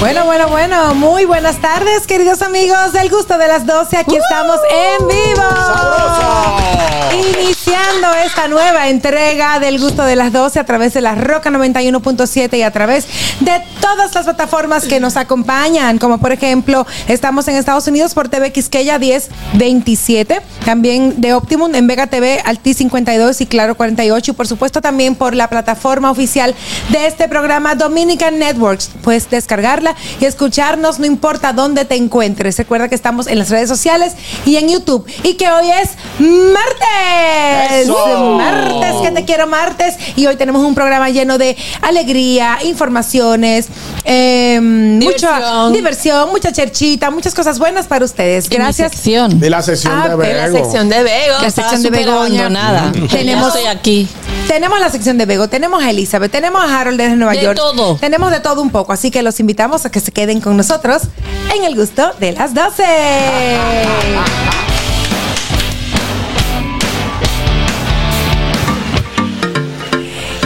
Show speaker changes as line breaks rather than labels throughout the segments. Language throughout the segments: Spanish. Bueno, bueno, bueno, muy buenas tardes, queridos amigos del gusto de las 12. Aquí estamos en vivo. Iniciando esta nueva entrega del gusto de las 12 a través de la Roca 91.7 y a través de todas las plataformas que nos acompañan, como por ejemplo, estamos en Estados Unidos por TV Quisqueya 1027, también de Optimum en Vega TV Alti 52 y Claro 48 y por supuesto también por la plataforma oficial de este programa Dominican Networks. Puedes descargarla y escucharnos no importa dónde te encuentres. Recuerda que estamos en las redes sociales y en YouTube y que hoy es martes.
¡Eso!
Martes, que te quiero martes y hoy tenemos un programa lleno de alegría, informaciones, eh, mucha
Diversión.
diversión, mucha cherchita, muchas cosas buenas para ustedes. Gracias.
sección.
De la sesión
Ah,
de
de la
Bego.
sección de Bego.
La
estaba
sección de
súper
Begoña.
abandonada.
Ujú. Tenemos-
Tenemos estoy aquí.
Tenemos la sección de Bego, tenemos a Elizabeth, tenemos a Harold desde Nueva
De
York.
todo.
Tenemos de todo un poco, así que los invitamos a que se queden con nosotros en el gusto de las 12.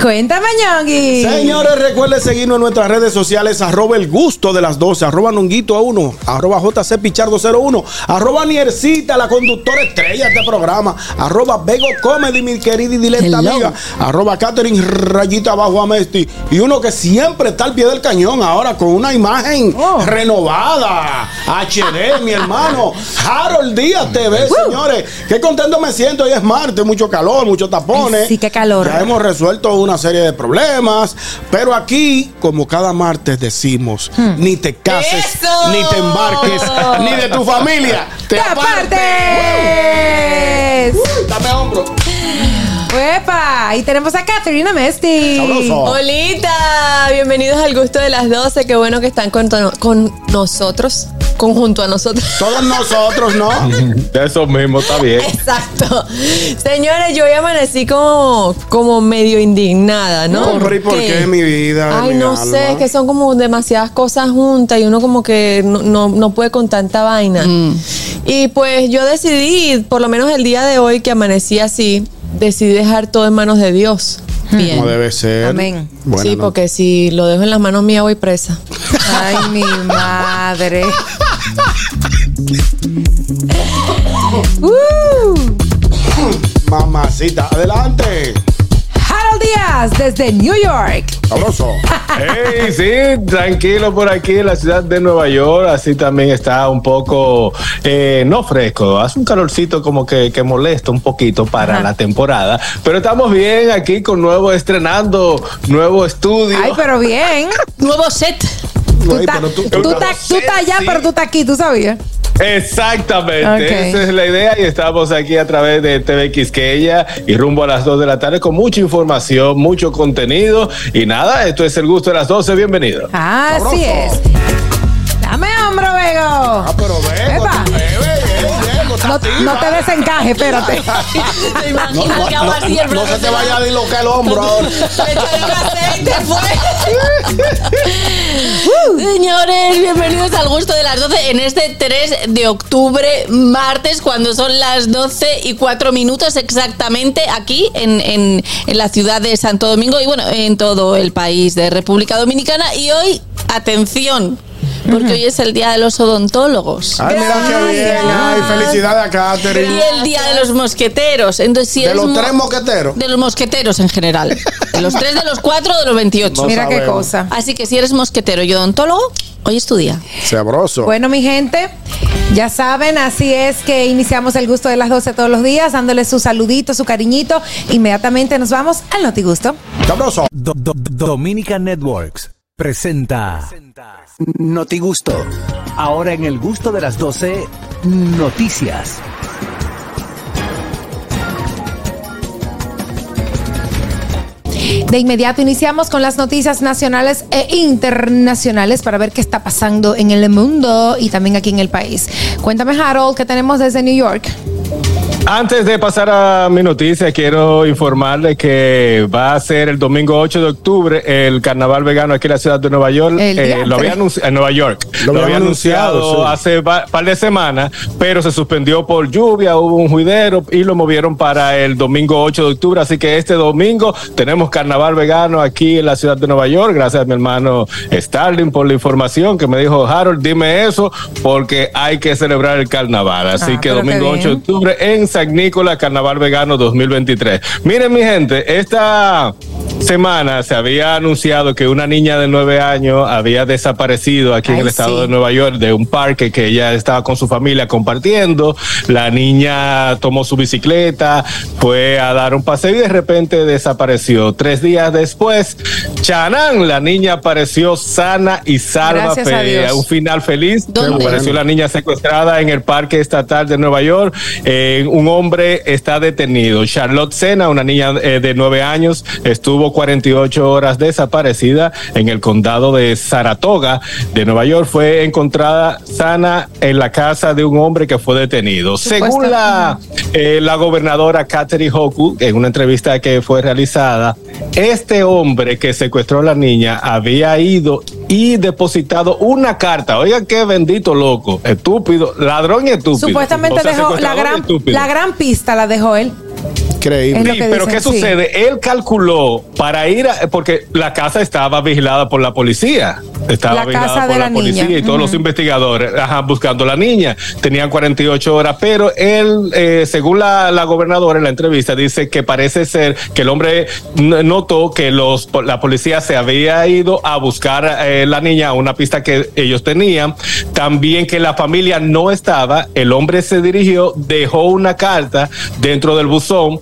Cuéntame, Ñongui.
Señores, recuerden seguirnos en nuestras redes sociales, arroba el gusto de las 12, arroba nonguito a 1, arroba JC Pichardo 01, arroba Niercita, la conductora estrella de este programa, arroba Bego Comedy, mi querida y
Hello.
directa amiga, arroba Catherine Rayita Abajo Amesti, y uno que siempre está al pie del cañón ahora con una imagen
Oh.
renovada, HD, mi hermano, Harold Díaz TV, señores, qué contento me siento, hoy es martes, mucho calor, mucho tapones.
Ay, sí, qué calor.
Ya hemos hemos resuelto una serie de problemas, pero aquí, como cada martes decimos, ni te cases,
¡Eso!
ni te embarques, ni de tu familia te
¡Te apartes!
Uh, Dame hombro.
¡Uepa! Y tenemos a Catherine Mesti.
Sabroso.
Holita, bienvenidos al gusto de las 12. Qué bueno que están con, tono- con nosotros, conjunto a nosotros.
Todos nosotros, ¿no?
De eso mismo, está bien.
Exacto. Señores, yo hoy amanecí como, como medio indignada, ¿no?
No, pero ¿y por qué, mi vida?
Ay,
mi
no
alma?
sé, es que son como demasiadas cosas juntas y uno como que no, no- no puede con tanta vaina.
Mm.
Y pues yo decidí, por lo menos el día de hoy que amanecí así, decidí dejar todo en manos de Dios.
Como debe ser.
Amén.
Bueno,
sí,
no.
porque si lo dejo en las manos mías voy presa.
Ay, mi madre. Uh,
Mamacita, adelante.
Harold Díaz desde New York.
Sabroso.
Hey, sí, tranquilo por aquí en la ciudad de Nueva York. Así también está un poco, eh, no fresco, hace un calorcito como que, que molesta un poquito para la temporada. Pero estamos bien aquí con nuevo estrenando, nuevo estudio.
Ay, pero bien.
Nuevo set.
Tú
Ay,
estás
pero tú-
tú ta- tú ta allá,
Sí.
pero tú estás aquí, tú sabías.
Exactamente,
Ok.
esa es la idea y estamos aquí a través de TV Quisqueya y rumbo a las 2 de la tarde con mucha información, mucho contenido y nada, esto es el gusto de las 12, bienvenido.
Ah, así es.
Sabroso.
Dame hombro,
Ah,
Vego.
pero Bego,
Epa.
tú- eh, eh, Bego, está
No,
activa.
no te desencaje, espérate.
¿Te
No,
imaginas
no,
que
no,
hago así el
no
brazo
se te vaya a dislocar el hombro ahora.
Le echaron aceite, fue. Señores, bienvenidos al gusto de las 12 en este 3 de octubre, martes, cuando son las 12 y 4 minutos exactamente aquí en, en- en la ciudad de Santo Domingo y bueno, en todo el país de República Dominicana. Y hoy, atención, porque hoy es el Día de los Odontólogos.
Ay, Ah, mira qué bien. Ay, felicidades a Katherine.
Y el día de los mosqueteros. Entonces, si
De
eres
los
mo-
tres mosqueteros.
de los mosqueteros en general. De los tres, de los cuatro, de los 28.
No
Mira qué
sabemos.
cosa.
Así que si eres mosquetero y odontólogo, hoy es tu día.
Sabroso.
Bueno, mi gente, ya saben, así es que iniciamos el gusto de las 12 todos los días, dándoles su saludito, su cariñito. Inmediatamente nos vamos al Notigusto.
Sabroso.
Do- do- do- Dominica Networks presenta Noti Gusto. Ahora en el gusto de las 12, noticias.
De inmediato iniciamos con las noticias nacionales e internacionales para ver qué está pasando en el mundo y también aquí en el país. Cuéntame, Harold, ¿qué tenemos desde New York?
Antes de pasar a mi noticia, quiero informarle que va a ser el domingo 8 de octubre el carnaval vegano aquí en la ciudad de Nueva York.
El
Eh,
día
lo había
tres.
anunciado en Nueva York.
Lo
Lo,
habían
había anunciado,
anunciado, sí.
hace va- par de semanas, pero se suspendió por lluvia, hubo un juidero y lo movieron para el domingo 8 de octubre. Así que este domingo tenemos carnaval vegano aquí en la ciudad de Nueva York. Gracias a mi hermano Starling por la información que me dijo Harold, dime eso, porque hay que celebrar el carnaval. Así
Ah,
que
pero qué
domingo 8 de
bien.
octubre en San Nicolás, Carnaval Vegano 2023. Miren, mi gente, esta semana se había anunciado que una niña de nueve años había desaparecido aquí en
Ay,
el estado
sí.
de Nueva York de un parque que ella estaba con su familia compartiendo. La niña tomó su bicicleta, fue a dar un paseo y de repente desapareció. Tres días después, Chanán, la niña apareció sana y salva.
Gracias a
pe-
Dios.
Un final feliz.
¿Dónde?
Apareció la niña secuestrada en el parque estatal de Nueva York. Eh, un hombre está detenido. Charlotte Sena, una niña eh, de nueve años, estuvo 48 horas desaparecida en el condado de Saratoga de Nueva York. Fue encontrada sana en la casa de un hombre que fue detenido. Según la, eh, la gobernadora Katherine Hochul, en una entrevista que fue realizada, este hombre que secuestró a la niña había ido y depositado una carta. Oiga, qué bendito loco, estúpido, ladrón y estúpido.
Supuestamente
O sea,
dejó la
secuestrador y
gran,
estúpido.
la gran pista, la dejó él.
Increíble.
Es lo
Sí,
que
pero
dicen,
¿qué
sí.
sucede? Él calculó para ir, a- porque la casa estaba vigilada por la policía. Estaba
La
vigilada
casa
por
de
la,
la
policía
niña.
y todos los
Ujú.
investigadores ajá, buscando a la niña. Tenían 48 horas, pero él, eh, según la, la gobernadora en la entrevista, dice que parece ser que el hombre n- notó que los, po- la policía se había ido a buscar eh, la niña a una pista que ellos tenían. También que la familia no estaba. El hombre se dirigió, dejó una carta dentro del buzón.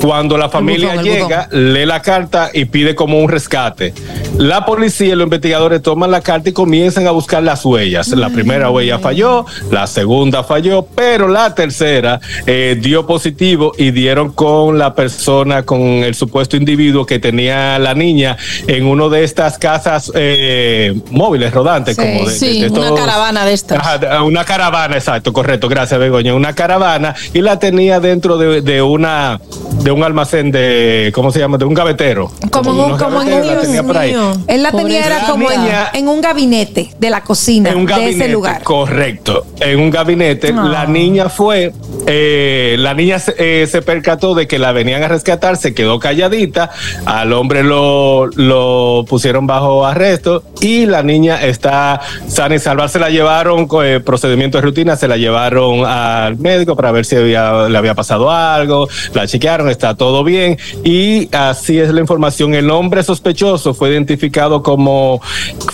Cuando la familia
buzón, el
llega, lee la carta y pide como un rescate. La policía y los investigadores toman la carta y comienzan a buscar las huellas. La
Mm.
primera huella falló, la segunda falló, pero la tercera eh, dio positivo y dieron con la persona, con el supuesto individuo que tenía la niña en uno de estas casas eh, móviles rodantes.
Sí,
como de- de-
sí,
de
una
estos-
caravana de estas.
Ajá, a una caravana, exacto, correcto, gracias Begoña, una caravana y la tenía dentro de, de una de un almacén de ¿cómo se llama? de un gavetero.
Como en un-
unos
como en
gaveteros
un-
la tenía por ahí.
mío.
Él la tenía
Pobrecita.
era como en-
Niña.
en un gabinete de la cocina
En un gabinete,
de ese lugar.
correcto. En un gabinete,
Ah.
la niña fue, eh, la niña se, eh, se percató de que la venían a rescatar, se quedó calladita, al hombre lo, lo pusieron bajo arresto y la niña está sana y salva. Se la llevaron con eh, procedimiento de rutina, se la llevaron al médico para ver si había- le había pasado algo, la chequearon, está todo bien y así es la información. El hombre sospechoso fue identificado como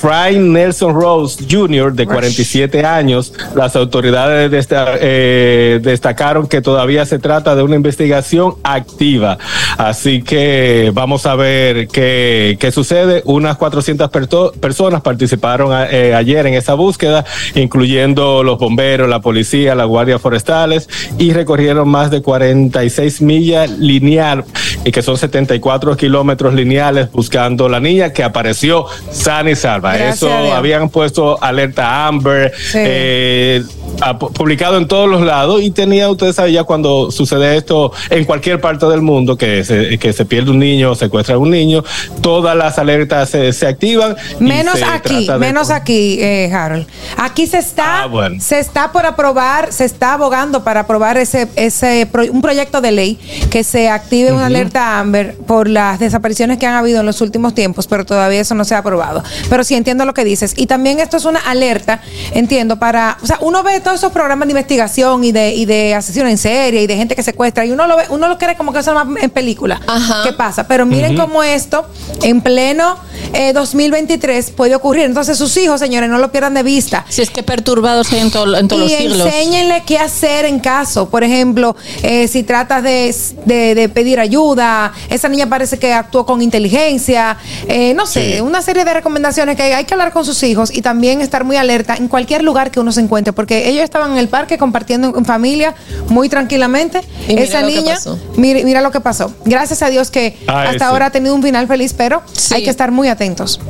Crime Nelson Rose Jr. de 47 años. Las autoridades desta- eh, destacaron que todavía se trata de una investigación activa. Así que vamos a ver qué, qué sucede. Unas 400 perto- personas participaron a- eh, ayer en esa búsqueda, incluyendo los bomberos, la policía, la guardia forestales y recorrieron más de 46 millas lineal y que son 74 kilómetros lineales buscando la niña que apareció sana y salva.
Gracias a Dios.
Eso habían puesto alerta Amber, eh, ha pu- publicado en todos los lados y tenía, ustedes saben ya cuando sucede esto en cualquier parte del mundo, que se, que se pierde un niño o secuestra a un niño, todas las alertas se, se activan. y
Menos
se
aquí,
trata de-
menos aquí, eh, Harold. Aquí se está,
Ah, bueno.
se está por aprobar, se está abogando para aprobar ese, ese pro- un proyecto de ley que se active una alerta Amber por las desapariciones que han habido en los últimos tiempos, pero todavía eso no se ha aprobado. Pero sí entiendo lo que dices. Y también esto es una alerta, entiendo, para, o sea, uno ve todos esos programas de investigación y de, y de asesinos en serie y de gente que secuestra, y uno lo ve, uno lo cree como que eso es más en película
Ajá.
que pasa. Pero miren cómo esto, en pleno eh, 2023 puede ocurrir. Entonces, sus hijos, señores, no lo pierdan de vista.
Si es que perturbados hay en, todo- en todos
y
los siglos.
enséñenle qué hacer en caso. Por ejemplo, eh, si tratas de, de- de pedir ayuda, esa niña parece que actuó con inteligencia, eh, no sé, una serie de recomendaciones que hay, hay que hablar con sus hijos y también estar muy alerta en cualquier lugar que uno se encuentre, porque ellos estaban en el parque compartiendo en familia muy tranquilamente.
Y mira
esa
lo que
niña,
pasó.
mira, mira lo que pasó. Gracias a Dios que
Ah,
hasta
ese.
ahora ha tenido un final feliz, pero
Sí.
hay que estar muy atentos.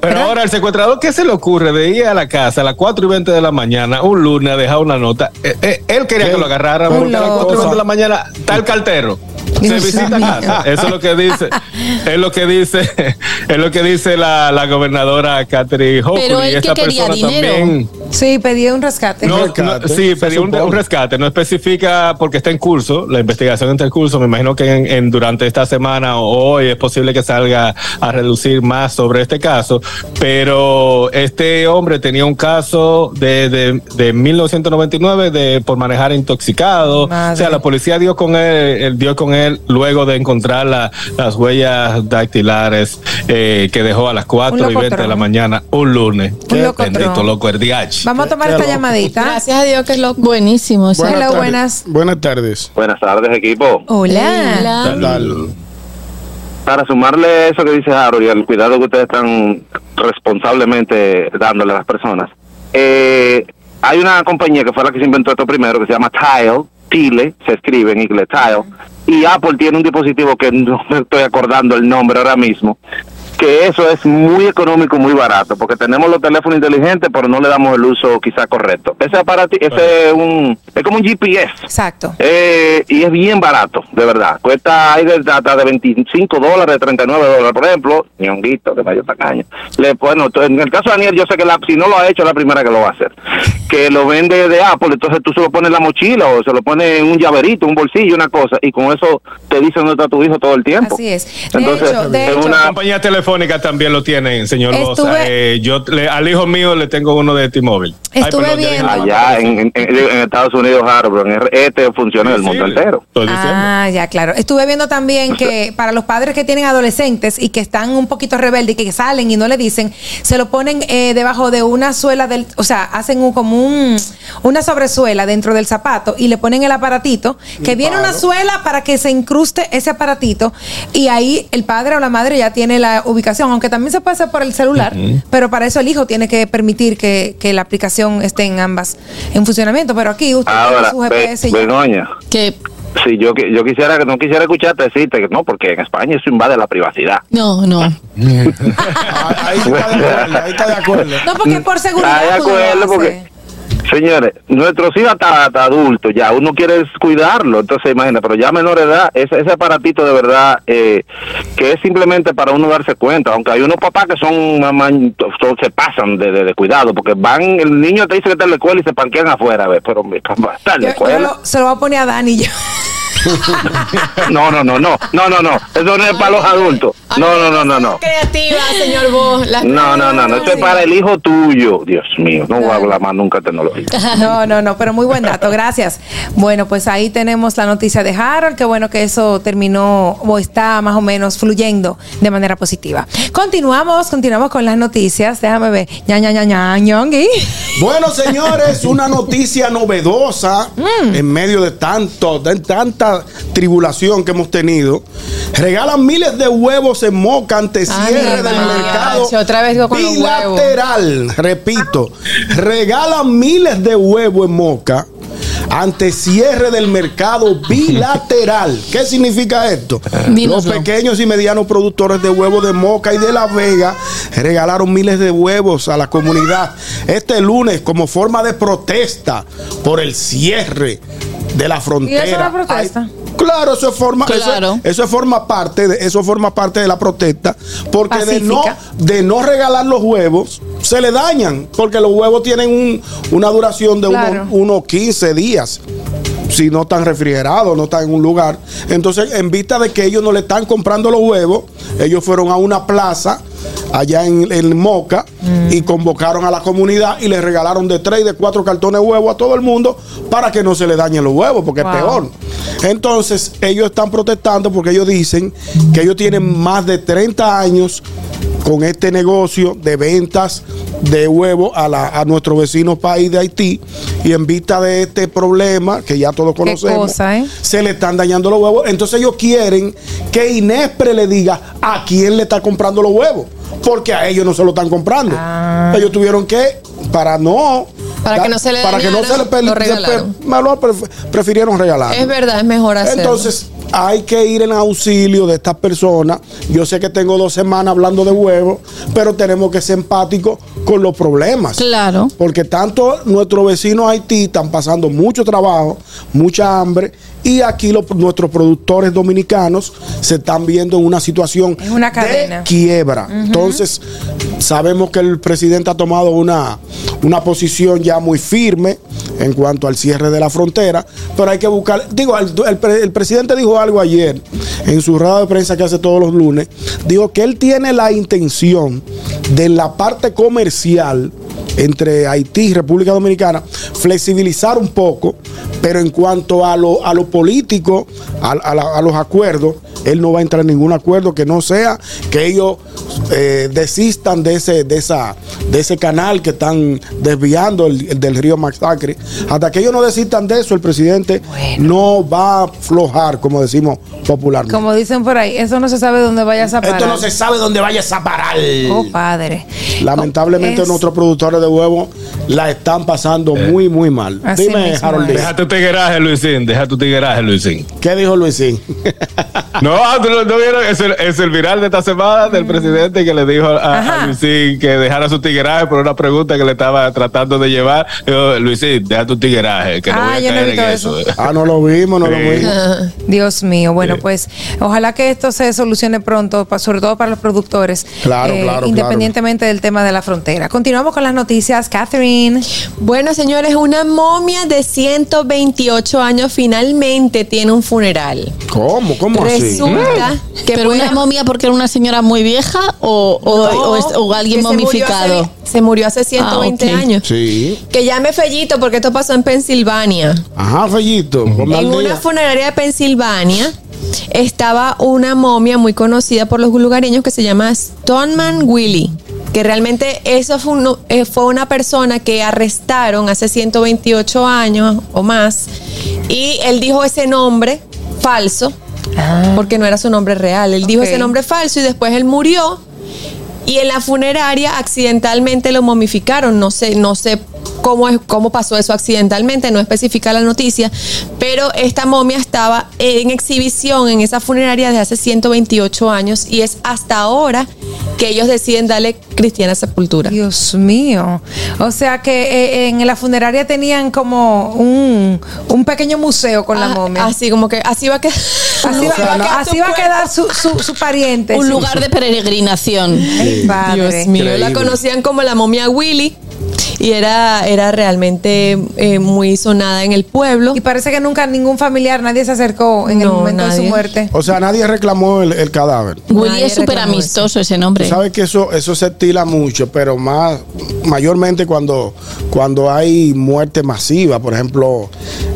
Pero ahora, el secuestrador, ¿qué se le ocurre de ir a la casa a las 4 y 20 de la mañana, un lunes, a dejar una nota? Eh, eh, él quería
Qué-
que lo agarraran
qué
porque a las
loco.
4 y 20 de la mañana está el cartero. Se
Dios
visita
mío.
casa. Eso es lo que dice, es lo que dice, es lo que dice la, la gobernadora Catherine Hochul
Pero
y
él
esta
quería
persona
dinero.
también.
Sí, pedí un rescate.
No,
rescate,
no, sí,
se
pedí un,
supone.
un rescate. No especifica porque está en curso. La investigación está en curso. Me imagino que en, en- durante esta semana o hoy es posible que salga a reducir más sobre este caso. Pero este hombre tenía un caso de, de, de 1999 de por manejar intoxicado.
Madre.
O sea, la policía dio con él, él dio con él luego de encontrar la- las huellas dactilares eh, que dejó a las 4 y 20 de la
locotrón.
mañana un lunes.
Un locotrón.
Bendito loco, el DH.
Vamos a tomar
Qué
esta
loco.
llamadita.
Gracias a Dios que es lo
Buenísimo. o sea.
Bueno. Hello,
tardes.
buenas.
Buenas tardes.
Buenas tardes, equipo.
Hola.
Hola.
Dale.
Para sumarle eso que dice Harold y al cuidado que ustedes están responsablemente dándole a las personas, eh, hay una compañía que fue la que se inventó esto primero, que se llama Tile, Tile, se escribe en inglés, Tile, y Apple tiene un dispositivo que no me estoy acordando el nombre ahora mismo, que eso es muy económico, muy barato, porque tenemos los teléfonos inteligentes, pero no le damos el uso quizá correcto. Ese aparato, ese es, un, es como un GPS.
Exacto.
Eh, y es bien barato, de verdad. Cuesta hay de- hasta de 25 dólares, 39 dólares, por ejemplo. Ñonguito, de mayor tacaño. Le, bueno, to- en el caso de Daniel, yo sé que la, si no lo ha hecho, es la primera que lo va a hacer. Que lo vende de Apple, entonces tú se lo pones en la mochila o se lo pones en un llaverito, un bolsillo, una cosa. Y con eso te dice dónde está tu hijo todo el tiempo.
Así es. De
Entonces,
hecho, de
es
hecho,
Las
una,
compañías telefónicas también lo tienen, señor Bosa.
Estuve-
Eh, yo le- al hijo mío le tengo uno de T-Mobile. Ay,
Estuve
perdón, ya dije
viendo-
la-
allá en, en- en- en Estados Unidos, Harvard, en R- este funciona en el mundo
Sí,
entero.
Estoy diciendo.
Ah, ya, claro. Estuve viendo también que para los padres que tienen adolescentes y que están un poquito rebeldes y que salen y no le dicen, se lo ponen eh, debajo de una suela del, o sea, hacen un, como un, una sobresuela dentro del zapato y le ponen el aparatito, que viene una suela para que se incruste ese aparatito y ahí el padre o la madre ya tiene la ubicación, aunque también se puede hacer por el celular, pero para eso el hijo tiene que permitir que, que la aplicación esté en ambas en funcionamiento, pero aquí usted tiene
Ahora,
su
Be-
GPS y ya.
Begoña.
Que
Sí, yo, qui- yo quisiera que no quisiera escucharte decirte que no, porque en España eso invade la privacidad.
no, no.
Ah, Ahí está de acuerdo. Ahí está de acuerdo.
No, porque por seguridad.
Está de
uno lo
acuerdo,
hace.
porque- Señores, nuestros hijos hasta, hasta adultos ya, uno quiere cuidarlo, entonces imagina, pero ya a menor edad, ese, ese aparatito de verdad, eh, que es simplemente para uno darse cuenta, aunque hay unos papás que son, mamá, son- se pasan de, de- de cuidado, porque van, el niño te dice que está en la escuela y se parquean afuera, ¿ves? pero mi papá está
Yo-
en la
yo
escuela.
lo- se lo voy a poner a Dani yo.
No, no, no, no, no, no, no, eso no es para los adultos, no, no, no, no, no.
creativa, señor Bo. La-
No, no, no, no, esto es para el hijo tuyo. Dios mío, no voy a hablar más nunca de tecnología.
No, no, no, pero muy buen dato, gracias. Bueno, pues ahí tenemos la noticia de Harold, qué bueno que eso terminó o está más o menos fluyendo de manera positiva. Continuamos, continuamos con las noticias, déjame ver. Ña, ña, ña, ña, ñongui.
Bueno, señores, una noticia novedosa en medio de tanto, de tanta tribulación que hemos tenido. Regalan miles de huevos en moca ante cierre del
macho,
mercado
otra vez yo con los huevos.
bilateral. Repito, regalan miles de huevos en moca ante cierre del mercado bilateral. ¿Qué significa esto?
Dínoslo.
Los pequeños y medianos productores de huevos de Moca y de La Vega regalaron miles de huevos a la comunidad este lunes como forma de protesta por el cierre de la frontera.
una protesta?
Ay, claro, eso forma eso-
Claro.
Eso, forma parte de eso forma parte de la protesta porque de no
Pacífica.
de no regalar los huevos se le dañan porque los huevos tienen un- una duración de
Claro.
unos, unos 15 días si no están refrigerados, no están en un lugar. Entonces, en vista de que ellos no le están comprando los huevos, ellos fueron a una plaza allá en, en Moca
Mm.
y convocaron a la comunidad y les regalaron de tres y de cuatro cartones de huevos a todo el mundo para que no se le dañen los huevos, porque
Wow.
es peor. Entonces, ellos están protestando porque ellos dicen que ellos tienen más de 30 años con este negocio de ventas de huevo a, la, a nuestro vecino país de Haití. Y en vista de este problema, que ya todos conocemos,
cosa, ¿eh?
se le están dañando los huevos. Entonces ellos quieren que Inespre le diga a quién le está comprando los huevos. Porque a ellos no se lo están comprando. Ellos tuvieron que, para no.
Ah. Para que no se le
Para que no se
dañara,
le pe- se
lo
pe-
regalaron.
más lo Eh, pref- prefirieron regalar.
Es verdad, es mejor hacerlo.
Entonces, hay que ir en auxilio de estas personas. Yo sé que tengo dos semanas hablando de huevos, pero tenemos que ser empáticos con los problemas.
Claro.
Porque tanto nuestros vecinos Haití están pasando mucho trabajo, mucha hambre, y aquí los- nuestros productores dominicanos se están viendo en una situación
Es una cadena.
de quiebra. Entonces, sabemos que el presidente ha tomado una, una posición ya muy firme en cuanto al cierre de la frontera, pero hay que buscar, digo, el, el pre- el presidente dijo algo ayer en su rueda de prensa que hace todos los lunes, dijo que él tiene la intención de la parte comercial entre Haití y República Dominicana, flexibilizar un poco, pero en cuanto a lo, a lo político, a, a la- a los acuerdos, él no va a entrar en ningún acuerdo que no sea que ellos eh, desistan de ese, de, esa, de ese canal que están desviando el, el del río Masacre. Hasta que ellos no desistan de eso, el presidente no va a aflojar, como decimos popularmente.
Como dicen por ahí, eso no se sabe dónde vayas a parar.
Esto no se sabe dónde vaya a parar.
Oh, padre.
Lamentablemente
Es-
nuestros productores de huevos la están pasando muy, muy mal.
Así
Dime,
mismo
Harold
es.
Díaz,
Deja tu tigueraje, Luisín. Deja tu tigueraje, Luisín.
¿qué dijo Luisín?
No, ah, ¿tú no, no vieron? Es el, es el viral de esta semana del presidente que le dijo a- a,
Mm. Ajá.
Luisín que dejara su tigueraje por una pregunta que le estaba tratando de llevar. Dijo, Luisín, deja tu tigueraje, que no
Ah,
voy a
yo no he
caer en
visto
eso.
eso.
ah, no lo vimos, no lo
Sí.
vimos.
Dios mío, bueno,
Sí.
Eh.
pues ojalá que esto se solucione pronto, pa- sobre todo para los productores, eh,
Claro, claro, claro.
independientemente del tema de la frontera. Continuamos con las noticias, Catherine.
Bueno, señores, una momia de 128 años finalmente tiene un funeral.
¿Cómo? ¿Cómo ¿Eh?
Resulta que
¿Pero
fue
una momia porque era una señora muy vieja o, o- o es- o alguien
que se murió hace-
momificado?
Se murió hace 120
Ah, ok.
años.
así? Sí.
Que llame Fellito porque esto pasó en Pensilvania.
Ajá, Fellito. ponme al
En
día.
una funeraria de Pensilvania estaba una momia muy conocida por los lugareños que se llama Stoneman Willie. Que realmente eso fue, uno- eh, fue una persona que arrestaron hace 128 años o más. Y él dijo ese nombre falso, porque no era su nombre real. Él dijo
Ok.
ese nombre falso y después él murió. Y en la funeraria accidentalmente lo momificaron. No sé, no sé cómo es, cómo pasó eso accidentalmente, no especifica la noticia. Pero esta momia estaba en exhibición en esa funeraria desde hace 128 años y es hasta ahora que ellos deciden darle cristiana sepultura.
Dios mío. O sea que eh, en la funeraria tenían como un, un pequeño museo con la
Ah,
momia. Así,
Así como que así va a quedar.
va,
sea, no-
así va a quedar su, su, su pariente.
Un
su-
lugar de peregrinación.
Ay, padre.
Dios mío, la
Increíble.
conocían como la momia Willy y era, era realmente eh, muy sonada en el pueblo.
Y parece que nunca ningún familiar, nadie se acercó en el
No,
momento de su
nadie.
muerte.
O sea, nadie reclamó el, el cadáver.
Willy
Nadie
es súper
reclamó eso.
amistoso ese nombre.
Sabes que eso, eso se estila mucho, pero más mayormente cuando, cuando hay muerte masiva, por ejemplo,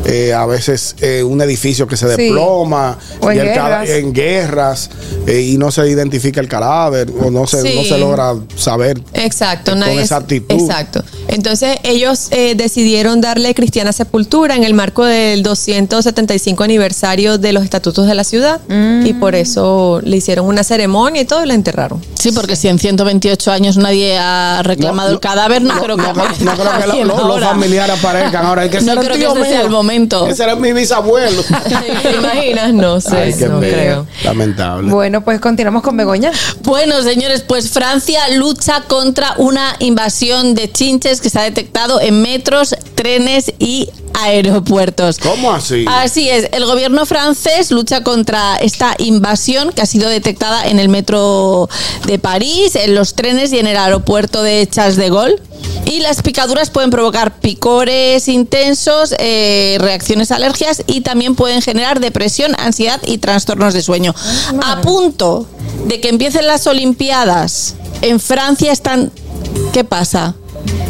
eh, a veces eh, un edificio que se
Sí.
desploma
O en
y el cada-
guerras.
en guerras, eh, y no se identifica el cadáver o no se, no
Sí.
se logra saber.
Exacto,
Con
nadie-
exactitud.
Exacto. Entonces ellos eh, decidieron darle cristiana sepultura en el marco del 275 aniversario de los estatutos de la ciudad
Mm.
y por eso le hicieron una ceremonia y todo y la enterraron.
Sí, porque si en 128 años nadie ha reclamado
No,
el cadáver, no, creo que
no creo- no creo que lo-
alguien
lo- los
ahora.
familiares aparezcan ahora. Es que
No
será
creo que
tío
ese sea
mío.
el momento.
Ese era mi bisabuelo.
¿Te imaginas? No sé,
Ay, qué
no
pena.
creo.
Lamentable.
Bueno, pues continuamos con Begoña.
Bueno, señores, pues Francia lucha contra una invasión de chinches que se ha detectado en metros, trenes y aeropuertos.
¿Cómo así?
Así es, el gobierno francés lucha contra esta invasión que ha sido detectada en el metro de París, en los trenes y en el aeropuerto de Charles de Gaulle. Y las picaduras pueden provocar picores intensos, eh, reacciones alergias y también pueden generar depresión, ansiedad y trastornos de sueño. A punto de que empiecen las Olimpiadas en Francia están... ¿Qué pasa?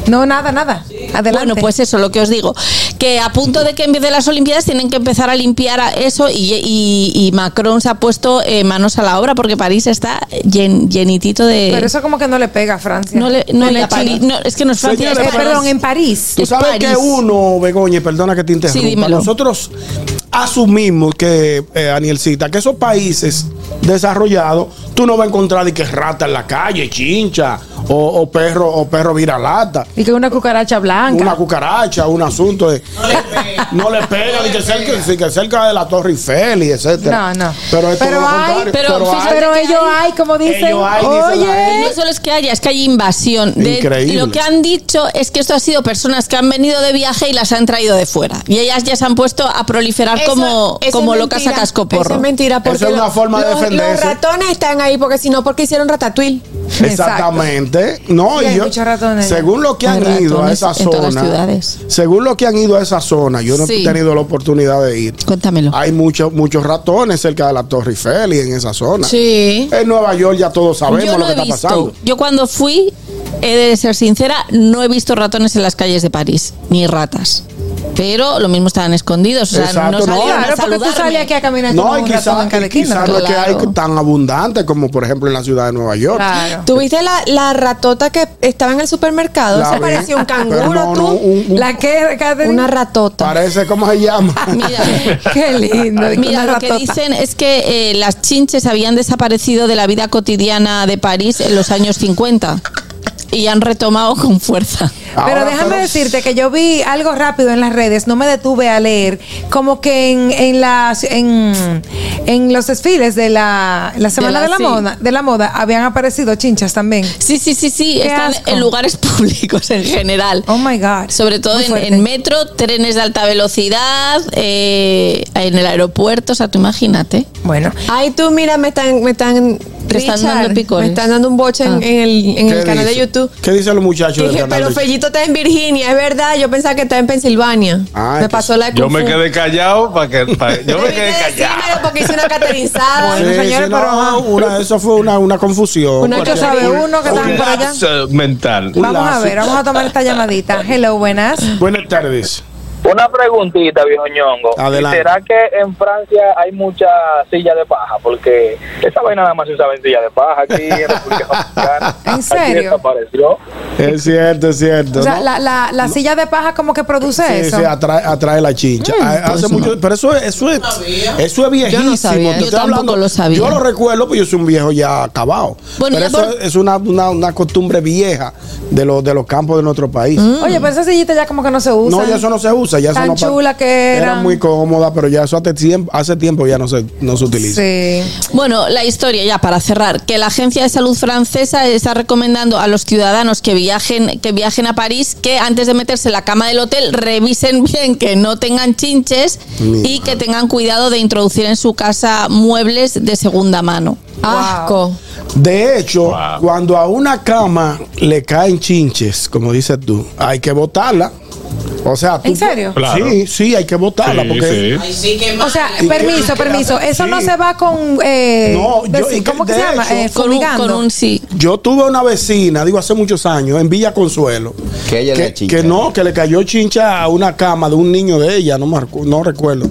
No, nada, nada. Adelante.
Bueno, pues eso, lo que os digo. Que a punto de que empiecen las Olimpiadas tienen que empezar a limpiar a eso y, y- y Macron se ha puesto eh, manos a la obra porque París está llen- llenitito de...
Eh.
Pero eso como que no le pega a Francia.
no le, no le
Ni a París.
París- no, es que no es Francia,
Señores,
es
Eh,
París.
perdón, en París.
Tú
Es
sabes
París.
que uno, Begoña, y perdona que te interrumpa.
dímelo.
Nosotros asumimos que, eh, Anielcita, que esos países desarrollados, tú no vas a encontrar de que rata en la calle, chincha, o, o perro, o perro viralata.
Y que una cucaracha blanca.
Una cucaracha, un asunto de. No le pega, ni que cerca, ni que cerca de la Torre Eiffel y etcétera.
No, no.
Pero es todo lo
hay-
contrario.
pero fíjate
Pero
que
ellos
hay-
hay, como dicen.
Ellos hay, dice la
Oye.
gente.
Y no solo es que haya, es que hay invasión. De-
Increíble.
Lo que han dicho es que esto ha sido personas que han venido de viaje y las han traído de fuera. Y ellas ya se han puesto a proliferar
Eso-
como,
eso
como
es
locas
mentira,
a
Eso
cascoporro.
es mentira. Porque
Esa es una
lo-
forma de
los- Los
defenderse.
ratones están ahí porque si no, porque hicieron ratatouille.
Exactamente. No,
Y
y
hay
yo,
muchos ratones.
según lo que
Hay
han ido a
ratones
esa
en todas las
zona,
ciudades.
según lo que han ido a esa zona, yo no
Sí.
he tenido la oportunidad de ir.
Cuéntamelo.
Hay muchos muchos ratones cerca de la Torre Eiffel y en esa zona.
Sí.
En Nueva York ya todos sabemos
Yo
lo
no
que
he
está pasando.
visto. Yo cuando fui, he de ser sincera, no he visto ratones en las calles de París, ni ratas. Pero lo mismo estaban escondidos. O sea,
Exacto,
no
no.
salían
Claro, porque
a
tú
saludarme.
salías aquí a caminar y tú
No,
con
y
un ratón
quizás
en cada esquina.
quizás no es que hay
Claro.
tan abundante como por ejemplo en la ciudad de Nueva York.
Claro.
¿Tuviste la, la ratota que estaba en el supermercado?
La
Eso
vi,
parecía un
pero
canguro,
no,
tú.
no, un- un-
La que, Catherine?
Una ratota.
Parece, ¿cómo se llama?
Mira.
Qué lindo.
Mira,
una
lo que
ratota.
dicen es que eh, las chinches habían desaparecido de la vida cotidiana de París en los años 50 y han retomado con fuerza.
Ahora,
Pero déjame
pero-
decirte que yo vi algo rápido en las redes, no me detuve a leer, como que en, en las en, en los desfiles de la, la semana
la-
de la,
sí.
moda, de la moda habían aparecido chinchas también.
Sí, sí, sí, sí,
Qué
están
asco.
en lugares públicos en general.
Oh my god.
Sobre todo
Muy
en,
fuerte.
en metro, trenes de alta velocidad, eh, en el aeropuerto, o sea, tú imagínate.
Bueno,
Ay, tú, mira, me están, me están,
Te están dando picores.
Me están dando un boche en,
Ah.
en el, en
¿Qué
el canal de
dice?
YouTube.
¿Qué dicen los muchachos del
Dije,
canal
pero
de
Fellito está en Virginia, es verdad. Yo pensaba que estaba en Pensilvania.
Ay,
me
qué-
pasó la de
Yo
Kung
me
Fu.
quedé callado para que. pa- yo me
Debiste
quedé
decírmelo
callado.
porque hice una catarinzada.
Sí, sí,
señores,
no,
pero- ah.
una- eso fue una, una confusión.
Una
Porque-
yo sabe uno que
Un
están por allá.
lapso mental.
un
Vamos a
lazo.
ver, vamos a tomar esta llamadita. Hello, buenas.
Buenas tardes.
Una preguntita, viejo ñongo.
Adelante.
¿Será que en Francia hay mucha silla de paja? Porque esa vaina nada más se usaba en silla de paja aquí en República Dominicana.
¿En
Aquí
serio?
desapareció.
Es cierto, es cierto.
O sea,
¿no?
la, la, la silla de paja como que produce
Sí,
eso. Mm.
sí, atrae, atrae la chincha. Ah, Hace mucho, pero eso, es- eso, es, eso es viejísimo.
Yo no sabía,
Te
yo
estoy
tampoco lo sabía.
Yo lo recuerdo, pues yo soy un viejo ya acabado.
Bueno,
pero
ya
eso
por-
es una, una, una costumbre vieja de, los de los campos de nuestro país.
Mm. Oye, pero esa sillita ya como que no se usa.
No, ya eso no se usa. Ya eso
Tan
no pa-
chula que
Era
eran.
muy cómoda, pero ya eso hace tiempo, hace tiempo ya no se, no se utiliza.
Sí.
Bueno, la historia ya para cerrar, que la agencia de salud francesa está recomendando a los ciudadanos que viajen que viajen a París que antes de meterse en la cama del hotel revisen bien que no tengan chinches
Mi
y que tengan cuidado de introducir en su casa muebles de segunda mano.
Asco.
De hecho,
Wow.
cuando a una cama le caen chinches, como dices tú, hay que botarla. O sea, tú-
¿En serio?
Claro.
Sí, sí, hay que botarla
Sí,
porque
sí.
O sea,
¿Y qué-
permiso, permiso. Eso no
Sí.
se va con. Eh,
No, yo-
deci-
y que-
¿Cómo que
de
se llama?
hecho,
Eh,
Con un,
fumigando.
con un sí.
Yo tuve una vecina, digo hace muchos años, en Villa Consuelo.
Que ella le chincha.
que no, que le cayó chincha a una cama de un niño de ella, no, me recu- no recuerdo.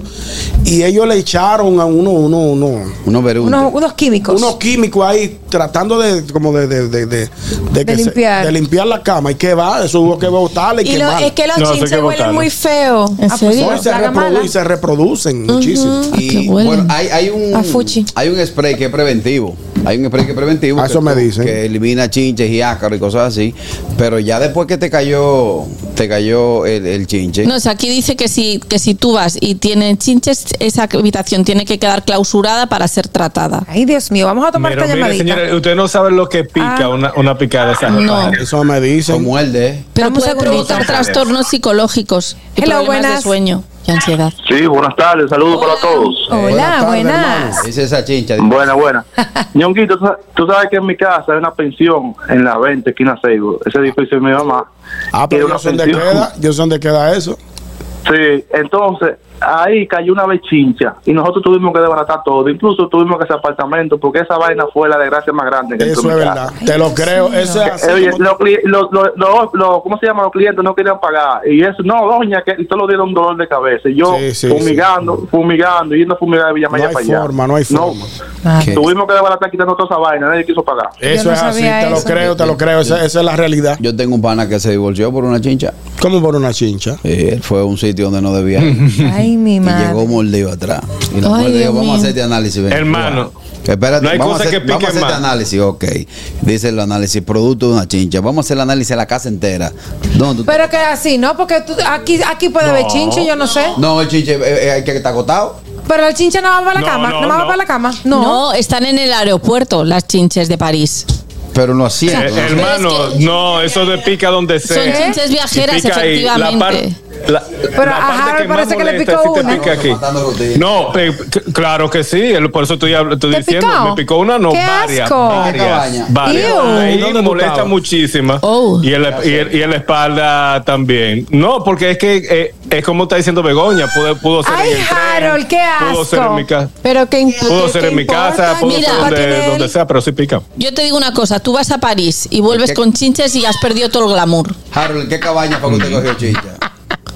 Y ellos le echaron a uno, uno, uno,
Uno verú.
unos, unos químicos.
unos químicos ahí tratando de como de, de, de, de, de que se-
limpiar.
de limpiar la cama. ¿Y qué va? Eso hubo que botarle y,
Y lo-
quemar.
es que los
No, eso hay
chinches
que
huelen
botarlo.
muy feo.
¿En
Ah, pues
serio?
No, y, se
Plaga mala.
reprodu- y se reproducen muchísimo.
Ah,
Y
qué bueno.
bueno, hay, hay un
A fuchi.
hay un spray que es preventivo. Hay un spray que es preventivo.
Ah,
que
eso me
tú-
dicen.
Que elimina chinches y ácaros y cosas así. Pero ya después que te cayó, te cayó el, el chinche.
No, o sea, aquí dice que si, que si tú vas y tienen chinches, esa habitación tiene que quedar clausurada para ser tratada.
Ay, Dios mío, vamos a tomar
Pero
esta
mire,
llamadita.
señores, ustedes no saben lo que pica
Ah.
una, una picada de esa
No.
Eso me
Eso
dicen.
muerde. ¿eh?
Pero
Dame un
puede
segundito.
provocar trastornos psicológicos y
Hello,
problemas
buenas.
de sueño y ansiedad.
Sí, buenas tardes, saludos para todos.
Hola,
Buenas tardes,
buenas.
Dice esa chincha. dice,
Buena, buena. Ñonguito, tú sa- tú sabes que en mi casa hay una pensión en la 20, esquina Seibo. Ese edificio de mi mamá.
Ah,
Era
pero
una
yo son de
pensión.
queda, yo son de queda eso.
Sí, entonces,
ahí cayó una bechincha y nosotros tuvimos que desbaratar todo, incluso tuvimos que ese apartamento porque esa vaina fue la desgracia más grande que
Eso
entró
es
en mi
verdad.
casa.
Te lo creo. Eso es
Eh,
así.
oye,
como-
los, cli- los- los- los- los- ¿cómo se llama? Los clientes no querían pagar. Y eso, no, doña, que y todos los dieron un dolor de cabeza. Y yo
Sí, sí,
fumigando, fumigando, yendo a fumigar de Villamaya
No hay
para allá.
forma, no hay forma.
Ah,
¿Qué?
Tuvimos que desbaratar quitando toda esa vaina, nadie quiso pagar.
Eso
no
es así.
sabía
Te lo
eso.
creo, te lo creo. Esa, esa es la realidad.
Yo tengo un pana que se divorció por una chincha.
¿Cómo por una chincha?
Eh, fue a un sitio donde no debía ir.
Ay, mi
y
madre.
llegó mordido atrás. Y la
Ay,
mujer dijo,
Dios
vamos a
mío.
hacerte análisis. ven".
Hermano,
Espérate,
no hay
vamos, a
cosa
hacer-
que pique
vamos a hacer
más.
análisis, ok. Dice el análisis, producto de una chincha. Vamos a hacer el análisis a la casa entera. ¿Dónde tú-
Pero que así, ¿no? Porque tú- aquí, aquí puede haber chinche, yo no sé.
no, el chinche, eh, eh, hay que estar agotado.
Pero el chinche no va para la
No,
cama. No,
no,
va
no.
para la cama.
No.
No.
están en el aeropuerto las chinches de París.
Pero no asiento.
eh,
¿no?
hermano,
es que-
no, eso de pica donde sea.
Son chinches viajeras,
Y pica ahí. La
efectivamente.
par- la-
Pero
la
a
parte
Harold
más
parece que le
molesta
picó
sí te
una.
pica aquí.
Matando rutina.
No, pe- c- claro que sí, el- por eso estoy, hab- estoy
¿Te
diciendo,
picó?
me picó una, no,
¡Qué
varias,
asco!
Cabaña.
varias, varias.
Ew.
Ahí
¿Dónde tú
molesta
estabas?
muchísima
Oh.
y, el, y, el- y la espalda también. No, porque es que eh, es como está diciendo Begoña, pudo, pudo ser
Ay,
en el tren,
Harold, qué
Pudo ser
asco.
en mi casa,
Pero que imp-
pudo
que-
ser
que
en mi
importa,
casa, pudo
Mira,
ser
para
donde,
tener-
donde sea, pero sí pica.
Yo te digo una cosa, tú vas a París y vuelves
¿Qué?
con chinches y has perdido todo el glamour.
Harold, ¿qué cabaña fue que usted cogió chincha?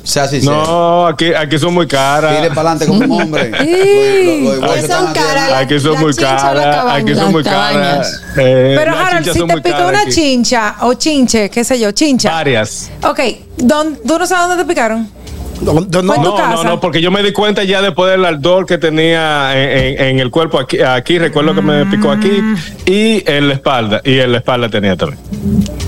Sea sincero.
Mm. No, aquí, aquí son muy caras.
Tire para adelante como un hombre.
Sí.
Los- los- los divorcios
Que son
están haciendo-
caras.
Aquí son
La
muy
chincha o la
caras.
cabaña.
Aquí son muy
Las
caras.
cabañas.
Eh,
Pero
las
Harold,
chinchas
si
son
te
muy
picó
caras
una
aquí.
chincha o chinche, qué sé yo, chincha.
Varias.
Ok, ¿dón- ¿tú no sabes dónde te picaron?
¿Dónde-
Fue en tu
No,
casa.
no, no, porque yo me di cuenta ya después del ardor que tenía en, en- en el cuerpo aquí, aquí, recuerdo que me picó aquí
Ah.
y en la espalda, y en la espalda tenía también.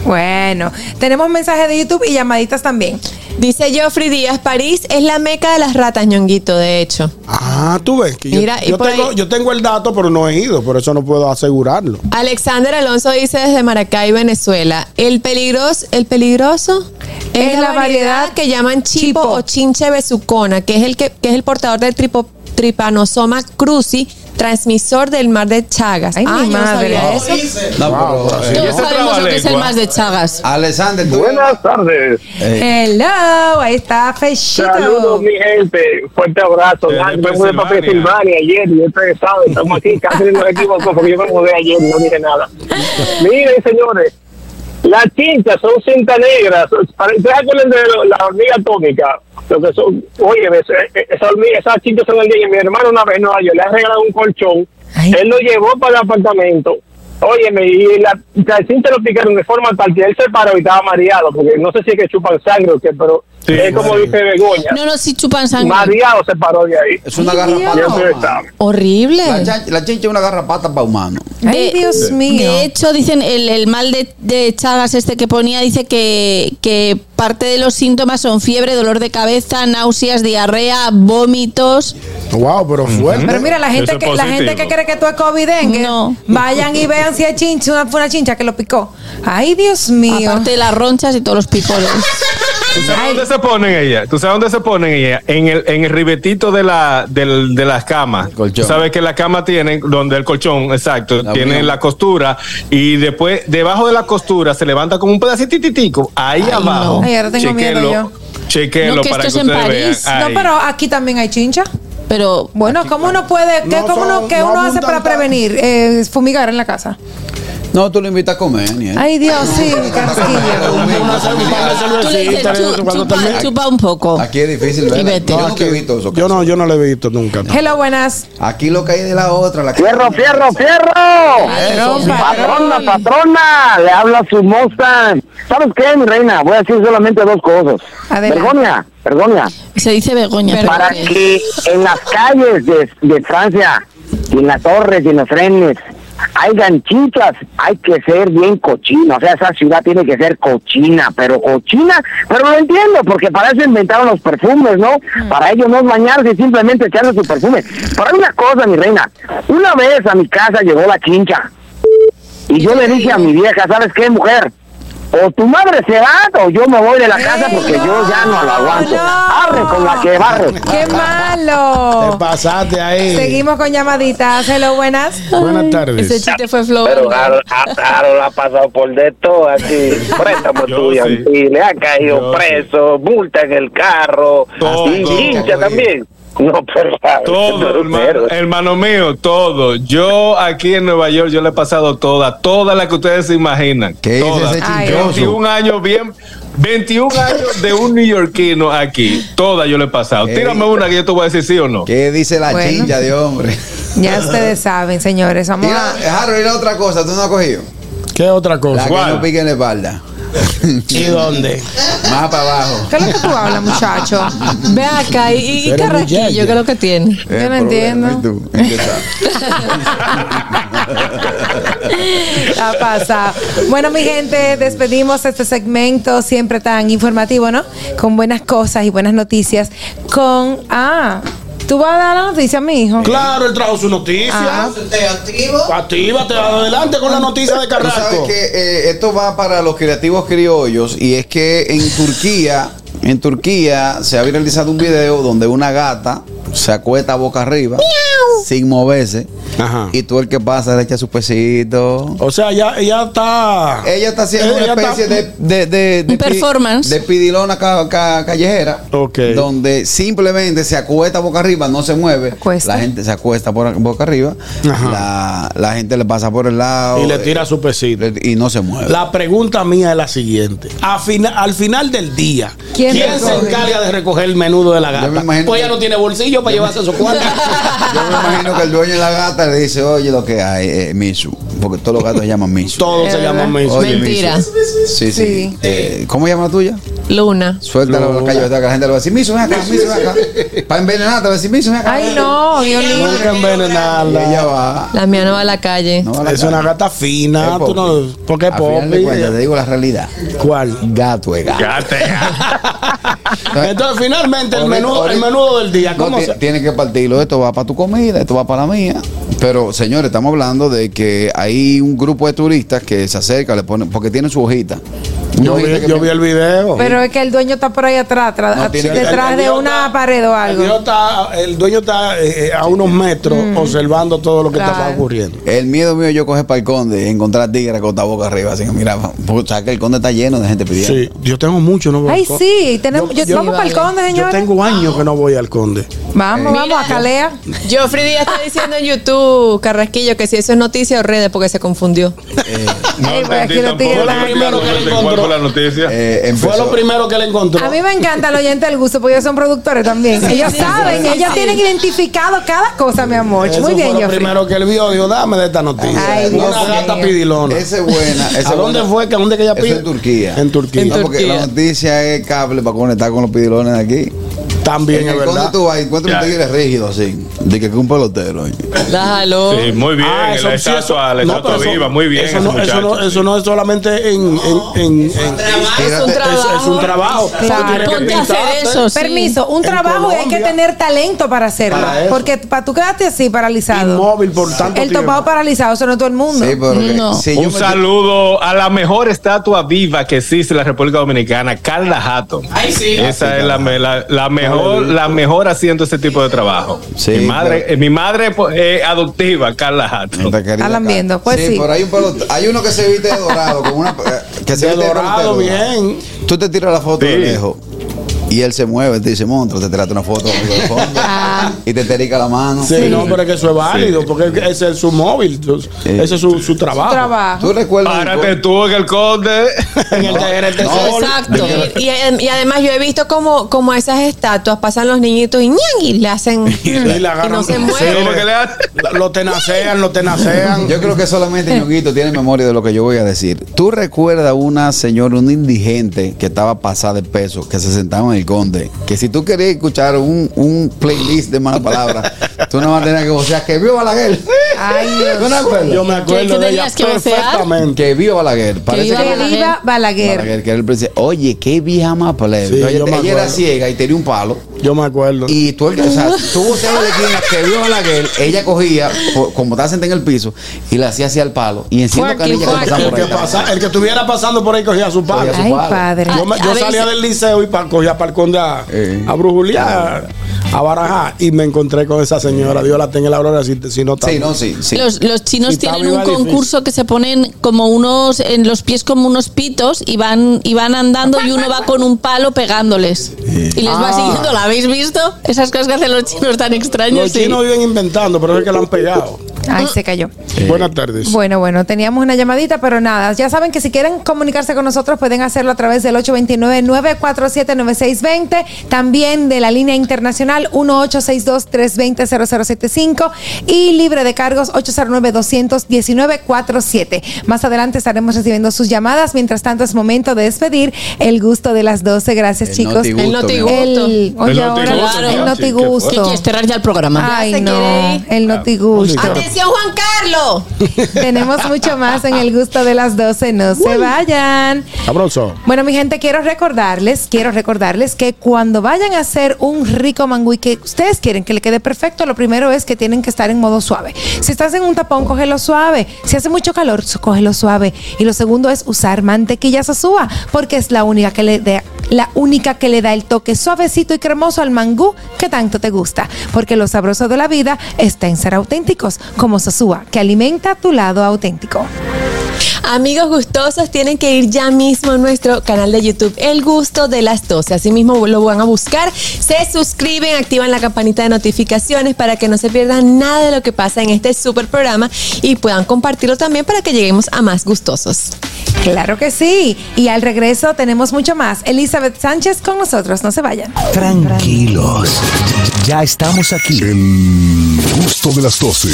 Bueno, tenemos mensajes de YouTube y llamaditas también.
Dice Geoffrey Díaz, París es la meca de las ratas, ñonguito, de hecho.
Ah, tú ves. que yo-
Mira, y
yo,
por
tengo,
ahí-
yo tengo el dato, pero no he ido. Por eso no puedo asegurarlo.
Alexander Alonso dice desde Maracay, Venezuela, el peligroso, el peligroso es, la, variedad que llaman chipo,
chipo.
o chinche besucona, que es el que, que es el portador del tripo- tripanosoma cruzi, transmisor del mar de Chagas. Ah,
Ay, mi
yo no
madre.
sabía eso.
No,
Wow,
pero, eh,
Y
Todos
ese
sabemos lo que es el
trabalengua.
más de Chagas.
Alexander, tú.
tardes.
Eh,
Hello, ahí está Fechito.
Saludos, mi gente. Fuerte abrazo.
Desde
Dani, me mudé para
Pensilvania.
Pensilvania ayer y ustedes saben, estamos aquí. Casi nos equivocó porque yo me mudé ayer y no dije nada. Miren, señores, las cintas son cinta negra. son- pare- ustedes se acuerdan de lo- la hormiga atómica. Lo que son, oye, ves, eh, eh, esa hormiga- esas cintas son el día. Mi hermano una vez en Nueva York le ha regalado un colchón.
Ay.
Él lo llevó para el apartamento. Óyeme, y la, la cinta lo picaron de forma tal que él se paró y estaba mareado, porque no sé si es que chupan sangre o qué, pero
Sí,
es como
sí.
dice Begoña.
No, no, si chupan sangre.
Mareado se paró de ahí.
es una
Ay,
Ya
Dios.
garrapata. pa'
ustedes
humano.
saben.
Horrible.
La, chan- la chincha es una garrapata para humano.
Ay,
De-
Dios mío.
De hecho, dicen el, el mal de, de Chagas este que ponía, dice que, que parte de los síntomas son fiebre, dolor de cabeza, náuseas, diarrea, vómitos.
Wow, pero fuerte.
Pero mira, la gente,
Eso es
que, la gente que
positivo.
cree que tú es COVID, dengue,
No.
vayan y vean si hay chinche, una, fue una chincha que lo picó. Ay, Dios mío.
Aparte de las ronchas y todos los picores.
¿Tú sabes dónde se ponen ellas? ¿Tú sabes dónde se ponen ellas? En el, en el ribetito de, la, del- de las camas.
El colchón.
Tú sabes que las camas tienen, donde el colchón, exacto,
La
tiene
unión.
la costura y después, debajo de la costura, se levanta como un pedacito titico, ahí
Ay,
abajo.
no.
Ay, ahora tengo miedo
Chequélo,
yo.
chequélo
No, que
para que
esto
ustedes
es en París.
vean.
no,
Ahí.
pero aquí también hay chincha.
Pero
Bueno, ¿cómo uno puede, qué,
No
cómo uno,
son-
qué
no
uno hace
abundan ¿Eh?
para
tanto.
prevenir? Eh, fumigar en la casa.
No, tú lo invitas a comer, niña.
Ay, Dios, sí, casquillo.
tú le dices, "Chu- chupa, chupa un poco.
Aquí es difícil
Y
ver.
vete.
Yo nunca he visto eso.
Yo no, yo no lo he visto nunca.
Hello, buenas.
Aquí lo que hay de la otra. La
¡Fierro, fierro, fierro!
Patrón,
Patrona,
patrón.
patrona, le habla su moza. ¿Sabes qué, mi reina? Voy a decir solamente dos cosas.
Adelante.
Vergonia, vergonia.
Se dice Begoña. pero
Para
que-
que en las calles de, de Francia, y en las torres y en los trenes, hay ganchitas, hay que ser bien cochina. O sea, esa ciudad tiene que ser cochina, pero cochina, pero lo entiendo, porque para eso inventaron los perfumes, ¿no?
Mm.
Para ellos no es bañarse, y simplemente echarse su perfume. Pero hay una cosa, mi reina, una vez a mi casa llegó la chincha. Y yo le dije a mi vieja, ¿sabes qué, mujer? O tu madre se va o yo me voy de la casa
¡Ey,
porque yo ya no la aguanto.
no!
Arre con la que barre.
¡Qué malo!
Te pasaste ahí.
Seguimos con llamaditas. Hello, buenas.
Buenas tardes.
Ese chiste fue flow.
Pero Harold, a- Harold ha pasado por de todo aquí. Préstamo
Yo
tuyo,
sí.
y le ha caído
Yo
preso, multa en el carro,
Todo.
y hincha
Todo.
también. No, pero.
Todo, hermano, hermano mío, todo. Yo aquí en Nueva York, yo le he pasado toda, toda la que ustedes se imaginan.
¿Qué dice
toda.
ese
Ay,
chingoso?
21 años bien, 21 años de un neoyorquino aquí. Toda yo le he pasado.
Ey.
Tírame una que yo te voy a decir sí o no.
¿Qué dice la
Bueno.
chincha de hombre?
Ya ustedes saben, señores. Vamos
Mira,
a.
Harold, y la otra cosa, tú no has cogido.
¿Qué otra
La
cosa?
que
¿Cuál?
no pique en la espalda.
¿Y dónde?
Más para abajo.
¿Qué es lo que tú hablas, muchacho?
Ve acá, y, y
Pero
Carraquillo,
muchacho.
¿qué es lo que tiene?
Es el
no
problema,
entiendo.
¿y tú? ¿En qué estás?
Ha pasado. Bueno, mi gente, despedimos este segmento siempre tan informativo, ¿no? Con buenas cosas y buenas noticias. Con. Ah, ¿tú vas a dar la noticia a mi hijo?
Claro, él trajo su noticia.
Ah.
Actívate, adelante con la noticia de
Tú sabes
Carrasco.
que eh, esto va para los creativos criollos y es que en Turquía, en Turquía se ha viralizado un video donde una gata se acuesta boca arriba sin moverse
Ajá.
y tú el que pasa le echa su pesito.
O sea, ya, ya está.
Ella está haciendo
Ella
una especie
está-
de, de- de- de
Un
pi-
performance.
de pidilona ca- ca- callejera.
Ok.
Donde simplemente se acuesta boca arriba, no se mueve.
Acuesta.
La gente se acuesta por boca arriba.
Ajá.
La, la gente le pasa por el lado.
Y le
eh,
tira su pesito.
le- y no se mueve.
La pregunta mía es la siguiente. A fina- al final del día,
¿Quién
¿quién, se
recoge?
encarga de recoger el menudo de la
me
gata?
imagino
Pues
que-
ella no tiene bolsillo para llevarse su cuarto.
Yo me imagino que el dueño de la gata le dice, oye, lo que hay es Misu. Porque todos los gatos se llaman Misu.
Todo se llama mismo.
Oye,
Mentira.
Misu. Sí, sí.
Sí.
Eh, ¿Cómo llama la tuya?
Luna.
Suéltala
Luna.
la calle, que la gente le va a decir, Misu, ven acá, Misu, ven acá. Para envenenarte, va a decir, Misu, ven acá.
Ay, no, Dios mío.
Nunca
Y
envenenarla.
ella va.
La mía no va a la calle.
no va a la
Es una
calle.
gata fina.
Es
tú no-
popi.
porque es
Al final de
popi.
cuentas, te digo la realidad.
¿Cuál?
Gato es gato.
Entonces, finalmente, el
Ahorita-
menudo, el
ahorita-
menudo del día.
No,
¿Cómo
ti-
se-
Tiene que partirlo. Esto va para tu comida, esto va para la mía. Pero, señores, estamos hablando de que hay un grupo de turistas que se acerca, le ponen, porque tienen su hojita. Una
Yo
hojita
vi,
que
yo
me-
vi el video.
Pero es que el dueño está por ahí atrás, tra-
No, tiene-
detrás
El
de
dueño
una
está-
pared o
El, dueño
algo.
está- Ah, el dueño está eh, eh, a unos metros
Mm.
observando todo lo que
Claro.
está ocurriendo.
El miedo mío yo coger para el conde y encontrar tigre con la boca arriba. Así que mira, o sea, que el conde está lleno de gente pidiendo.
Sí, yo tengo mucho, no voy
Ay,
al co-
sí, tenemos,
Yo-
yo,
yo-
vamos para el conde,
Yo
señores.
tengo años que no voy al conde.
Vamos, vamos, a Calea.
Geoffrey Díaz está diciendo en YouTube, Carrasquillo, que si eso es noticia o redes, porque se confundió.
Eh,
No
Ey, pues, aquí
entendí
lo
tampoco,
tiene
no
la-
me
primero que
acuerdo
le
cuál fue
encontró.
la noticia.
Eh, empezó-
Fue lo primero que le encontró.
A mí me encanta el oyente del gusto, porque ellos son productores también. Ellos saben, ellos tienen identificado cada cosa, mi amor.
Eso
Muy bien,
fue lo
Geoffrey.
primero que él vio, dijo, dame de esta noticia.
Ay, Dios
Una gata
mío.
pidilona.
Esa es buena. esa es
¿A dónde
buena.
fue? ¿A dónde que ella
Eso
pide?
en Turquía.
En Turquía.
No, porque
Turquía.
la noticia es cable para conectar con los pidilones de aquí.
También
en
es
el
verdad.
conde tú vas y encuentras un
Ya.
tigre rígido así. De que es un pelotero. oye.
La jaló.
Sí, muy bien,
Ah, eso
la
sí,
estatua,
eso-
la
no,
estatua
pero eso-
viva, muy bien.
Eso
ese
no, eso, no,
muchacho.
eso no es solamente en. en- en- en-
Tírate-
es, es un trabajo. Tú
Claro.
tienes que
Ponte a hacer
pintarte.
eso, sí.
Permiso, un
En
trabajo y hay que
Colombia.
tener talento para hacerlo.
Para eso.
porque para tú quedarte así paralizado.
Inmóvil por tanto
el
tiempo.
topado paralizado, eso no es todo el mundo.
Sí, porque
No.
si yo
Un
me-
saludo a la mejor estatua viva que existe en la República Dominicana, Carla Hatton.
Ah,
Esa es la, me- la- la mejor, la mejor haciendo ese tipo de trabajo.
Sí,
mi madre,
pero-
eh, mi madre pues, eh, adoptiva, Carla
Nuestra
Hatton.
querida
Alan
Carla.
viendo, pues sí.
pero hay un pelot- hay uno que se viste de dorado con una eh, que se
De
viste
dorado,
pelotero.
bien.
Tú te tiras la foto de
Sí.
lejos y él se mueve, te dice, "Monstruo, te tiraste una foto amigo, de fondo",
Ah.
y te terica la mano.
Sí, no, pero es que eso es válido, porque ese es su móvil, su- ese es su, su trabajo.
trabajo.
Tú recuerdas el
Párate
gol-
tú en el conde.
En el, en el
No,
tesoro.
Exacto. Y, em, y además yo he visto como, como a esas estatuas pasan los niñitos y ñan y le hacen
Y la agarran.
y no se
Sí,
mueven.
¿Cómo que le hace?
Lo tenacean, lo tenacean.
Yo creo que solamente Ñonguito tiene memoria de lo que yo voy a decir. ¿Tú recuerdas una señora, un indigente que estaba pasada de peso, que se sentaba en el conde? Que si tú querías escuchar un, un playlist de malas palabras, tú no vas a tener que vocear que vio Balaguer.
Ay,
¿Tú no acuerdas?
Yo me acuerdo
¿Qué
de ella
tenías que vocear?
perfectamente.
Que viva Balaguer. Parece
viva
que
Que viva Balaguer.
Balaguer, que era el presidente. Oye, qué vieja más plebe.
Sí,
Oye,
yo me
ella era
acuerdo.
ciega y tenía un palo.
Yo me acuerdo.
Y tú, o sea, tú boteabas de esquina que vio Balaguer. Ella cogía, po- como estaba sentada en el piso, y la hacía hacia el palo. Y encima
Fuaki,
canillas que
fuaki.
pasaban
el,
por
que
ahí.
pasa- el que estuviera pasando por ahí cogía su palo.
Cogía su
Ay,
padre.
padre.
Yo, me- yo
A veces-
salía del liceo y pa- cogía para el conde a,
Eh.
a brujulear. a barajar y me encontré con esa señora. Dios la tenga en la gloria si, si no está
Sí,
bien.
no, sí, sí.
Los, los
Sí,
chinos
está
tienen
viva
un
difícil.
concurso que se ponen como unos en los pies como unos pitos y van y van andando y uno va con un palo pegándoles y les va
Ah.
siguiendo. ¿Lo habéis visto? Esas cosas que hacen los chinos tan extraños.
Los
sí.
chinos viven inventando, pero es que la han pegado.
Ay, se cayó.
Buenas tardes.
Bueno, bueno, teníamos una llamadita, pero nada. Ya saben que si quieren comunicarse con nosotros pueden hacerlo a través del 829-947-9620, también de la línea internacional 1862-320-0075 y libre de cargos 809-219-47. Más adelante estaremos recibiendo sus llamadas. Mientras tanto, es momento de despedir el gusto de las 12. Gracias,
El
chicos.
notigusto,
El notigusto.
mi
El,
amor.
oye,
El
ahora
notigusto,
el
claro.
notigusto.
¿Qué quieres cerrar ya el programa?
Ay,
se
no,
quiere ir.
el notigusto.
¡Atención, Juan Carlos!
Tenemos mucho más en el gusto de las 12. No se vayan.
Sabroso.
Bueno, mi gente, quiero recordarles, quiero recordarles que cuando vayan a hacer un rico mangui que ustedes quieren que le quede perfecto, lo primero es que tienen que estar en modo suave. Si estás en un tapón, cógelo suave. Si hace mucho calor, su- cógelo suave. Y lo segundo es usar mantequilla sosúa, porque es la única que le da la única que le da el toque suavecito y cremoso al mangú que tanto te gusta, porque lo sabroso de la vida está en ser auténticos, como Sosúa, que alimenta tu lado auténtico.
Amigos gustosos, tienen que ir ya mismo a nuestro canal de YouTube, El Gusto de las 12. Asimismo lo van a buscar, se suscriben, activan la campanita de notificaciones para que no se pierdan nada de lo que pasa en este super programa y puedan compartirlo también para que lleguemos a más gustosos.
Claro que sí. Y al regreso tenemos mucho más. Elizabeth Sánchez con nosotros. No se vayan.
Tranquilos, ya estamos aquí.
El gusto de las 12.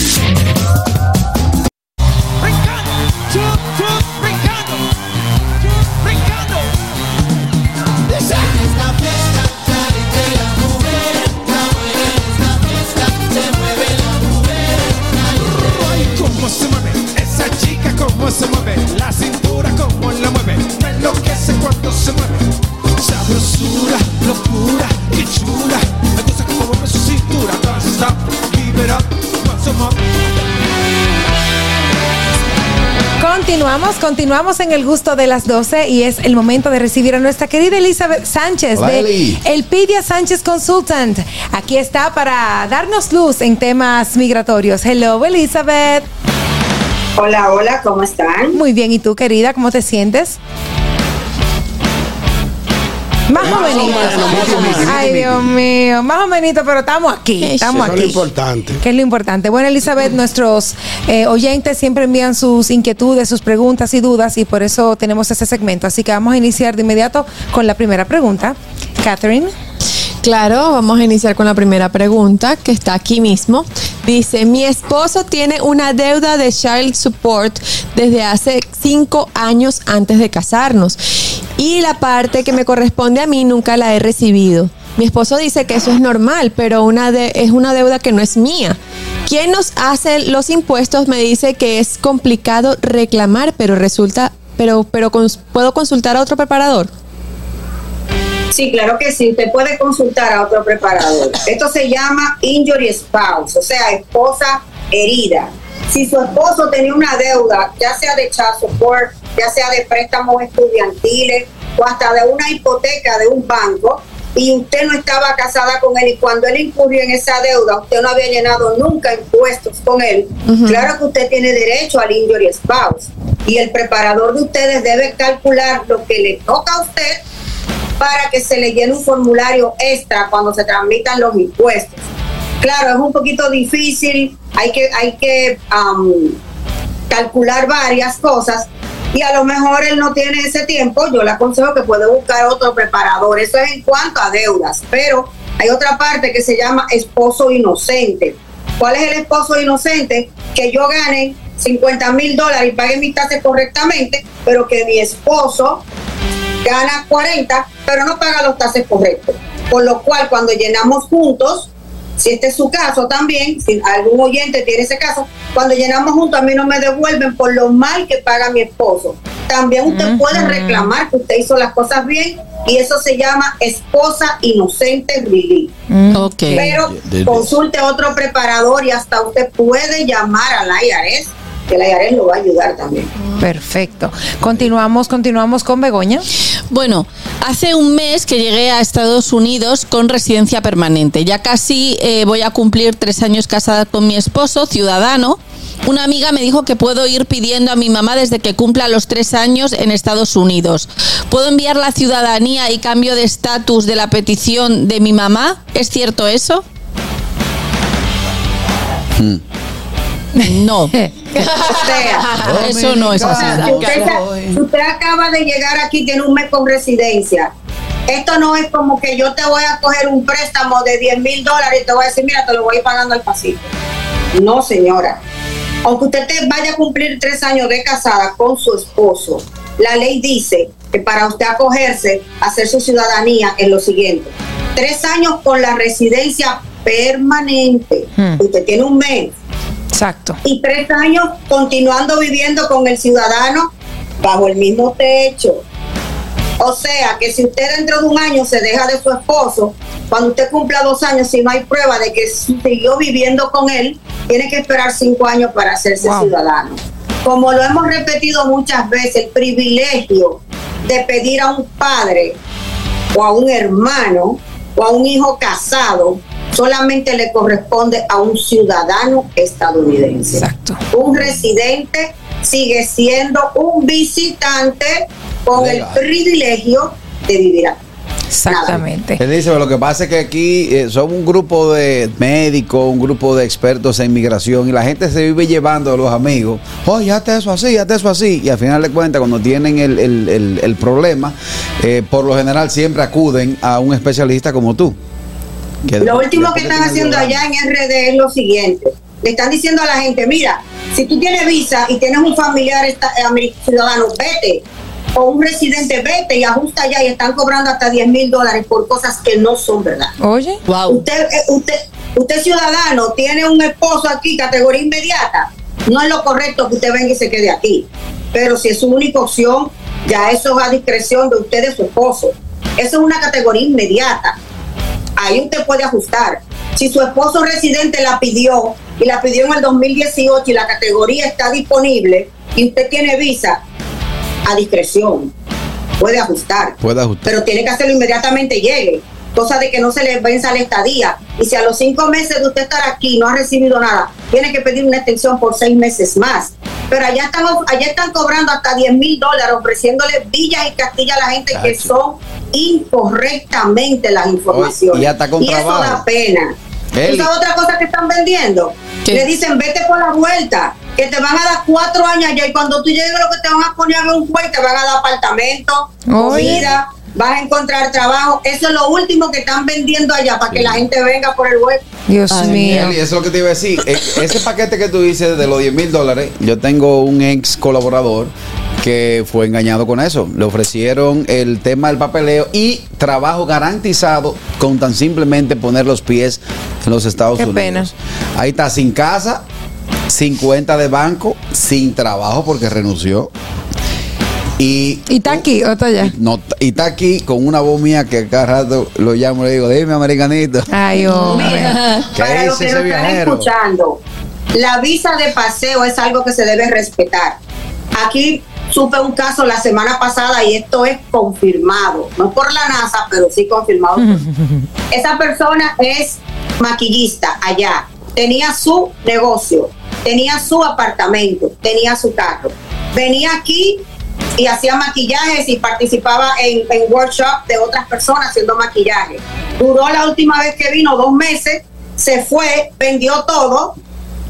Ay, cómo se mueve esa chica, cómo se mueve la cintura, cómo la mueve, me enloquece cuando se mueve. Sabrosura, locura, qué chula, me gusta cómo mueve su cintura. Don't stop, give it up, want some more.
Continuamos, continuamos en el gusto de las 12 y es el momento de recibir a nuestra querida Elizabeth Sánchez
Hola,
de
Eli.
Elpidia Sánchez Consultant. Aquí está para darnos luz en temas migratorios. Hello, Elizabeth.
Hola, hola, ¿cómo están?
Muy bien, ¿y tú, querida? ¿Cómo te sientes? Más o menos. Ay, Dios mío. Más o menos, pero estamos aquí. Estamos
Eso es lo
aquí.
importante.
Que es lo importante. Bueno, Elizabeth, nuestros eh, oyentes siempre envían sus inquietudes, sus preguntas y dudas, y por eso tenemos ese segmento. Así que vamos a iniciar de inmediato con la primera pregunta. Catherine.
Claro, vamos a iniciar con la primera pregunta que está aquí mismo. Dice, mi esposo tiene una deuda de child support desde hace cinco años antes de casarnos y la parte que me corresponde a mí nunca la he recibido. Mi esposo dice que eso es normal, pero una de- es una deuda que no es mía. Quien nos hace los impuestos me dice que es complicado reclamar, pero resulta, pero, pero cons- puedo consultar a otro preparador.
Sí, claro que sí, usted puede consultar a otro preparador. Esto se llama injury spouse, o sea, esposa herida. Si su esposo tenía una deuda, ya sea de child support, ya sea de préstamos estudiantiles o hasta de una hipoteca de un banco, y usted no estaba casada con él y cuando él incurrió en esa deuda, usted no había llenado nunca impuestos con él, claro que usted tiene derecho al injury spouse. Y el preparador de ustedes debe calcular lo que le toca a usted para que se le llene un formulario extra cuando se transmitan los impuestos. Claro, es un poquito difícil, hay que, hay que am, calcular varias cosas y a lo mejor él no tiene ese tiempo, yo le aconsejo que puede buscar otro preparador. Eso es en cuanto a deudas, pero hay otra parte que se llama esposo inocente. ¿Cuál es el esposo inocente? Que yo gane 50 mil dólares y pague mis tasas correctamente, pero que mi esposo gana 40, pero no paga los tases correctos. Por lo cual, cuando llenamos juntos, si este es su caso también, si algún oyente tiene ese caso, cuando llenamos juntos a mí no me devuelven por lo mal que paga mi esposo. También usted puede reclamar que usted hizo las cosas bien y eso se llama esposa inocente relief.
Ok.
Pero
de- de-
consulte a otro preparador y hasta usted puede llamar al IRS que la IARES lo va a ayudar también.
Perfecto. Continuamos, continuamos con Begoña.
Bueno, hace un mes que llegué a Estados Unidos con residencia permanente. Ya casi eh, voy a cumplir tres años casada con mi esposo, ciudadano. Una amiga me dijo que puedo ir pidiendo a mi mamá desde que cumpla los tres años en Estados Unidos. ¿Puedo enviar la ciudadanía y cambio de estatus de la petición de mi mamá? ¿Es cierto eso? No. Eso no es así. eh.
Si usted, si usted acaba de llegar aquí, tiene un mes con residencia. Esto no es como que yo te voy a coger un préstamo de 10 mil dólares y te voy a decir, mira, te lo voy a ir pagando al pasito. No, señora. Aunque usted te vaya a cumplir tres años de casada con su esposo, la ley dice que para usted acogerse, hacer su ciudadanía es lo siguiente. Tres años con la residencia permanente. Usted tiene un mes.
Exacto.
Y tres años continuando viviendo con el ciudadano bajo el mismo techo. O sea que si usted dentro de un año se deja de su esposo, cuando usted cumpla dos años, si no hay prueba de que siguió viviendo con él, tiene que esperar cinco años para hacerse ciudadano. Como lo hemos repetido muchas veces, el privilegio de pedir a un padre o a un hermano o a un hijo casado solamente le corresponde a un ciudadano estadounidense.
Exacto.
Un residente sigue siendo un visitante con
Legal.
el privilegio de vivir aquí.
Exactamente.
Él dice, "Pero lo que pasa es que aquí eh, son un grupo de médicos, un grupo de expertos en migración y la gente se vive llevando a los amigos. Oye, hazte eso así, hazte eso así. Y al final de cuentas, cuando tienen el, el- el- el problema, eh, por lo general siempre acuden a un especialista como tú. Que
Lo
después-
último que
después te
están
tienen
haciendo
ayudando.
allá en RD es lo siguiente. Le están diciendo a la gente, mira, si tú tienes visa y tienes un familiar esta- eh, ameri- ciudadano, vete. O un residente, vete y ajusta allá y están cobrando hasta 10 mil dólares por cosas que no son verdad.
Oye.
Usted, eh, usted, usted ciudadano, tiene un esposo aquí, categoría inmediata. No es lo correcto que usted venga y se quede aquí. Pero si es su única opción, ya eso es a discreción de usted de su esposo. Eso es una categoría inmediata. Ahí usted puede ajustar. Si su esposo residente la pidió y la pidió en el 2018 y la categoría está disponible y usted tiene visa, a discreción, puede ajustar
Puede ajustar.
pero tiene que hacerlo inmediatamente llegue. Cosa de que no se le venza la estadía. Y si a los cinco meses de usted estar aquí no ha recibido nada, tiene que pedir una extensión por seis meses más. Pero allá están, of- allá están cobrando hasta 10 mil dólares ofreciéndole villas y castillas a la gente que son incorrectamente las informaciones.
y hasta con
eso
trabajo.
da pena.
Eli.
Esa otra cosa que están vendiendo. Le dicen, vete por la vuelta, que te van a dar cuatro años allá y cuando tú llegues lo que te van a poner a ver un juez, te van a dar apartamento,
Oye.
comida, vas a encontrar trabajo. Eso es lo último que están vendiendo allá para que la gente venga por el web.
Dios mío.
Eli, eso es lo que te iba a decir. E- Ese paquete que tú dices de los 10 mil dólares, yo tengo un ex colaborador que fue engañado con eso. Le ofrecieron el tema del papeleo y trabajo garantizado con tan simplemente poner los pies en los Estados
Qué
Unidos.
pena.
Ahí está, sin casa, sin cuenta de banco, sin trabajo porque renunció. Y
¿Y está aquí o está allá?
no, y está aquí con una voz mía que cada rato lo llamo y le digo, dime americanito.
Ay, hombre.
Mira,
¿Qué
para los
dice
que
ese
nos están
viajero?
escuchando, la visa de paseo es algo que se debe respetar. Aquí supe un caso la semana pasada y esto es confirmado, no por la NASA, pero sí confirmado. Esa persona es maquillista allá, tenía su negocio, tenía su apartamento, tenía su carro. Venía aquí y hacía maquillajes y participaba en, en workshop de otras personas haciendo maquillaje. Duró la última vez que vino dos meses, se fue, vendió todo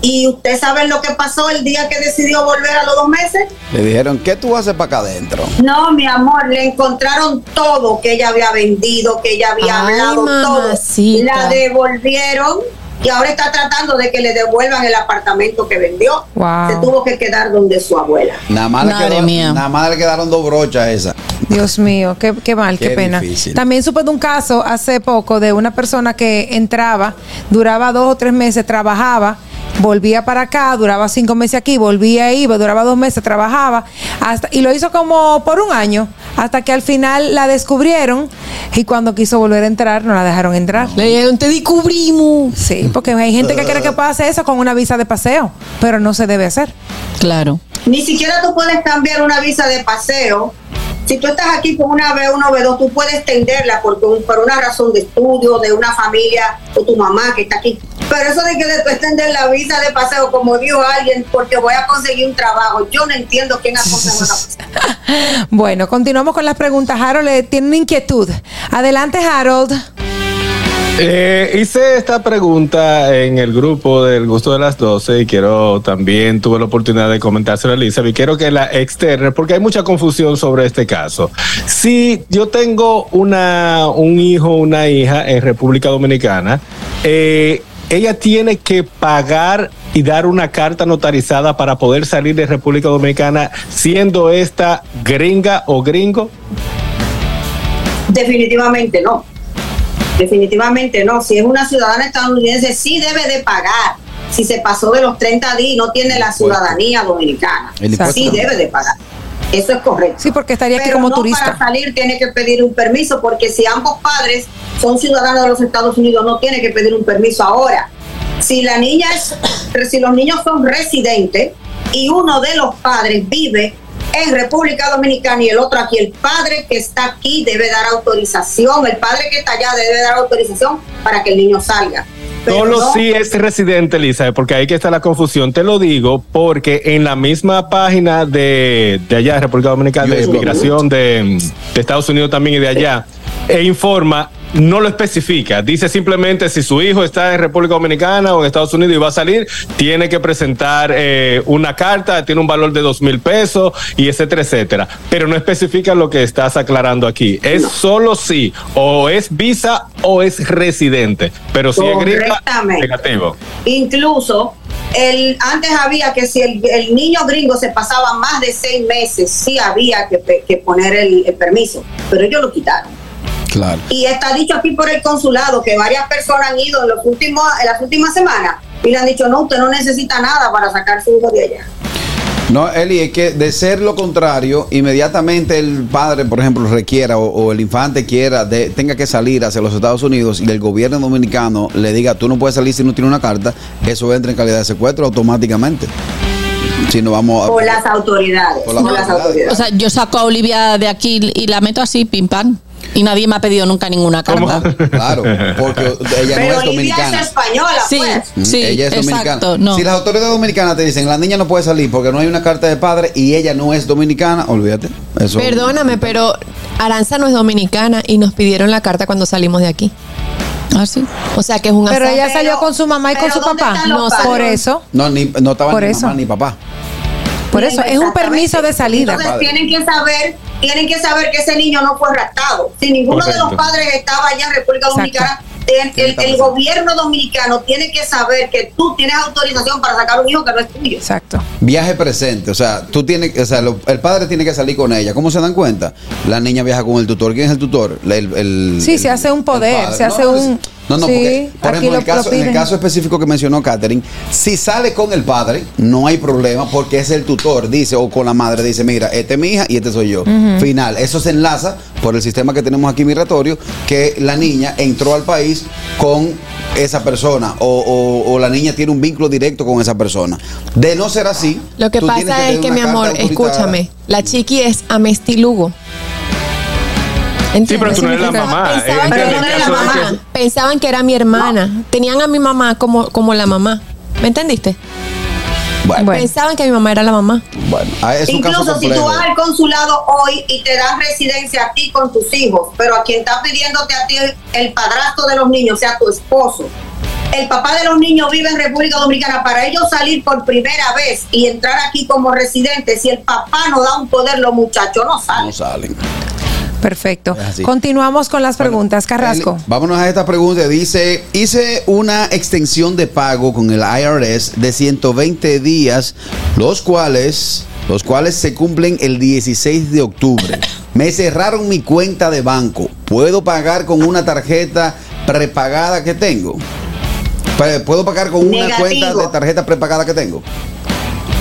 y ustedes saben lo que pasó el día que decidió volver a los dos meses.
Le dijeron, ¿qué tú haces para acá adentro?
No, mi amor, le encontraron todo que ella había vendido, que ella había
Ay,
hablado
mamacita.
todo. La devolvieron y ahora está tratando de que le devuelvan el apartamento que vendió.
Wow.
Se tuvo que quedar donde su abuela.
Nada más, le
Madre
quedó-
mía.
nada más le quedaron dos brochas esas.
Dios mío, qué, qué mal, qué,
Qué
pena.
difícil.
También supe de un caso hace poco de una persona que entraba, duraba dos o tres meses, trabajaba volvía para acá, duraba cinco meses aquí, volvía, e iba, duraba dos meses, trabajaba, hasta, y lo hizo como por un año, hasta que al final la descubrieron y cuando quiso volver a entrar, no la dejaron entrar. Le dijeron, te descubrimos. Sí, porque hay gente que cree que pase eso con una visa de paseo, pero no se debe hacer.
Claro.
Ni siquiera tú puedes cambiar una visa de paseo. Si tú estás aquí con una B1, B2, tú puedes extenderla por, tu- por una razón de estudio, de una familia o tu mamá que está aquí. Pero eso de que de tú extender la visa de paseo, como dijo alguien, porque voy a conseguir un trabajo, yo no entiendo quién aconseja una cosa.
Bueno, continuamos con las preguntas. Harold eh, tiene una inquietud. Adelante, Harold.
Eh, hice esta pregunta en el grupo del gusto de las 12 y quiero también, tuve la oportunidad de comentársela a Elizabeth y quiero que la externe porque hay mucha confusión sobre este caso. Si yo tengo una, un hijo, una hija en República Dominicana, eh, ella tiene que pagar y dar una carta notarizada para poder salir de República Dominicana siendo esta gringa o gringo.
Definitivamente no. Definitivamente no. Si es una ciudadana estadounidense, sí debe de pagar. Si se pasó de los 30 días y no tiene la ciudadanía dominicana,
El impuesto.
sí debe de pagar. Eso es correcto.
Sí, porque estaría aquí
Pero
como
no
turista.
para salir tiene que pedir un permiso, porque si ambos padres son ciudadanos de los Estados Unidos, no tiene que pedir un permiso ahora. Si la niña es, si los niños son residentes y uno de los padres vive en República Dominicana y el otro aquí, el padre que está aquí debe dar autorización, el padre que está allá debe dar autorización para que el niño salga. Pero
Solo
no-
si es residente, Elizabeth, porque ahí que está la confusión. Te lo digo porque en la misma página de, de allá, de República Dominicana, de
Yo-
migración de, de Estados Unidos también y de allá, e informa, no lo especifica. Dice simplemente si su hijo está en República Dominicana o en Estados Unidos y va a salir, tiene que presentar eh, una carta, tiene un valor de dos mil pesos y etcétera, etcétera. Pero no especifica lo que estás aclarando aquí. Es solo si o es visa o es residente. Pero si es gringa,
Correctamente.
negativo.
Incluso, el, antes había que si el, el niño gringo se pasaba más de seis meses, sí había que, pe- que poner el, el permiso, pero ellos lo quitaron.
Claro.
Y está dicho aquí por el consulado que varias personas han ido en, los últimos, en las últimas semanas y le han dicho, no, usted no necesita nada para sacar su hijo de allá.
No, Eli, es que de ser lo contrario, inmediatamente el padre, por ejemplo, requiera o, o el infante quiera, de- tenga que salir hacia los Estados Unidos y el gobierno dominicano le diga, tú no puedes salir si no tienes una carta, eso entra en calidad de secuestro automáticamente. Si no vamos a...
Por las autoridades.
Por las
por las autoridades.
O sea, yo saco a Olivia de aquí y la meto así, pim pam. Y nadie me ha pedido nunca ninguna carta.
Ah, Claro, porque ella
Pero
no
Olivia
es
es
dominicana.
española,
Sí,
pues.
Mm,
sí,
ella es
exacto.
dominicana.
No.
Si las autoridades dominicanas te dicen, la niña no puede salir porque no hay una carta de padre y ella no es dominicana, olvídate. Eso.
Perdóname, pero Aranza no es dominicana y nos pidieron la carta cuando salimos de aquí.
Ah, sí.
O sea que es un
Pero
azar.
ella salió con su mamá y con
pero
su
¿dónde
papá.
están los
No,
padres?
por eso.
No, ni, no estaba
Por
ni
eso.
mamá ni papá.
Por eso, es un
Exactamente.
permiso de salida.
Entonces
Padre.
tienen que saber, tienen que saber que ese niño no fue raptado. Si ninguno de
Correcto.
los padres estaba allá en República Dominicana, el, el- el gobierno dominicano tiene que saber que tú tienes autorización para sacar un hijo que no es tuyo.
Exacto.
Viaje presente, o sea, tú tienes, o sea, lo- el padre tiene que salir con ella. ¿Cómo se dan cuenta? La niña viaja con el tutor. ¿Quién es el tutor? La- El, el-
Sí,
el-
se hace un
el
poder,
padre.
se hace
no, pues,
un-
No, no,
sí,
porque, por
aquí
ejemplo, en el,
lo- lo
caso, en el
piden.
caso específico que mencionó Catherine, si sale con el padre, no hay problema porque es el tutor, dice, o con la madre, dice, mira, esta es mi hija y este soy yo. Final, eso se enlaza por el sistema que tenemos aquí migratorio, que la niña entró al país con esa persona o, o- o la niña tiene un vínculo directo con esa persona. De no ser así,
Lo que
tú tienes
pasa es
tener
que,
una
mi
carta
amor,
autorizada.
escúchame, la chiqui es amestilugo.
Sí, pero tú no eres la mamá.
Pensaban que, era
Entiende, el
la
caso es que-
mamá. Pensaban que era mi hermana. Tenían a mi mamá como, como la mamá. ¿Me entendiste?
Bueno,
Pensaban que mi mamá era la mamá.
bueno, ah, es un caso
Incluso si
complejo.
tú vas al consulado hoy y te dan residencia a ti con tus hijos, pero a quien está pidiéndote a ti el, el padrastro de los niños, o sea, tu esposo. El papá de los niños vive en República Dominicana. Para ellos salir por primera vez y entrar aquí como residente, si el papá no da un poder, los muchachos no
No
salen.
salen.
Perfecto.
Es así.
Continuamos con las preguntas, Carrasco.
Eli, vámonos a esta pregunta. Dice, hice una extensión de pago con el IRS de 120 días, los cuales, los cuales se cumplen el 16 de octubre. Me cerraron mi cuenta de banco. ¿Puedo pagar con una tarjeta prepagada que tengo? Pe- ¿Puedo pagar con una
Negativo.
cuenta de tarjeta prepagada que tengo?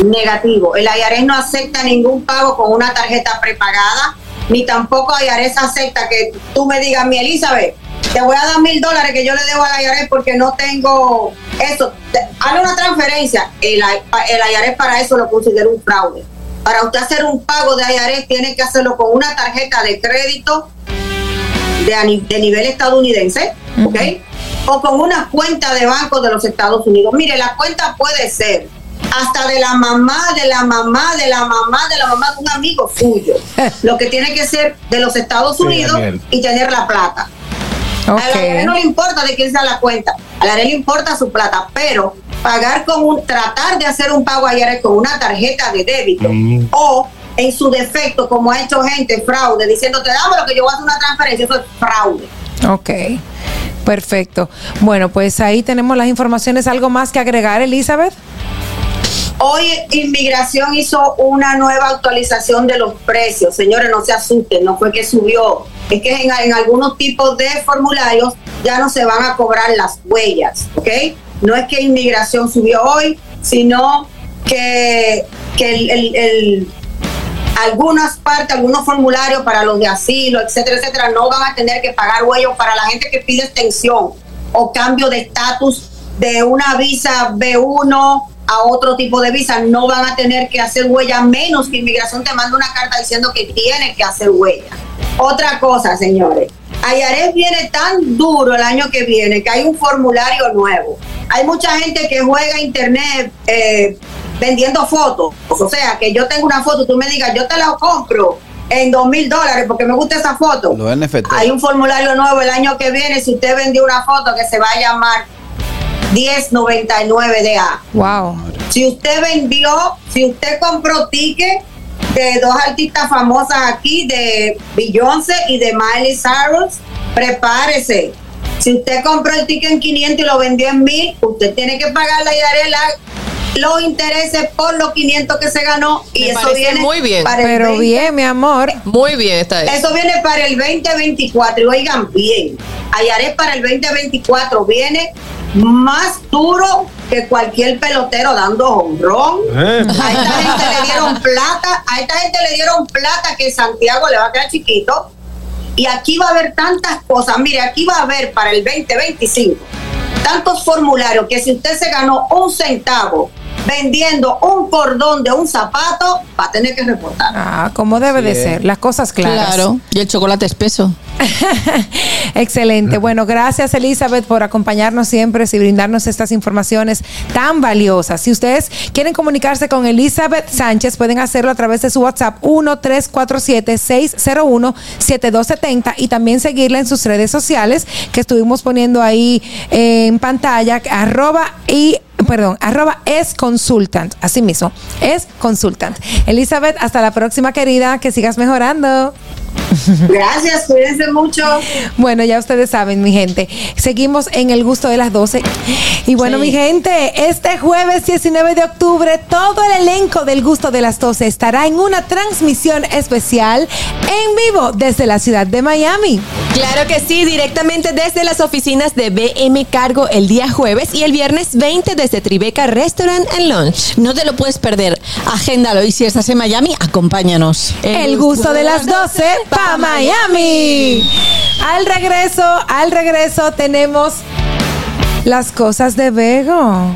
Negativo. El IARES no acepta ningún pago con una tarjeta prepagada, ni tampoco IARES acepta que tú me digas, mi Elizabeth, te voy a dar mil dólares que yo le debo al IARES porque no tengo eso. Te- Hazle una transferencia. El, I- el IARES para eso lo considera un fraude. Para usted hacer un pago de IARES tiene que hacerlo con una tarjeta de crédito de, a ni- de nivel estadounidense, ¿ok? O con una cuenta de banco de los Estados Unidos. Mire, la cuenta puede ser hasta de la mamá, de la mamá, de la mamá, de la mamá de un amigo suyo. Lo que tiene que ser de los Estados
Sí,
Unidos
Daniel.
y tener la plata. A la ARE no le importa de quién sea la cuenta, a la ARE le importa su plata, pero pagar con un, tratar de hacer un pago a IARES con una tarjeta de débito o en su defecto, como ha hecho gente, fraude, diciéndote, dame lo que yo voy a hacer una transferencia, eso es fraude.
Ok, perfecto. Bueno, pues ahí tenemos las informaciones. ¿Algo más que agregar, Elizabeth?
Hoy Inmigración hizo una nueva actualización de los precios. Señores, no se asusten, no fue que subió. Es que en, en algunos tipos de formularios ya no se van a cobrar las huellas, ¿ok? No es que Inmigración subió hoy, sino que, que el- el- el, algunas partes, algunos formularios para los de asilo, etcétera, etcétera, no van a tener que pagar huello para la gente que pide extensión o cambio de estatus de una visa B1 a otro tipo de visa, no van a tener que hacer huella, menos que inmigración te manda una carta diciendo que tiene que hacer huella. Otra cosa, señores, Ayares viene tan duro el año que viene que hay un formulario nuevo. Hay mucha gente que juega internet eh, vendiendo fotos. O sea, que yo tengo una foto, tú me digas, yo te la compro en dos mil dólares porque me gusta esa foto.
Los NFT.
Hay un formulario nuevo el año que viene. Si usted vendió una foto que se va a llamar 1099DA.
Wow.
Si usted vendió, si usted compró ticket de dos artistas famosas aquí, de Beyoncé y de Miley Cyrus, prepárese. Si usted compró el ticket en 500 y lo vendió en 1000, usted tiene que pagar la IARES la- los intereses por los 500 que se ganó y
Me
eso
parece
viene
muy bien.
para el
Pero
20.
Bien, mi amor.
Muy bien, está bien.
Eso viene para el 2024 y oigan bien, Ayares para el 2024 viene más duro que cualquier pelotero dando honrón.
Eh.
A esta gente le dieron plata, a esta gente le dieron plata que Santiago le va a quedar chiquito. Y aquí va a haber tantas cosas. Mire, aquí va a haber para el 2025 tantos formularios que si usted se ganó un centavo vendiendo un cordón de un zapato, va a tener que reportar.
Ah, como debe de ser, las cosas claras.
Claro, y el chocolate espeso.
Excelente. Bueno, gracias Elizabeth por acompañarnos siempre y brindarnos estas informaciones tan valiosas. Si ustedes quieren comunicarse con Elizabeth Sánchez, pueden hacerlo a través de su WhatsApp 1-347-601-7270 y también seguirla en sus redes sociales que estuvimos poniendo ahí en pantalla, arroba y perdón, arroba es consultant, así mismo, es consultant. Elizabeth, hasta la próxima querida, que sigas mejorando.
Gracias, cuídense mucho.
Bueno, ya ustedes saben, mi gente. Seguimos en el gusto de las 12. Y bueno,
Sí.
mi gente, este jueves 19 de octubre, todo el elenco del gusto de las 12 estará en una transmisión especial en vivo desde la ciudad de Miami.
Claro que sí, directamente desde las oficinas de BM Cargo el día jueves y el viernes 20 desde Tribeca Restaurant and Lunch.
No te lo puedes perder. Agéndalo y si estás en Miami, acompáñanos.
El gusto de las 12 pa Miami. Al regreso, al regreso tenemos las cosas de Vego.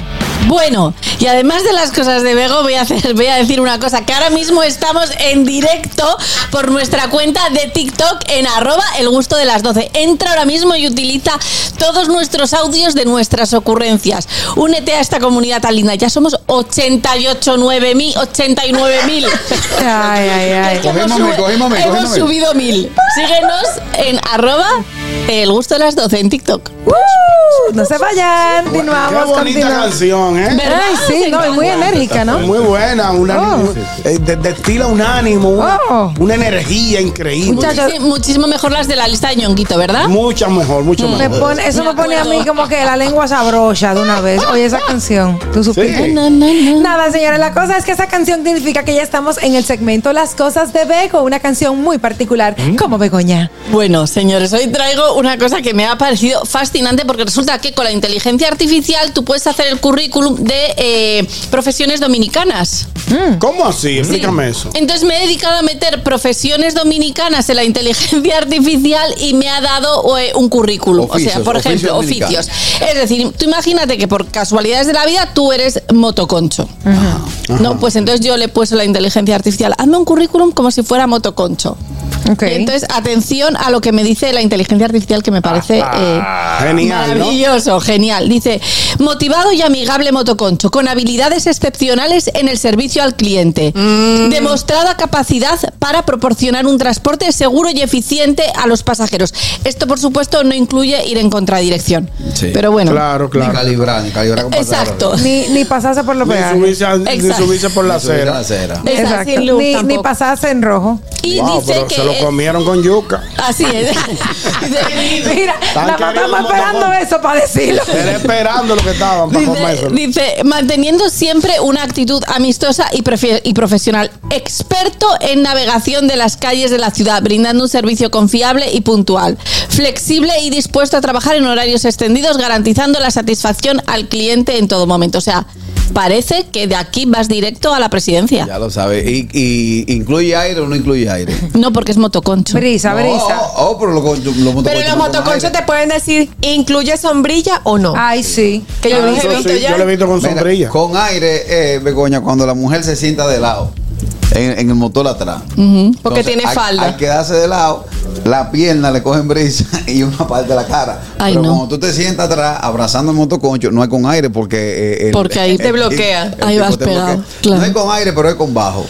Bueno, y además de las cosas de Bego, voy a, hacer, voy a decir una cosa, que ahora mismo estamos en directo por nuestra cuenta de TikTok en arroba el gusto de las 12. Entra ahora mismo y utiliza todos nuestros audios de nuestras ocurrencias. Únete a esta comunidad tan linda. Ya somos 88, 9 mil, 89 mil.
Ay, ay, ay.
Cogimos mil, cogimos mil,
Hemos
cogimos mil.
subido mil. Síguenos en arroba el gusto de las 12 en TikTok.
No se vayan,
Qué
continuamos,
bonita
continuamos.
canción, ¿eh?
¿Verdad?
Ay, Sí, no, es muy enérgica, ¿no?
Muy buena, una,
Oh.
un- eh, de- destila un ánimo, una, una energía increísimo.
Muchis- Muchísimo mejor las de la lista de ñonguito, ¿verdad?
Muchas mejor, mucho
Mm. Me
mejor.
pone- eso me pone a mí como que la lengua sabrosa de una vez. Oye, esa canción, tú supiste.
Sí.
Nada, señores, la cosa es que esa canción significa que ya estamos en el segmento Las cosas de Bego, una canción muy particular, como Begoña.
Bueno, señores, hoy traigo una cosa que me ha parecido fascinante porque resulta que con la inteligencia artificial tú puedes hacer el currículum de eh, profesiones dominicanas.
Mm.
¿Cómo así? Explícame eso.
Entonces me he dedicado a meter profesiones dominicanas en la inteligencia artificial y me ha dado eh, un currículum. o sea,
Oficios,
por
oficios
ejemplo,
dominicanos.
oficios. Es decir, tú imagínate que por casualidades de la vida tú eres motoconcho. No, pues entonces yo le he puesto la inteligencia artificial. Hazme un currículum como si fuera motoconcho. Y entonces, atención a lo que me dice la inteligencia artificial que me parece
Ah,
eh,
genial, ¿no?
maravilloso, genial. Dice, motivado y amigable motoconcho, con habilidades excepcionales en el servicio al cliente, demostrada capacidad para proporcionar un transporte seguro y eficiente a los pasajeros. Esto, por supuesto, no incluye ir en contradirección. Pero bueno.
Claro, claro.
Ni calibrar, ni calibrar con pasar
Exacto.
ahora.
Ni, ni pasase por los
Ni
peajes.
subirse, a- ni
Exacto.
subirse por la
Ni subirse a la
acera.
acera.
Esa,
Exacto.
sin luz
Ni, ni
tampoco.
pasase en rojo.
Y
Wow,
dice
pero
que
se lo
es-
comieron con yuca.
Así es. Dice-
Mira,
Tan
nada más
querido
estamos esperando
motocón.
eso para decirlo.
Era esperando lo que estaban para
Dice,
comérselo.
dice, manteniendo siempre una actitud amistosa y, prefi- y profesional. Experto en navegación de las calles de la ciudad, brindando un servicio confiable y puntual. Flexible y dispuesto a trabajar en horarios extendidos, garantizando la satisfacción al cliente en todo momento. O sea, parece que de aquí vas directo a la presidencia.
Ya lo sabes. Y, y incluye aire o no incluye aire.
No, porque es motoconcho.
Brisa,
No,
brisa.
Oh, oh, pero los con- los
Pero
motoconchos
los
no toman
motoconchos
aire.
te pueden decir, ¿incluye sombrilla o no?
Ay, sí.
que yo los he
Ah, Yo,
visto
sí,
ya.
yo lo he visto con
Mira,
sombrilla.
Con aire, eh, Begoña, cuando la mujer se sienta de lado. En, en el motor atrás.
porque
Entonces,
tiene
al-
falda.
Al quedarse de lado, la pierna le cogen brisa y una parte de la cara.
Ay,
Pero
no.
cuando tú te sientas atrás, abrazando el motoconcho, no es con aire porque. eh, el-
Porque ahí te
bloquea.
Ahí
tipo
vas
te bloquea.
pegado, claro.
No es con aire, pero es con bajo.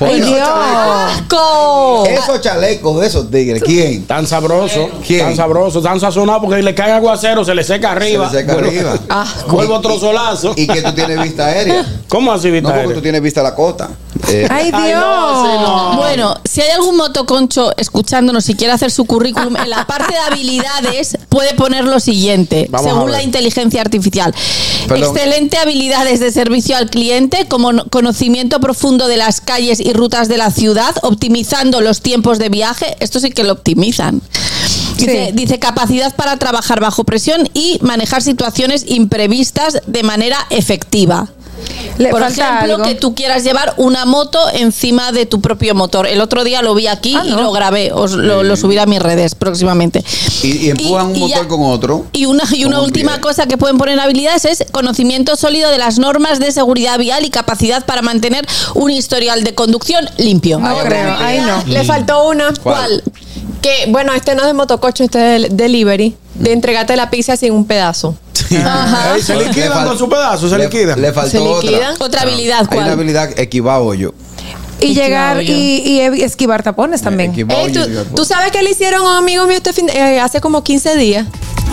Ay,
Porque esos
Dios.
chalecos-
¡Asco!
Esos chalecos de esos tigres, ¿quién?
Tan sabroso,
¿Quién?
tan sabroso, tan sazonado porque le cae aguacero, se le seca arriba.
Se le seca
Vuelvo-
arriba.
Ah,
Vuelvo otro solazo.
Y que tú tienes vista aérea.
¿Cómo así, Ah.
No
Vitaere?
porque tú tienes vista a la costa. Eh,
Ay, Dios.
Ay, no, sí, no.
Bueno, si hay algún motoconcho escuchándonos y quiere hacer su currículum en la parte de habilidades, puede poner lo siguiente,
Vamos a
según
ver.
la inteligencia artificial.
Perdón.
Excelente habilidades de servicio al cliente, como no- conocimiento profundo de las calles y rutas de la ciudad, optimizando los tiempos de viaje. Esto sí que lo optimizan. Dice,
Sí.
dice capacidad para trabajar bajo presión y manejar situaciones imprevistas de manera efectiva.
Le
Por
falta
ejemplo,
algo.
que tú quieras llevar una moto encima de tu propio motor. El otro día lo vi aquí
Ah,
y
no.
lo grabé, os lo, lo subiré a mis redes próximamente.
y, y empujan un
y
motor
ya-
con otro.
Y una, y una
Con un
última
pie.
cosa que pueden poner en habilidades es conocimiento sólido de las normas de seguridad vial y capacidad para mantener un historial de conducción limpio.
No creo. Ay, no.
Mm.
Mm.
Le faltó una.
¿Cuál?
Que, bueno, este no es de motococho, este es de delivery. De entregarte la pizza sin un pedazo.
Ajá.
Ey, se
Le
liquidan
fal-
con su pedazo, se
le-
liquidan.
Le faltó
¿Se
otra.
liquidan?
Otra habilidad,
Hay una
¿cuál?
habilidad equivallo.
Y llegar
claro,
y, y ev- esquivar
Eh,
tapones también.
Ey, tú, tú sabes que le hicieron a un amigo mío este fin- eh, hace como 15 días?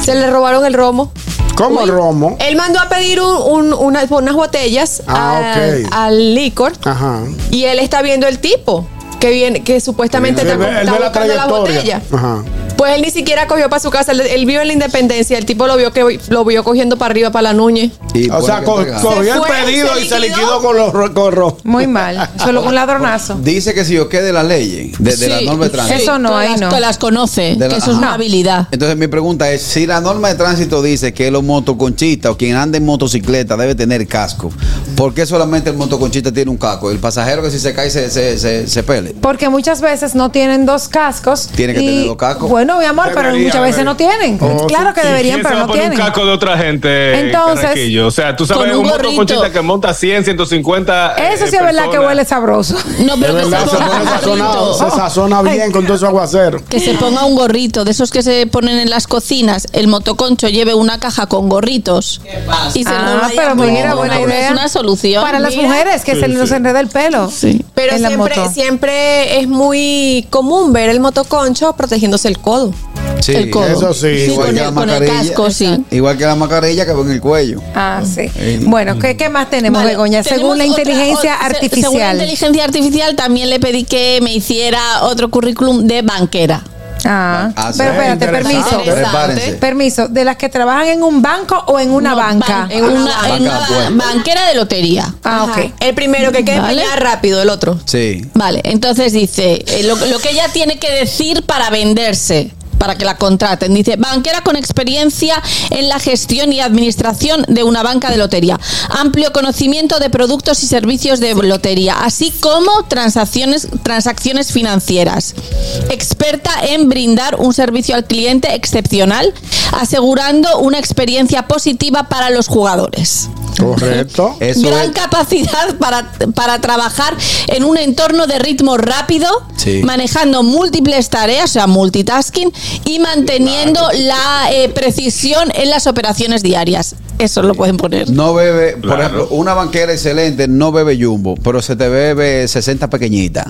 Se le robaron el romo.
¿Cómo el romo?
Él mandó a pedir un- un- una- unas botellas
Ah,
al,
ok.
al licor
Ajá.
y él está viendo el tipo que viene, que supuestamente
Él
está,
ve, él
está
ve la
buscando la
trayectoria.
botella.
Ajá.
Pues él ni siquiera cogió para su casa. Él, él vio en la independencia. El tipo lo vio que lo vio cogiendo para arriba, para la nuñe.
O sea, co-
Se
cogió el
fue,
pedido
se
y se liquidó
liquidó.
con los ro- con ro-
Muy mal. Solo un ladronazo.
Dice que si yo quede las leyes, de, de la
Sí,
norma de
sí,
tránsito.
Eso no,
todas
ahí
las-
no.
todas las conoce,
De la-
que eso es
ajá.
una habilidad.
Entonces mi pregunta es, si la norma de tránsito dice que los motoconchistas o quien anda en motocicleta debe tener casco, ¿por qué solamente el motoconchista tiene un casco? El pasajero que si se cae se, se, se, se pele.
Porque muchas veces no tienen dos cascos.
Tiene que
y-
tener dos cascos.
Bueno, mi amor, pero
Debería,
muchas veces
debería.
no tienen.
Oh,
claro que deberían,
¿Quién se
pero
va a
no
poner
tienen.
un casco de otra gente.
Entonces,
Entonces, o sea, tú
con
sabes,
un
un
gorrito.
motoconchista que monta 100, 150. eh,
Eso sí es verdad que
personas.
huele sabroso.
No,
De
pero que se
verdad, se
ponga
pone
un
sazonado.
gorrito.
Se sazona bien con todo su aguacero.
Que se ponga un gorrito, de esos que se ponen en las cocinas, el motoconcho lleve una caja con gorritos. Y se lo
Ah,
vaya
pero
poniendo.
mira, buena idea.
Es una solución.
Para las
Mira.
mujeres que se
pues,
les enreda el pelo.
Sí.
Pero
en la
siempre,
moto.
siempre es muy común ver el motoconcho protegiéndose el codo.
Sí,
el codo.
eso sí.
Sí,
Igual
con
que
el,
la
con el
mascarilla.
casco, sí.
Igual que la mascarilla que va en el cuello.
Ah, sí.
Eh,
Bueno, ¿qué, qué más tenemos,
Vale,
Begoña?
tenemos
Según la
otra-
inteligencia
o- se-
artificial.
Según la inteligencia artificial, también le pedí que me hiciera otro currículum de banquera.
Ah,
Ah, sí.
pero espérate,
Interesante.
permiso.
Prepárense.
Permiso, de las que trabajan en un banco o en una
No,
banca.
ban- en una, en
Banca,
una
bueno.
banquera de lotería.
ah, ok.
El primero que quede
Vale.
pelear rápido, el otro.
Sí.
Vale, entonces dice eh, lo, lo que ella tiene que decir para venderse, para que la contraten. Dice, banquera con experiencia en la gestión y administración de una banca de lotería. Amplio conocimiento de productos y servicios de lotería, así como transacciones, transacciones financieras. Experta en brindar un servicio al cliente excepcional, asegurando una experiencia positiva para los jugadores
Correcto.
Eso
gran
es-
capacidad para, para trabajar en un entorno de ritmo rápido,
Sí.
manejando múltiples tareas, o sea, multitasking, y manteniendo la eh, precisión en las operaciones diarias. Eso lo pueden poner.
No bebe, por
Claro.
ejemplo, una banquera excelente no bebe jumbo, pero se te bebe 60 pequeñitas.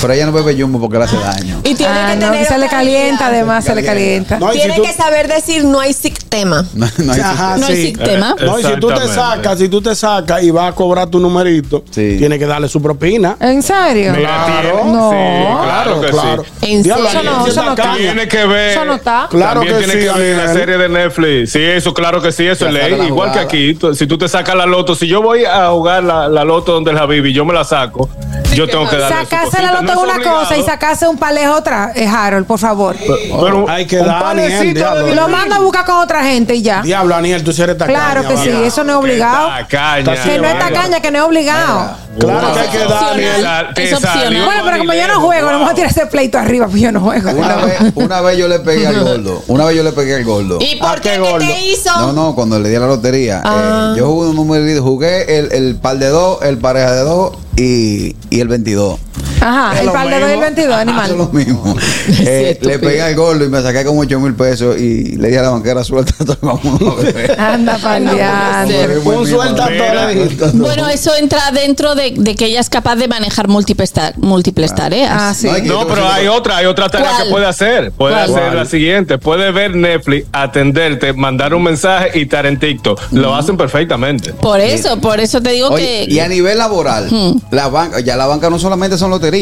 Pero ella no bebe jumbo porque le hace daño.
Y tiene
Ah,
que
no,
tener
se le
otra
calienta,
habilidad.
además, se le calienta.
No, y si
Tiene
tú-
que saber decir no hay tema.
No, no hay-
Ajá,
No
sí.
hay sistema.
Eh,
No, y si tú te
Exactamente.
sacas, si tú te sacas y vas a cobrar tu numerito,
Sí.
tienes que darle su propina.
Eh.
¿En serio?
Mira, tiene-
No.
sí, claro que
claro.
sí.
¿En
Diablo,
serio?
aquí
Eso no,
está
eso no
caña.
está.
Tiene que ver.
Eso no está.
Claro
También
que
tiene
sí,
que ver la
Daniel.
serie de Netflix. Sí, eso, claro que sí, eso
Que
es
saca
ley.
la
Igual que
jugada.
aquí, tú- si tú te sacas la loto, si yo voy a jugar la, la loto donde la viví, yo me la saco, yo tengo que darle. su
Sacarse la
cosita.
loto
No
en
es
una
obligado.
cosa y sacarse un palejo otra, eh, Harold, por favor.
Pero
Hay que
un
dar,
panecito
Daniel,
de
diablo.
vinagre.
Lo mando a buscar con otra gente y ya.
Diablo, Aniel, tú sí eres tacaña.
Ah. Claro que sí,
vale.
eso no es obligado.
Tacaña.
Que no es tacaña, que no es obligado.
Claro que hay que dar, Daniel.
Te
Es
salió
opcional.
Bueno, pero como yo no
dinero,
juego, no me voy a
wow.
tirar ese pleito arriba, porque yo no juego.
Una vez, una vez yo le pegué al gordo. Una vez yo le pegué al gordo.
¿Y
qué
por qué? ¿Qué
gordo?
te hizo?
No, no, cuando le di a la lotería. eh,
Ah.
yo jugué un numerito, jugué el, el par de dos, el pareja de dos y, y el 22.
Ajá, el
lo
par de
mismo.
dos y el
Ah,
22,
Eso es lo
animal.
mismo. Eh, le pegué al gordo y me saqué como 8 mil pesos y le di a la banquera suelta. entonces vamos a beber.
Anda pa'l diantre.
Un suelta
todo le
dijiste.
Bueno, eso entra dentro de, de que ella es capaz de manejar múltiples, ta- múltiples tareas.
Ah, sí.
No, pero hay otra, hay otra tarea
¿Cuál?
que puede hacer. Puede
¿Cuál?
hacer la
¿Cuál?
siguiente, puede ver Netflix, atenderte, mandar un mensaje y estar en TikTok.
Mm.
Lo hacen perfectamente.
Por eso, por eso te digo
Oye,
que. Hmm.
y a nivel laboral, la banca, ya la banca no solamente son loterías.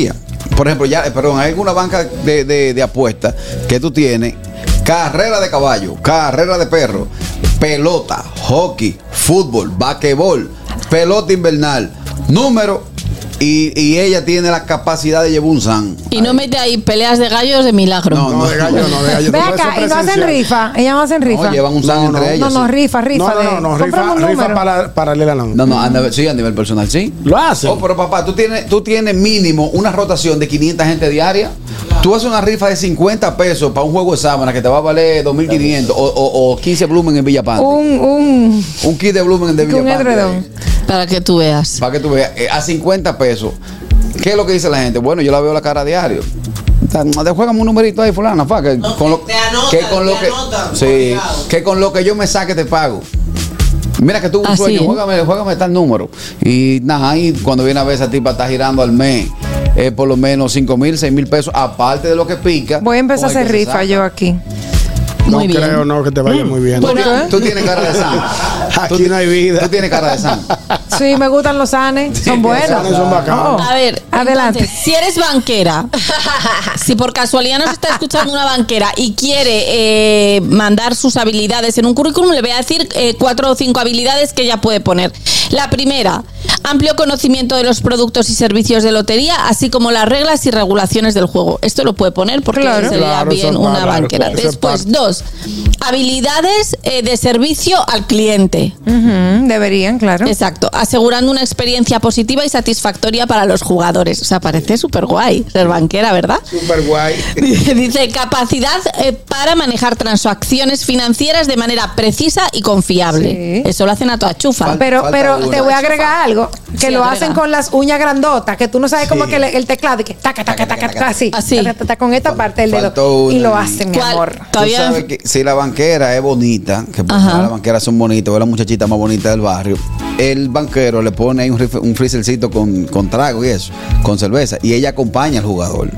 Por ejemplo, ya, eh, perdón, hay alguna banca de, de, de apuestas que tú tienes, carrera de caballo, carrera de perro, pelota, hockey, fútbol, basquetbol, pelota invernal, número, y, y ella tiene la capacidad de llevar un san.
Y no mete ahí peleas de gallos de milagro.
No,
No, de gallo, no, de gallo.
Ve
No, eso
acá,
es
y no hacen
presencial.
rifa. Ellas no hacen rifa.
No, llevan un san
No,
entre
no.
ellas.
No, no,
sí.
rifa, rifa.
No, no, no,
de-
no,
Cómprame
rifa,
un
rifa
número.
para, paralela no.
No, no, a nivel- sí, a nivel personal, sí.
Lo hacen.
Oh, pero papá, tú tienes, tú tienes mínimo una rotación de 500 gente diaria. Tú haces una rifa de 50 pesos para un juego de sábana que te va a valer 2.500 o, o, o 15 blumen en Villa Pan. Un,
Un, un,
kit de blumen de Villa
un edredón.
Para que tú veas.
Para que tú veas, eh, a 50 pesos. ¿Qué es lo que dice la gente? Bueno, yo la veo la cara a diario. Te juegan un numerito ahí, fulana, fa, que con lo,
te anotan,
que con lo
te
que
anotan,
sí,
obligado.
que con lo que yo me saque te pago. Mira que tuve un
Así
sueño,
es.
juégame, juégame tal número. Y nada, ahí cuando viene a ver esa tipa está girando al mes, eh, por lo menos 5 mil, 6 mil pesos, aparte de lo que pica.
Voy a empezar a
con el
hacer
que se
rifa
saca.
yo aquí.
No
Muy bien.
creo, no, que te
Mm.
vaya muy bien.
Tú, tienes- tú tienes cara de san. Tú
Aquí
ti-
no hay vida.
Tú tienes cara de san.
Sí, me gustan los sanes. Son buenos.
los sanes son bacanos.
Oh.
A ver,
Adelante.
entonces, si eres banquera, si por casualidad nos está escuchando una banquera y quiere eh, mandar sus habilidades en un currículum, le voy a decir eh, cuatro o cinco habilidades que ella puede poner. La primera, amplio conocimiento de los productos y servicios de lotería, así como las reglas y regulaciones del juego. Esto lo puede poner porque
Claro.
se le da
Claro, eso
bien
es
una
parte,
banquera.
eso es
Después,
parte.
dos, habilidades eh, de servicio al cliente.
Ujú, deberían, claro.
Exacto, asegurando una experiencia positiva y satisfactoria para los jugadores. O sea, parece súper guay ser banquera, ¿verdad?
Súper guay.
Dice, capacidad eh, para manejar transacciones financieras de manera precisa y confiable.
Sí.
Eso lo hacen a toda chufa.
Fal-
Pero,
falta
pero
una.
te voy a agregar algo. que
Sí,
lo
es
hacen
verdad.
con las uñas grandotas, que tú no sabes cómo
Sí.
que le- el teclado, de que taca, taca, taca, taca, así,
Así.
Ta, ta, ta, con esta parte del
faltó
dedo.
una
Y lo
ahí.
hacen, mi
Ah, ¿Cuál?
amor.
Todavía-
Tú sabes que si la banquera es bonita, que por
Ajá.
nada las banqueras son bonitas, o es la muchachita más bonita del barrio, el banquero le pone ahí un, rif- un freezercito con, con trago y eso, con cerveza, y ella acompaña al jugador.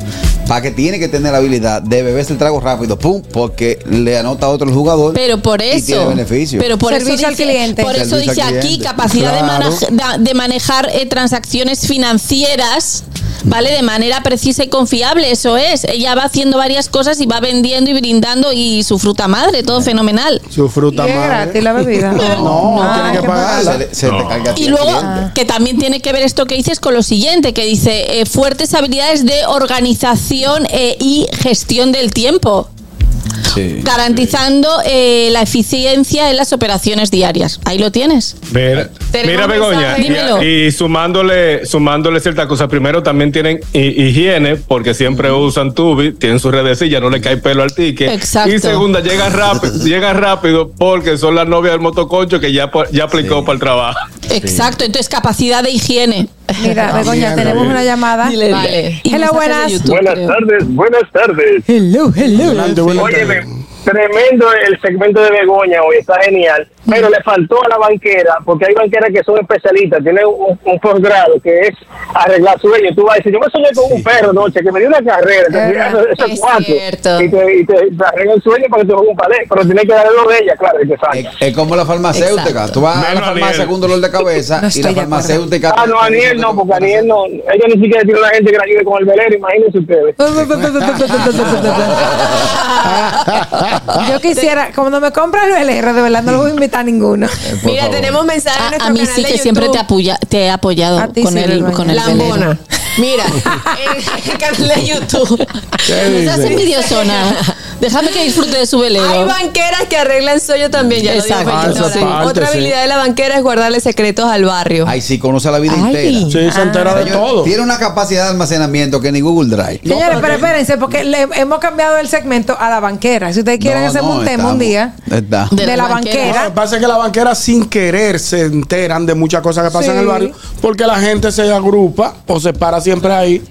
Para que tiene que tener la habilidad de beberse el trago rápido, pum, porque le anota otro el jugador.
Pero por eso.
Y tiene beneficio.
Pero por
Servicio
eso
al
dice,
cliente.
Por eso
Servicio
dice
al
aquí
cliente.
capacidad de
Claro.
manaj- da- de, manejar eh, transacciones financieras. ¿Vale? De manera precisa y confiable, eso es. Ella va haciendo varias cosas y va vendiendo y brindando y su fruta madre, todo fenomenal.
Su fruta
Y es gratis la bebida.
No, no
Ah,
tiene que
qué
pagarla.
se, le- se te carga a ti
Y
el
luego,
cliente.
que también tiene que ver esto que dices con lo siguiente, que dice eh, fuertes habilidades de organización eh, y gestión del tiempo,
Sí.
garantizando eh, la eficiencia en las operaciones diarias. Ahí lo tienes.
Mira,
Tenemos
mira, Begoña,
mensaje. Dímelo.
y, y sumándole, sumándole ciertas cosas. Primero también tienen hi- higiene, porque siempre
Mm.
usan tubi, tienen sus redecillas, no le cae pelo al ticket.
Exacto.
Y segunda, llegan rápido, llegan rápido porque son las novias del motoconcho que ya, po- ya aplicó para el trabajo.
Exacto, entonces capacidad de higiene.
Mira, Begoña, tenemos una llamada.
Vale. Y
Hello,
mensajes de
buenas.
YouTube,
Buenas
creo.
tardes, buenas tardes.
Hello, hello.
Óyeme, tremendo el segmento de Begoña hoy, está genial. Pero le faltó a la banquera, porque hay banqueras que son especialistas, tienen un, un posgrado que es arreglar sueños. Tú vas a decir, yo me soñé con un perro noche que me dio una carrera, que me dio esos
es
cuatro,
cierto.
Y te, y te- te arregla el sueño para que te juegue un palé, pero tienes que darle lo de ella, claro, y te
Es,
salga.
es como la farmacéutica.
Exacto.
Tú vas a la
Menos
farmacia
Aniel.
con un dolor de cabeza
No
y
estoy de
la
acuerdo.
farmacéutica.
Ah, no, Aniel no, porque Aniel no, ella ni siquiera tiene una gente que la ayude con el velero, imagínense ustedes.
Ah.
Yo quisiera, cuando me compras los LR, de verdad no los voy a invitar a ninguno.
Por
Mira,
favor.
tenemos mensajes en
A,
nuestro
a mí
canal
sí
de
que siempre te,
YouTube.
apoya, te he apoyado
A ti
con
sí,
el
Begoña.
con el velero.
Lambona. Mira, en el canal de YouTube.
No seas envidiosona. Déjame que disfrute de su velero.
Hay banqueras que arreglan sueño también, ya lo dijo
Exacto.
Fellito
Ah, eso
ahora.
es parte,
Otra
sí.
habilidad de la banquera es guardarle secretos al barrio.
Ay, sí, conoce la vida
Ay.
entera.
Sí, se entera de
Señor,
todo.
Tiene una capacidad de almacenamiento que ni Google Drive.
Señores, pero espérense, porque le hemos cambiado el segmento a la banquera. Si ustedes quieren,
No,
hacemos
no,
un tema un
estamos-
día
Está.
de, la banquera.
Lo que pasa es que las banqueras sin querer se enteran de muchas cosas que pasan en el barrio porque la gente se agrupa o se para siempre ahí.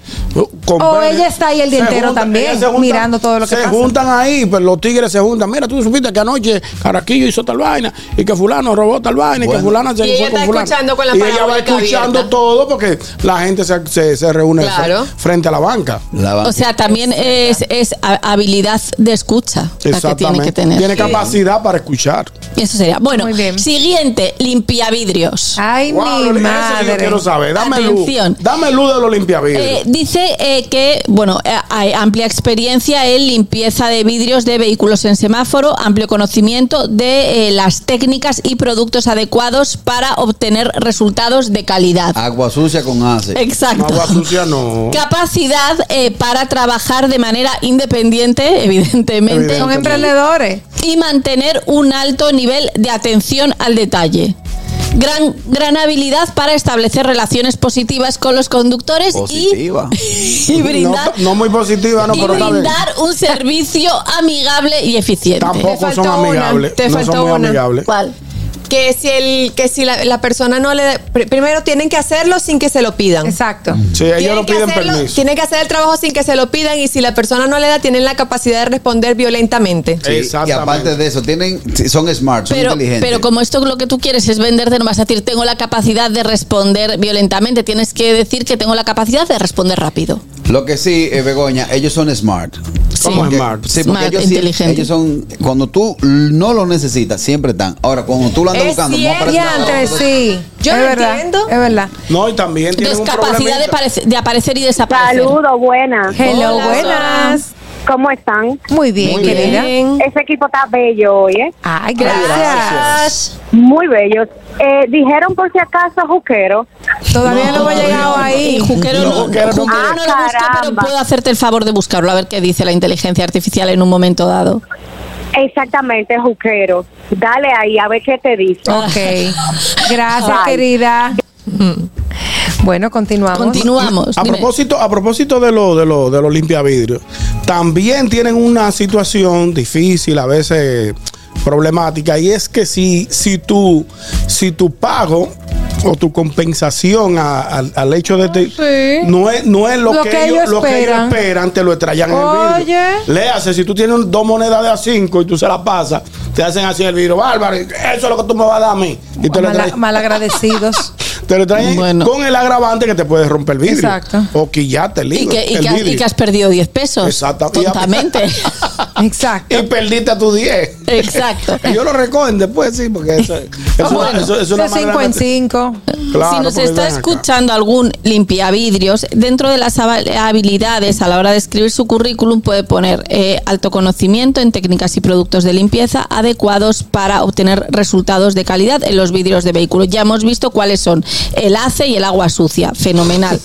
con
O
venes.
ella está ahí el día
Se
entero también,
ellas se
mirando todo lo que
Se
pasa.
juntan ahí, pues los tigres se juntan. Mira, tú supiste que anoche Caraquillo hizo tal vaina y que fulano robó tal vaina y que
Bueno.
fulana se
Y ella
fue
está
con fulano.
escuchando con
y
la
ella va
parabólica
escuchando
abierta.
todo porque la gente se, se- se reúne
Claro.
frente a la banca.
La ba-
O sea, también es, es ha- habilidad de escucha la que tiene que tener.
Tiene capacidad para escuchar.
Eso sería. Bueno,
Muy bien.
siguiente, limpia vidrios.
Ay,
Wow,
mi
eso yo
madre.
quiero saber. Dame
Atención.
luz. Dame luz de los limpiavidrios.
dice eh, que, bueno, eh, hay amplia experiencia en limpieza de vidrios de vehículos en semáforo, amplio conocimiento de eh, las técnicas y productos adecuados para obtener resultados de calidad.
agua sucia con ace.
Exacto.
Agua sucia no.
Capacidad eh, para trabajar de manera independiente, evidentemente,
Son emprendedores.
y mantener un alto nivel de atención al detalle. Gran, gran habilidad para establecer relaciones positivas con los conductores y,
Positiva.
y brindar,
No, no muy positiva, no,
y
pero está bien.
brindar un servicio amigable y eficiente.
Tampoco
Te
son
faltó una,
amigables.
te
no son
faltó
muy
una.
amigables.
¿Cuál?
Que si el, que si la, la persona no le pr- primero tienen que hacerlo sin que se lo pidan.
Exacto.
Sí, ellos
Tienen
no
que
Mm. piden
hacerlo-
permiso.
Tienen que hacer el trabajo sin que se lo pidan y si la persona no le da, tienen la capacidad de responder violentamente.
Sí, Y
Exactamente.
aparte de eso, tienen, sí, son smart, son
Pero,
inteligentes.
pero como esto lo que tú quieres es venderte, no vas a decir tengo la capacidad de responder violentamente, tienes que decir que tengo la capacidad de responder rápido.
Lo que sí, eh, Begoña, ellos son smart.
¿Cómo smart?
Sí, porque
Smart,
ellos, sí-
inteligente.
ellos son. Cuando tú no lo necesitas, siempre están. Ahora, cuando tú lo andas
Es
buscando, no
cierto.
aparece nada.
Diantre, sí.
Yo
es
no
verdad,
entiendo.
Es verdad.
No, y también tienen
Entonces,
un
capacidad de,
problemita.
parece- de aparecer y desaparecer.
Saludos, buenas.
Hello,
Hola,
buenas.
¿Cómo están?
Muy bien,
Muy
querida.
Ese equipo está bello hoy, ¿eh?
Ay, gracias.
Muy bello. Eh, dijeron por si acaso juquero.
Todavía no, hemos llegado
Y
ahí.
Juquero no,
Juquero no
Juquero
quiere.
no lo busqué, pero
Caramba.
puedo hacerte el favor de buscarlo, a ver qué dice la inteligencia artificial en un momento dado.
Exactamente, juquero. Dale ahí a ver qué te dice.
Ok. Gracias,
Bye.
querida. Bueno, continuamos.
Continuamos.
A
dime.
propósito, a propósito de los de lo, de los limpiavidrios, también tienen una situación difícil, a veces problemática, y es que si, si tu, si tu pago o tu compensación a- al- al hecho de te-
Ah, sí.
no es no es lo,
Lo
que,
que
ellos,
ellos
lo que ellos
esperan.
esperan te lo extrañan en el vidrio
Oye.
léase si tú tienes un- dos monedas de a cinco y tú se las pasas te hacen así el vidrio bárbaro eso es lo que tú me vas a dar a mí y te lo
Mala-
traen,
malagradecidos.
te lo traen con el agravante que te puedes romper el vidrio
Exacto.
o quillarte el,
Y
libro,
que, y
el
que has,
vidrio.
y que has perdido 10 pesos.
Exacto. Y-
Tontamente.
Exacto.
y perdiste a tu 10
Exacto.
ellos lo recogen después sí porque eso, eso, es una- eso- eso es una
de 5
manera-
en 5.
Claro,
si nos
porque
está
ven acá.
escuchando algún limpiavidrios, dentro de las hab- habilidades a la hora de escribir su currículum puede poner eh, alto conocimiento en técnicas y productos de limpieza adecuados para obtener resultados de calidad en los vidrios de vehículos. Ya hemos visto cuáles son el ace y el agua sucia. Fenomenal.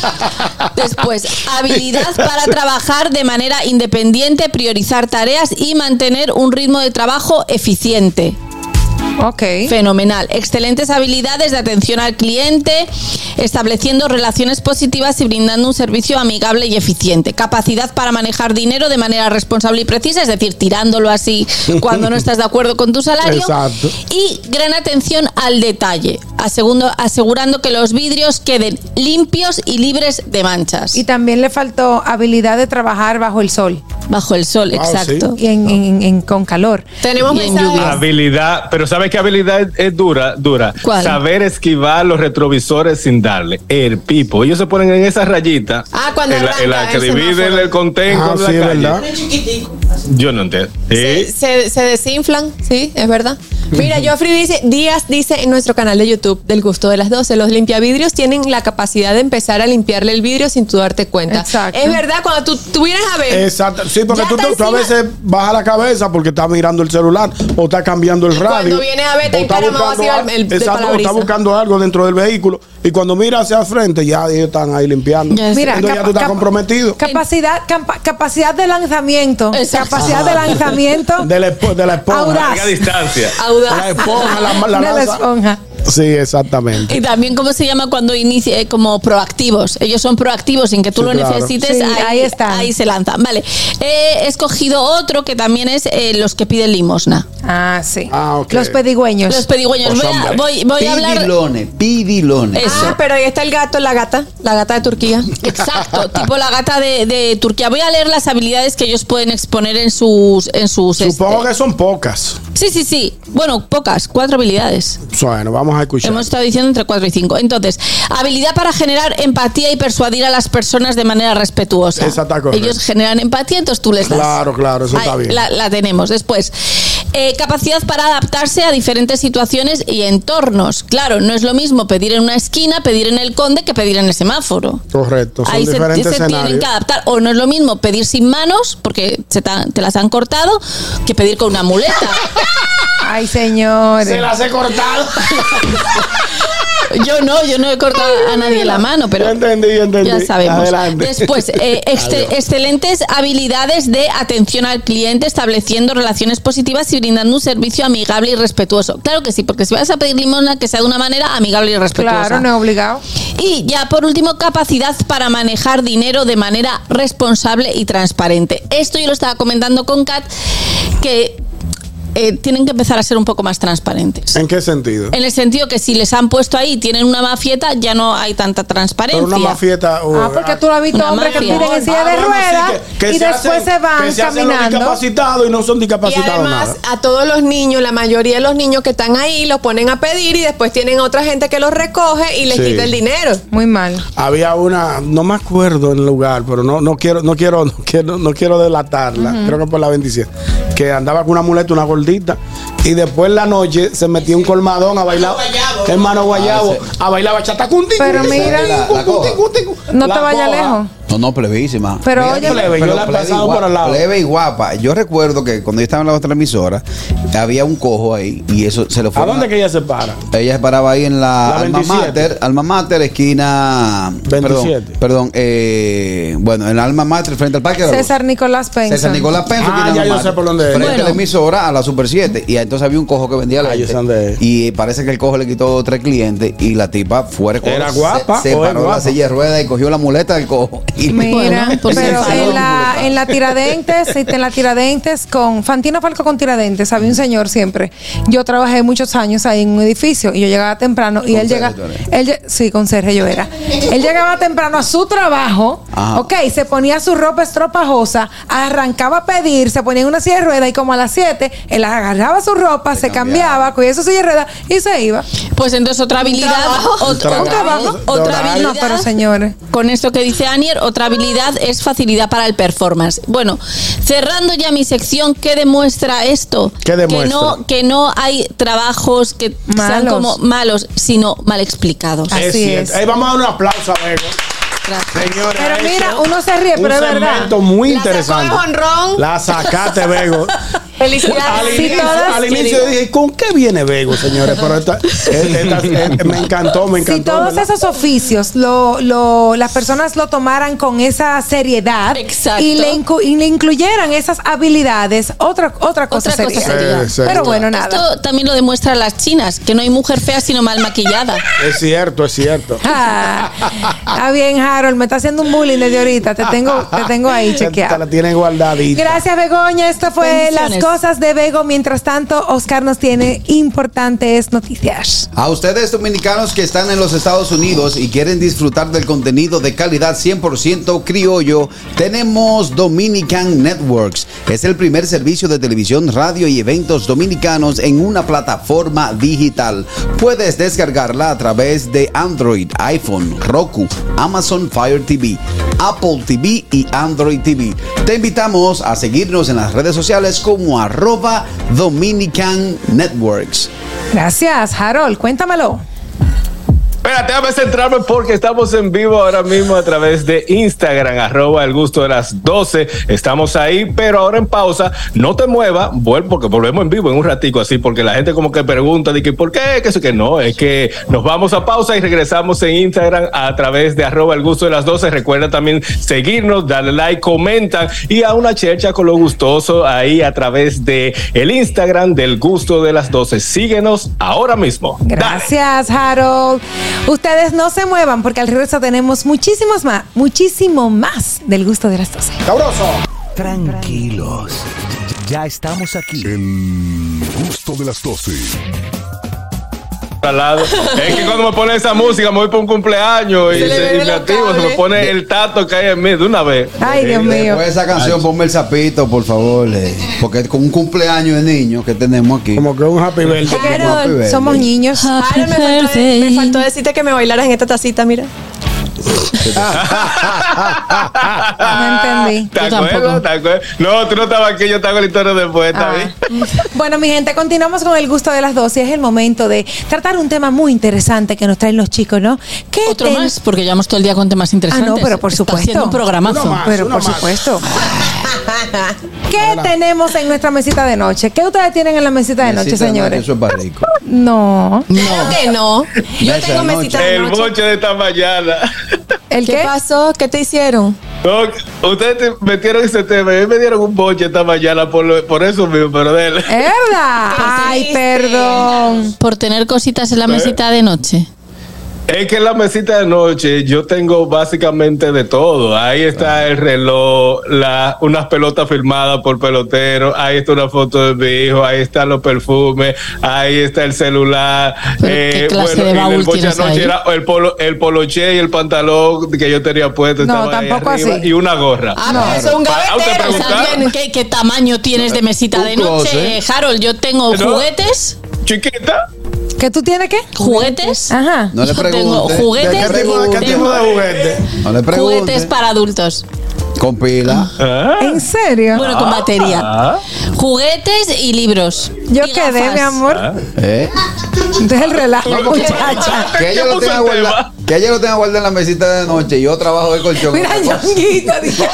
Después, habilidad para trabajar de manera independiente, priorizar tareas y mantener un ritmo de trabajo eficiente.
Ok.
Fenomenal. Excelentes habilidades de atención al cliente, estableciendo relaciones positivas y brindando un servicio amigable y eficiente. Capacidad para manejar dinero de manera responsable y precisa, es decir, tirándolo así cuando no estás de acuerdo con tu salario.
Exacto.
Y gran atención al detalle, asegurando, asegurando que los vidrios queden limpios y libres de manchas.
Y también le faltó habilidad de trabajar bajo el sol.
Bajo el sol,
Wow,
exacto.
Y en, en- en- con calor.
Tenemos
Y en lluvia.
Habilidad, pero ¿sabes qué habilidad es, es dura? Dura.
¿Cuál?
Saber esquivar los retrovisores sin darle. El pipo. Ellos se ponen en esa rayita.
Ah, cuando
en la, en la
arranca
que
el
divide
semáforo.
el contén
Ah,
con la
sí, es
calle.
verdad.
Yo no entiendo. ¿Eh?
Se, se desinflan, sí, es verdad. Mira, Joffrey dice, Díaz dice en nuestro canal de YouTube del gusto de las 12, los limpiavidrios tienen la capacidad de empezar a limpiarle el vidrio sin tú darte cuenta.
Exacto.
Es verdad, cuando tú tuvieras a ver...
Exacto. Sí, porque
Ya
tú,
está
tú a
encima.
veces bajas la cabeza porque estás mirando el celular o estás cambiando el radio.
cuando vienes a ver, te
o estás
encaramado
buscando
hacia
al-
el- el
exacto, o estás
parabrisas.
buscando algo dentro del vehículo y cuando miras hacia el frente ya ellos están ahí limpiando.
Ya sé.
Mira,
Entonces ya
capa-
tú estás
capa-
comprometido.
Capacidad, campa- capacidad de lanzamiento.
Exacto.
Capacidad
Ah.
de lanzamiento.
De la, espo- de la esponja.
Audaz.
Larga distancia.
La
Audaz.
esponja, la, la
de la
lanza.
esponja.
Sí, exactamente.
Y también, ¿cómo se llama cuando inicia? eh, como proactivos. Ellos son proactivos sin que tú
Sí,
lo
claro.
necesites.
Sí, ahí
ahí,
están.
ahí se lanzan. Vale. He escogido otro que también es eh, los que piden limosna.
Ah, sí.
Ah, ok.
Los pedigüeños.
Los pedigüeños.
Pues,
Voy a,
hombre.
voy, voy a hablar.
Pidilones, pidilones.
Eso.
Ah, pero ahí está el gato, la gata, la gata de Turquía.
Exacto, tipo la gata de, de Turquía. Voy a leer las habilidades que ellos pueden exponer en sus. En sus
Supongo
este-
que son pocas.
Sí, sí, sí. Bueno, pocas, cuatro habilidades.
Bueno, vamos a escuchar.
Hemos estado diciendo entre 4 y 5. Entonces, habilidad para generar empatía y persuadir a las personas de manera respetuosa.
Esa está correcta.
Ellos generan empatía, entonces tú les das.
Claro, claro, eso está
Ahí,
bien.
La, la tenemos. Después, eh, capacidad para adaptarse a diferentes situaciones y entornos. Claro, no es lo mismo pedir en una esquina, pedir en el conde que pedir en el semáforo.
Correcto, son
Ahí se,
diferentes
se tienen
escenarios.
que adaptar. O no es lo mismo pedir sin manos, porque se ta- te las han cortado, que pedir con una muleta.
Ay, señores.
Se las he cortado.
Yo no, yo no he cortado a nadie la mano, pero
Ya entendí, ya entendí.
ya sabemos.
Adelante.
Después, eh, excel- excelentes habilidades de atención al cliente, estableciendo relaciones positivas y brindando un servicio amigable y respetuoso. Claro que sí, porque si vas a pedir limosna, que sea de una manera amigable y respetuosa.
Claro, no es obligado.
Y ya por último, capacidad para manejar dinero de manera responsable y transparente. Esto yo lo estaba comentando con Kat, que eh, tienen que empezar a ser un poco más transparentes.
¿En qué sentido?
En el sentido que si les han puesto ahí, tienen una mafieta, ya no hay tanta transparencia.
Pero una mafieta. uh, o-
Ah, porque tú lo has visto
Una
hombres que
mafia.
piden en silla
Ah,
de
bueno, sí,
ruedas
que- que
y después
hacen-
se van
que se hacen los
caminando.
discapacitados y no son
Y
discapacitados
además,
nada.
a todos los niños, la mayoría de los niños que están ahí, los ponen a pedir y después tienen otra gente que los recoge y les
Sí.
quita el dinero.
Muy mal.
Había una, no me acuerdo el lugar, pero no, no quiero, no quiero, no quiero, no quiero delatarla. Creo que por la 27. Que andaba con una muleta, una gordita, y después en la noche se metía un colmadón a bailar.
Ah,
Hermano Guayabo, a bailar bachata cunti.
Pero
cunti,
mira,
cunti,
la- la
cunti,
coja.
cunti, cunti.
No
La
te vayas
coja.
lejos.
No, no, plebeísima.
Pero
Mira,
oye,
plebe, yo la he
plebe
pasado
y gua-
por al lado.
plebe y guapa. Yo recuerdo que cuando yo estaba en la otra emisora, había un cojo ahí y eso se lo fue.
¿A dónde que ella se para?
Ella paraba ahí en la,
La
Alma
27.
Mater, Alma Mater, esquina.
27.
Perdón, perdón eh, bueno, en la Alma Mater, frente al Parque de la Luz.
César Nicolás Penson.
César Nicolás Penso,
Ah, ya yo sé por dónde es.
Frente a
Bueno.
la emisora, a la Super 7. Y entonces había un cojo que vendía
Ah, yo sé
lentes.
dónde es.
y parece que el cojo le quitó tres clientes y la tipa fuera
Era guapa,
Se,
o es
paró en
guapa.
la silla de ruedas y cogió la muleta del cojo. Y
Mira,
Bueno, pues
pero
sí,
en
sí.
la, en la Tiradentes, en la Tiradentes, con Fantino Falco con Tiradentes, había un señor siempre. Yo trabajé muchos años ahí en un edificio y yo llegaba temprano y él
Conserje
llegaba,
tú eres.
él, lle- sí, conserje yo era. Él llegaba temprano a su trabajo,
Ah.
Ajá.
ok, se ponía su ropa estropajosa, arrancaba a pedir, se ponía en una silla de rueda y como a las 7, él agarraba su ropa, se, cambiaba, cuidaba su silla de rueda y se iba.
Pues entonces otra habilidad, ot-
Un trabajo.
otra,
Un trabajo.
otra
Dorario.
habilidad.
No, pero señores.
Con esto que dice Anier, otra habilidad es facilidad para el performance. Bueno, cerrando ya mi sección, ¿qué demuestra esto?
¿Qué demuestra?
Que no, que no hay trabajos que sean
Malos.
como malos, sino mal explicados.
Así
es cierto.
es.
Ahí vamos a dar un aplauso a Bego.
Gracias.
Señores,
Pero
ha hecho
mira, uno se ríe,
un
pero es verdad.
segmento muy
La sacó de
interesante.
jonrón.
La sacaste, Bego. Al
Felicidades.
Sí,
inicio,
todas
al inicio yo dije, ¿con qué viene Bego, señores? Pero esta- esta- esta- me encantó, me encantó.
si todos
¿verdad?
esos oficios lo, lo- las personas lo tomaran con esa seriedad
Exacto.
y le, incu- y le incluyeran esas habilidades, otra, otra cosa
Otra
sería.
cosa sería.
Sí, sí.
Pero bueno, nada.
Esto también lo demuestra las chinas, que no hay mujer fea sino mal maquillada.
Es cierto, es cierto.
Ah, está bien, Harold, me está haciendo un bullying desde ahorita. Te tengo, te tengo ahí
Te
chequeado.
la tienen guardadita.
Gracias, Begoña. Esto fue Las
Bendiciones.
Cosas de Bego. Mientras tanto, Oscar nos tiene importantes noticias.
A ustedes dominicanos que están en los Estados Unidos y quieren disfrutar del contenido de calidad 100% criollo, tenemos Dominican Networks. Es el primer servicio de televisión, radio y eventos dominicanos en una plataforma digital. Puedes descargarla a través de Android, iPhone, Roku, Amazon Fire TV, Apple TV y Android TV. Te invitamos a seguirnos en las redes sociales como arroba Dominican Networks.
Gracias, Harold. Cuéntamelo.
Espérate, déjame centrarme porque estamos en vivo ahora mismo a través de Instagram, arroba el gusto de las 12. Estamos ahí, pero ahora en pausa. No te muevas, vuelvo porque volvemos en vivo en un ratico así, porque la gente como que pregunta de que por qué, que eso que no, es que nos vamos a pausa y regresamos en Instagram a través de arroba el gusto de las 12. Recuerda también seguirnos, darle like, comentan y a una chercha con lo gustoso ahí a través de el Instagram del gusto de las 12. Síguenos ahora mismo. Dale.
Gracias, Harold. Ustedes no se muevan porque al regreso tenemos muchísimos más, muchísimo más del gusto de las 12.
Cabroso.
Tranquilos. Ya estamos aquí.
El gusto de las 12.
al lado. Es que cuando me pone esa música, me voy para un cumpleaños y,
Se le
se, y
beben
me
los
activo, se me
cables.
pone el tato que hay en mí de una vez.
Ay, Dios mío.
Después de esa canción, ponme el sapito, por favor. eh, porque con un cumpleaños de niño que tenemos aquí.
Como que un happy birthday.
Happy
Harold,
birthday.
somos niños.
Harold, me faltó, de- me faltó decirte que me bailaras en esta tacita, mira.
Ah.
No entendí.
¿Te
Yo tampoco.
acuerdas? ¿Te acuerdas? No, tú no estabas aquí, yo estaba con la historia después, ¿está
Ah.
bien?
Bueno, mi gente, continuamos con el gusto de las 12. Es el momento de tratar un tema muy interesante que nos traen los chicos, ¿no? ¿Qué
Otro
ten-
más, porque llevamos todo el día con temas interesantes.
Ah, no, pero por
Está
supuesto.
haciendo un programazo.
Uno más.
Pero
uno
por
más.
supuesto. ¿Qué tenemos en nuestra mesita de noche? ¿Qué ustedes tienen en la mesita de noche,
Necesita
señores?
Eso es para rico.
No.
Claro que Eh, no. Yo
Mesa
tengo
de noche.
mesita de
El
noche.
boche de esta mañana.
¿El
¿Qué
qué?
pasó? ¿Qué te hicieron?
No, ustedes te metieron ese tema, a mí me dieron un boche esta mañana por, lo- por eso mismo, pero dele.
¡Herda! Ay,
triste.
perdón.
Por tener cositas en la mesita de noche.
Es que en la mesita de noche yo tengo básicamente de todo. Ahí
Ah.
está el reloj, la, unas pelotas firmadas por pelotero, ahí está una foto de mi hijo, ahí están los perfumes, ahí está el celular.
Pero, ¿qué
eh,
clase de
y
baúl
el boche
tienes
anoche
ahí?
era el, polo, el poloché y el pantalón que yo tenía puesto.
No,
estaba ahí
tampoco
arriba,
así.
Y una gorra.
Ah, pero eso es un
Para- ¿usted
gavetero.
O sea,
preguntar?
bien, ¿qué, qué tamaño tienes de mesita
Un
de noche?
closet.
Harold, yo tengo
No.
juguetes,
Chiquita.
¿Que tú tienes qué?
juguetes,
Ajá.
No le
Yo tengo
preguntes.
juguetes.
¿Qué tipo, de- qué tipo de juguete?
No le
juguetes
preguntes.
para adultos.
Con pila.
Ah.
¿En serio?
Bueno, con batería.
Ah.
Juguetes y libros.
Yo
Y
quedé,
gafas. Ah.
mi amor.
¿Eh?
Del relajo, muchacha.
Que ella,
¿Qué
lo
puso el
tenga
tema?
guarda- que ella lo tenga guardado en la mesita de noche. Yo trabajo de colchón.
Mira, Ñonguito. dije,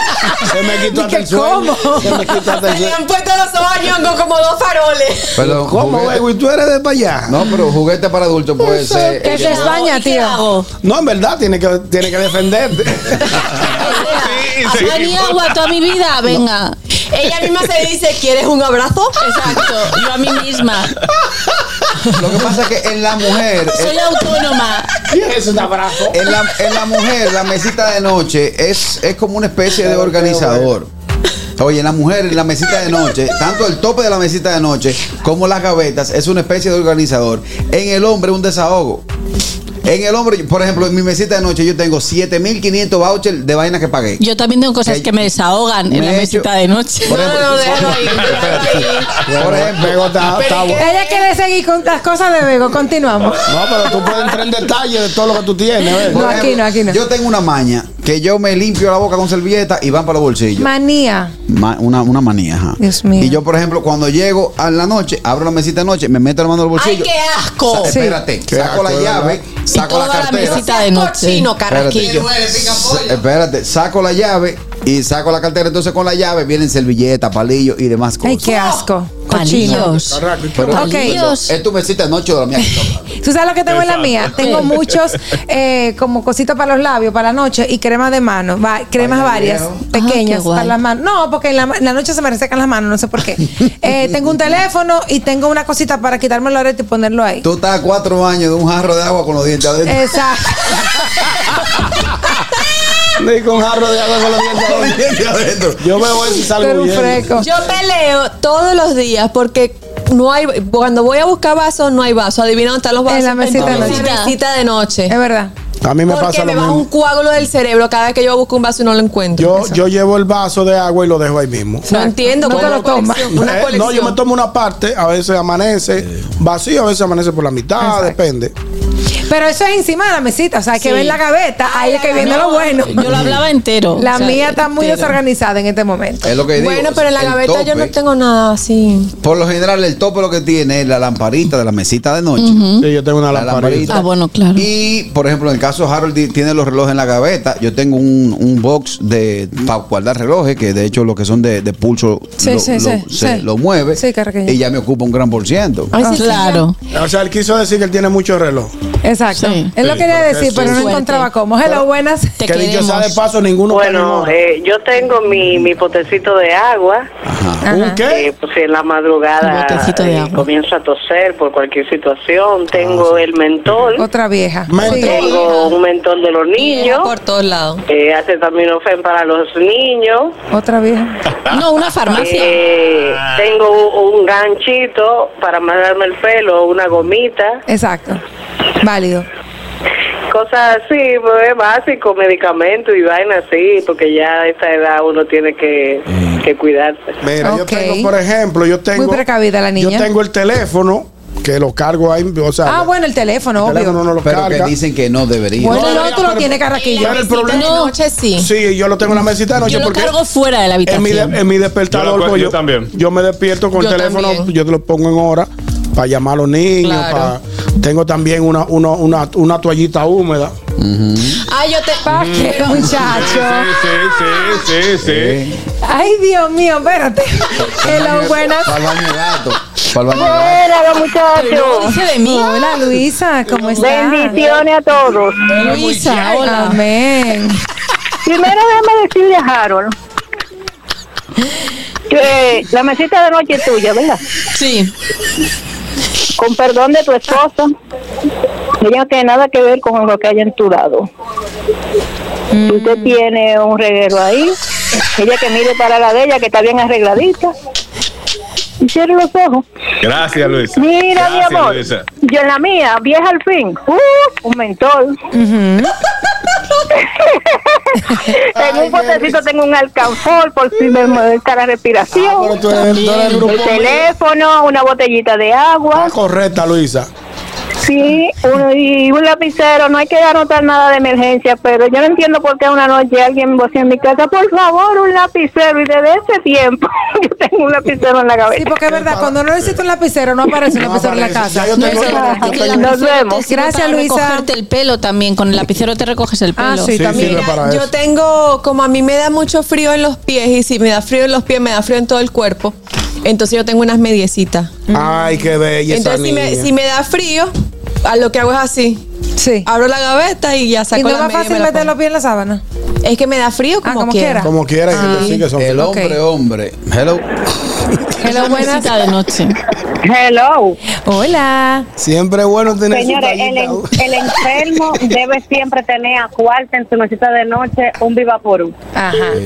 Se me quitó hasta
dije,
el sueño.
¿cómo?
Se me quitó hasta el
Le
sueño.
han puesto los ojos a Ñongo como dos faroles.
Perdón,
¿Cómo,
juguete-
Bego? ¿Y tú eres de para allá?
No, pero juguete para adultos puede ser. eh,
Que se
¿Y
España,
qué
tío.
hago?
No, en verdad, tiene que, tiene que defenderte.
Sí,
¿A pan y
sí.
agua toda mi vida? Venga.
Ella misma se dice, ¿quieres un abrazo?
Exacto, yo a mí misma.
Lo que pasa es que en la mujer.
Soy autónoma.
eh,
es ese abrazo?
En la, en la mujer, la mesita de noche es, es como una especie de organizador. Oye, en la mujer, en la mesita de noche, tanto el tope de la mesita de noche como las gavetas es una especie de organizador. En el hombre, un desahogo. En el hombre, por ejemplo, en mi mesita de noche yo tengo 7500 vouchers de vainas que pagué.
Yo también tengo cosas que me desahogan en
Eh, me
la
he
mesita de noche.
Por ejemplo,
Por ejemplo,
Ah,
está, está bueno.
Ella quiere seguir con las cosas de Bego. Continuamos.
No, pero tú puedes entrar en detalle de todo lo que tú tienes. ¿ves?
No, aquí no, aquí no.
Yo tengo una maña que yo me limpio la boca con servilleta y van para los bolsillos.
Manía.
Ma- una, una manía, ajá.
Dios mío.
Y yo, por ejemplo, cuando llego a la noche, abro la mesita de noche, me meto la mano al bolsillo.
¡Ay, qué asco!
Sa- Espérate,
Qué
saco
asco,
la
de
llave,
verdad.
y
saco la
toda la,
cartera.
mesita de noche.
Cochino,
Espérate,
carraquillo.
sa- espérate, saco la llave y saco la cartera. Entonces con la llave vienen servilletas, palillos y demás cosas.
Ay, qué asco. Cochino.
Palillos.
Pero-
Ok.
Palillos.
Es tu mesita de noche o la mía.
¿Tú sabes lo que tengo en la mía? Tengo muchos eh, como cositas para los labios, para la noche y crema de mano, va- cremas
Vaya
varias,
viejo.
Ah,
pequeñas
qué guay.
para las manos. No, porque en la, en la noche se me resecan las manos, no sé por qué. Eh, tengo un teléfono y tengo una cosita para quitarme el arete y ponerlo ahí.
Tú estás a cuatro años de un jarro de agua con los dientes adentro.
Exacto.
Ni con jarro de agua con los dientes
Con los
adentro.
dientes adentro.
Yo veo eso y
Tú
salgo
eres un
huyendo.
freco.
Yo peleo todos los días porque no hay cuando voy a buscar vasos no hay vasos. Adivina dónde están los vasos.
En la mesita
En
de
la
noche.
mesita de noche.
Es verdad.
A mí me
Porque
pasa
me
lo
baja un
mismo.
coágulo del cerebro cada vez que yo busco un vaso y no lo encuentro.
Yo, yo llevo el vaso de agua y lo dejo ahí mismo.
no entiendo
No te
cómo
lo tomas.
Una
Eh,
colección.
no, yo me tomo una parte, a veces amanece vacío, a veces amanece por la mitad,
Exacto.
depende.
Pero eso es encima de la mesita, o sea, hay que
Sí.
ver la gaveta, ahí es que viene
No,
lo bueno.
Yo lo hablaba entero.
La
O sea,
mía está muy
entero.
desorganizada en este momento.
Es lo que digo.
Bueno, pero en la
el
gaveta yo no
tope-
tengo nada así.
Por lo general, el tope lo que tiene es la lamparita de la mesita de noche.
Sí, yo tengo una
La
lamparita.
lamparita.
Ah, bueno, claro.
Y, por ejemplo, en el caso de Harold, di- tiene los relojes en la gaveta. Yo tengo un, un box de para guardar relojes, que de hecho los que son de, de pulso
Sí,
lo,
sí,
lo-
sí,
se
sí.
lo mueve.
Sí, carraquillo.
y ya me ocupa un gran por ciento.
Ay, sí, claro.
O sea, él quiso decir que él tiene mucho reloj.
Exacto.
Sí.
Él lo
Sí,
quería
porque
decir,
sí.
pero no
Suerte.
encontraba cómo. Hello, buenas.
Te
que dicho sea de
queremos.
paso, ninguno
Bueno,
tiene
eh, yo tengo mi, mi potecito de agua.
nada. ¿Un
Ajá.
qué?
Eh, pues en la madrugada
Botecito de
eh,
agua.
comienzo a toser por cualquier situación.
Ah,
Tengo el mentol.
Otra vieja.
Mentol.
Sí.
Tengo un mentol de los niños.
Por todos lados.
Eh, acetaminofén para los niños.
Otra vieja.
No, una farmacia.
Eh, tengo un un ganchito para amarrarme el pelo, una gomita.
Exacto. Válido.
Cosas así, pues, básico, medicamentos y vainas así, porque ya a esta edad uno tiene que, que cuidarse.
Mira,
Ok.
yo tengo, por ejemplo, yo tengo.
Muy precavida la niña.
Yo tengo el teléfono que lo cargo ahí. O sea,
Ah, bueno, el teléfono,
el teléfono
obvio.
no lo
Pero
carga.
que dicen que no debería.
Bueno,
No,
no, tú lo
pero-
tienes carraquillo.
Pero el
De
problema.
noche sí.
Sí, yo lo tengo en la mesita de noche
Yo lo
porque
cargo fuera de la
en mi, de-
habitación.
en mi despertador.
Yo lo cu-
pues,
yo también.
Yo me despierto con
Yo
el teléfono,
también.
yo te lo pongo en hora para llamar a los niños.
Claro.
para- tengo también una, una, una, una toallita húmeda.
Ah, yo te.
¿Para qué,
Mm.
muchacho?
Sí, sí, sí, sí, sí.
Ay, Dios mío, espérate. Hello, buenas.
Para el baño de gato. Para el baño de gato.
Hola, los
Pero no
muchachos.
dice de mí.
Hola, Luisa, ¿cómo estás?
Bendiciones a todos.
Luisa, hola.
Amén.
Primero déjame decirle a Harold que eh, la mesita de noche es tuya, ¿verdad?
Sí.
Con perdón de tu esposa, ella no tiene nada que ver con lo que haya en tu lado. Si Usted tiene un reguero ahí, ella que mire para la de ella, que está bien arregladita. Y cierre los ojos.
Gracias, Luisa.
Mira,
Gracias,
mi amor,
Luisa.
yo en la mía, vieja al fin, uh, un mentol. en
Ay,
un botecito tengo un alcanfor por si me molesta la respiración.
Ah, pero tú eres- tú eres el grupo
el teléfono, una botellita de agua,
Ah, correcta, Luisa.
sí, un, y un lapicero. No hay que anotar nada de emergencia, pero yo no entiendo por qué una noche alguien voció en mi casa, por favor, un lapicero. Y desde ese tiempo yo tengo un lapicero en la cabeza.
Sí, porque es verdad, cuando no necesito un lapicero, no aparece un
No
lapicero en la
aparece.
casa.
Ya yo tengo-
Eso es verdad.
yo
Que la
tengo-
Nos
lapicero te
vemos.
sirve
Gracias,
para
Luisa.
recogerte el pelo también. Con el lapicero te recoges el
Ah,
pelo.
sí,
Sí,
también.
sirve para
Yo
eso.
tengo, como a mí me da mucho frío en los pies, y si me da frío en los pies, me da frío en todo el cuerpo. Entonces yo tengo unas mediecitas.
Ay, qué bella Ah, esa
Entonces si me,
niña.
si me da frío, a lo que hago es así.
Sí.
Abro la gaveta y ya saco
Y no es
la
más
media y me
fácil
la
meter
pongo.
los pies en la sábana. Ah,
Es que me da frío como,
como
quiera. Ah.
quiera.
Como quiera, hay gente sí que son
El
Ok.
hombre, hombre. Hello.
Hello, buenas. de noche.
Hello.
Hola.
Siempre es bueno tener su
Señores, el,
tallita,
en- el enfermo debe siempre tener a cuarta en su mesita de noche un vivaporú.
Ah.
Ajá.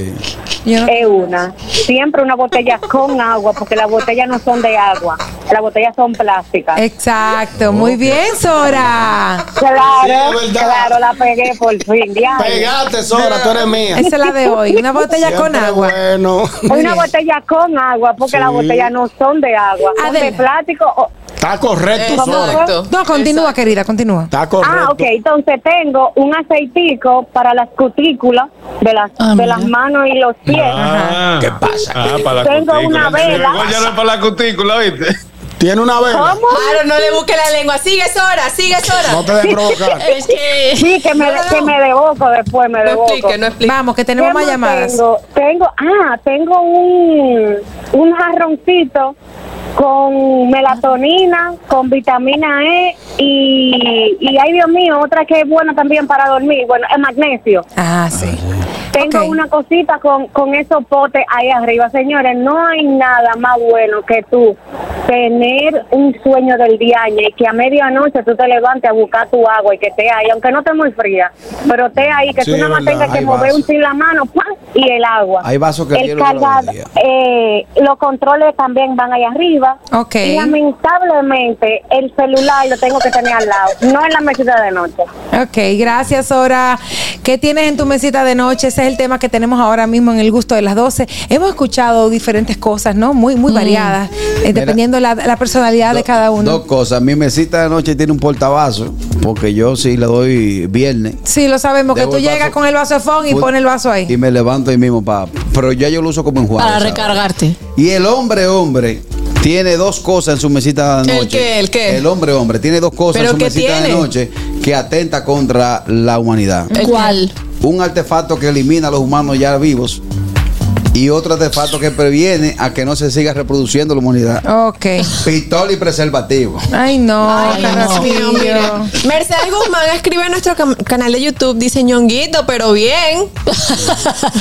Es una. Siempre una botella con agua, porque las botellas no son de agua, las botellas son plásticas.
Exacto, muy bien, Sora.
Claro, claro, la pegué por fin. diablo.
Pegate, Sora, tú eres mía.
Esa es la de hoy, una botella con
Siempre
agua.
Bueno.
Una botella con agua, porque
Sí.
las botellas no son de agua, son de plástico. o-
Está correcto, Sora.
Exacto.
No, continúa, querida, continúa.
Está correcto.
Ah, ok, entonces tengo un aceitico para las cutículas de las, de las manos y los pies.
Ah,
¿Qué pasa? Ah, para la
Tengo
cutícula.
una vela.
Begoña no es para la cutícula,
Eh.
¿oíste?
Tiene una vela.
Claro, no le busque la lengua. Sigue Sora, sigue Sora.
No te dejes provocar.
Es que.
Sí, que me, que me devoco después, me
No
devoco.
explique, no explique.
Vamos, que tenemos
¿Qué
más llamadas.
Tengo, Tengo- ah, tengo un, un jarroncito con melatonina, con vitamina E y, y, ay Dios mío, otra que es buena también para dormir, bueno, es magnesio.
Ah, sí.
Tengo
Ok.
una cosita con, con esos potes ahí arriba. Señores, no hay nada más bueno que tú tener un sueño del día y que a medianoche tú te levantes a buscar tu agua y que esté ahí, aunque no esté muy fría, pero esté ahí, que
Sí,
tú nada
es
más
verdad,
tengas que
hay
mover
vasos.
un chin la mano ¡pam! y el agua.
Hay vasos que
el
hielo de la
carga-
botella.
eh, Los controles también van ahí arriba.
Ok.
Y lamentablemente el celular lo tengo que tener al lado, no en la mesita de noche.
Ok, gracias, Sora. ¿Qué tienes en tu mesita de noche? Ese es el tema que tenemos ahora mismo en el gusto de las 12. Hemos escuchado diferentes cosas, ¿no? Muy,
Mm.
muy variadas, eh, dependiendo la, la personalidad de cada uno.
Dos cosas. Mi mesita de noche tiene un portavaso, porque yo sí le doy viernes.
sí, lo sabemos, que
Debo
tú
el
llegas
vaso.
con el vaso de fondo y
Put-
pones el vaso ahí.
Y me levanto ahí mismo, pa. Pero ya yo lo uso como enjuague.
Para
¿sabes?
recargarte.
Y el hombre, hombre, tiene dos cosas en su mesita de
¿El
noche.
qué? ¿El qué?
El hombre, hombre, tiene dos cosas en
¿Pero
su
qué
mesita de
tiene?
noche que atenta contra la humanidad.
¿Cuál?
Un artefacto que elimina a los humanos ya vivos y otro artefacto que previene a que no se siga reproduciendo la humanidad.
Ok.
Pistola y preservativo.
Ay, no,
Dios mío,
Carraspillo.
mira. Mercedes Guzmán escribe en nuestro cam- canal de YouTube, dice ñonguito, pero bien.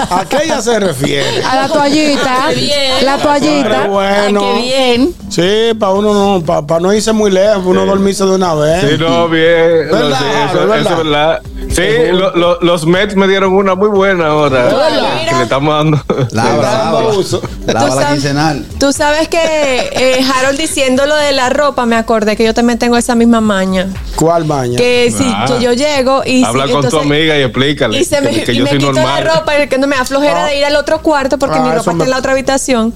¿A qué ella se refiere?
A la
Ah,
toallita.
Qué bien.
La toallita.
Pero bueno.
Ay, qué bien.
Sí, para uno no, para no irse muy lejos, pa' uno dormirse de una vez.
Sí, no, bien.
¿Verdad,
No, sí, eso,
Harold?
eso es verdad. Sí,
Seguro.
lo- lo- los Mets me dieron una muy buena ahora. Que le estamos dando.
Lava, lava.
abuso.
Lava
Tú
la
sabes-
quincenal.
Tú sabes que eh, Harold diciendo lo de la ropa, me acordé que yo también tengo esa misma maña.
¿Cuál maña?
Que si
Ah.
yo, yo llego y...
Habla
si-
con tu
entonces-
amiga y explícale.
Y, se me,
que
y
yo
me
soy
quito
normal.
la ropa, que no me da flojera de ir al otro cuarto porque
Ah,
mi
eso
ropa
me-
está en la otra habitación.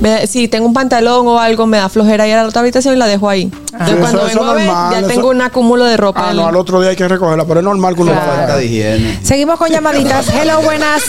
Me- si tengo un pantalón o algo, me da flojera ir a la otra habitación y la dejo ahí. Entonces,
Eso-
cuando
eso
vengo a ver,
normal,
ya
eso-
tengo un acúmulo de ropa.
Ah, no, al otro día hay que recogerla, pero es normal que uno
Claro.
la
Falta
haga.
de higiene.
Seguimos con llamaditas. Hello, buenas.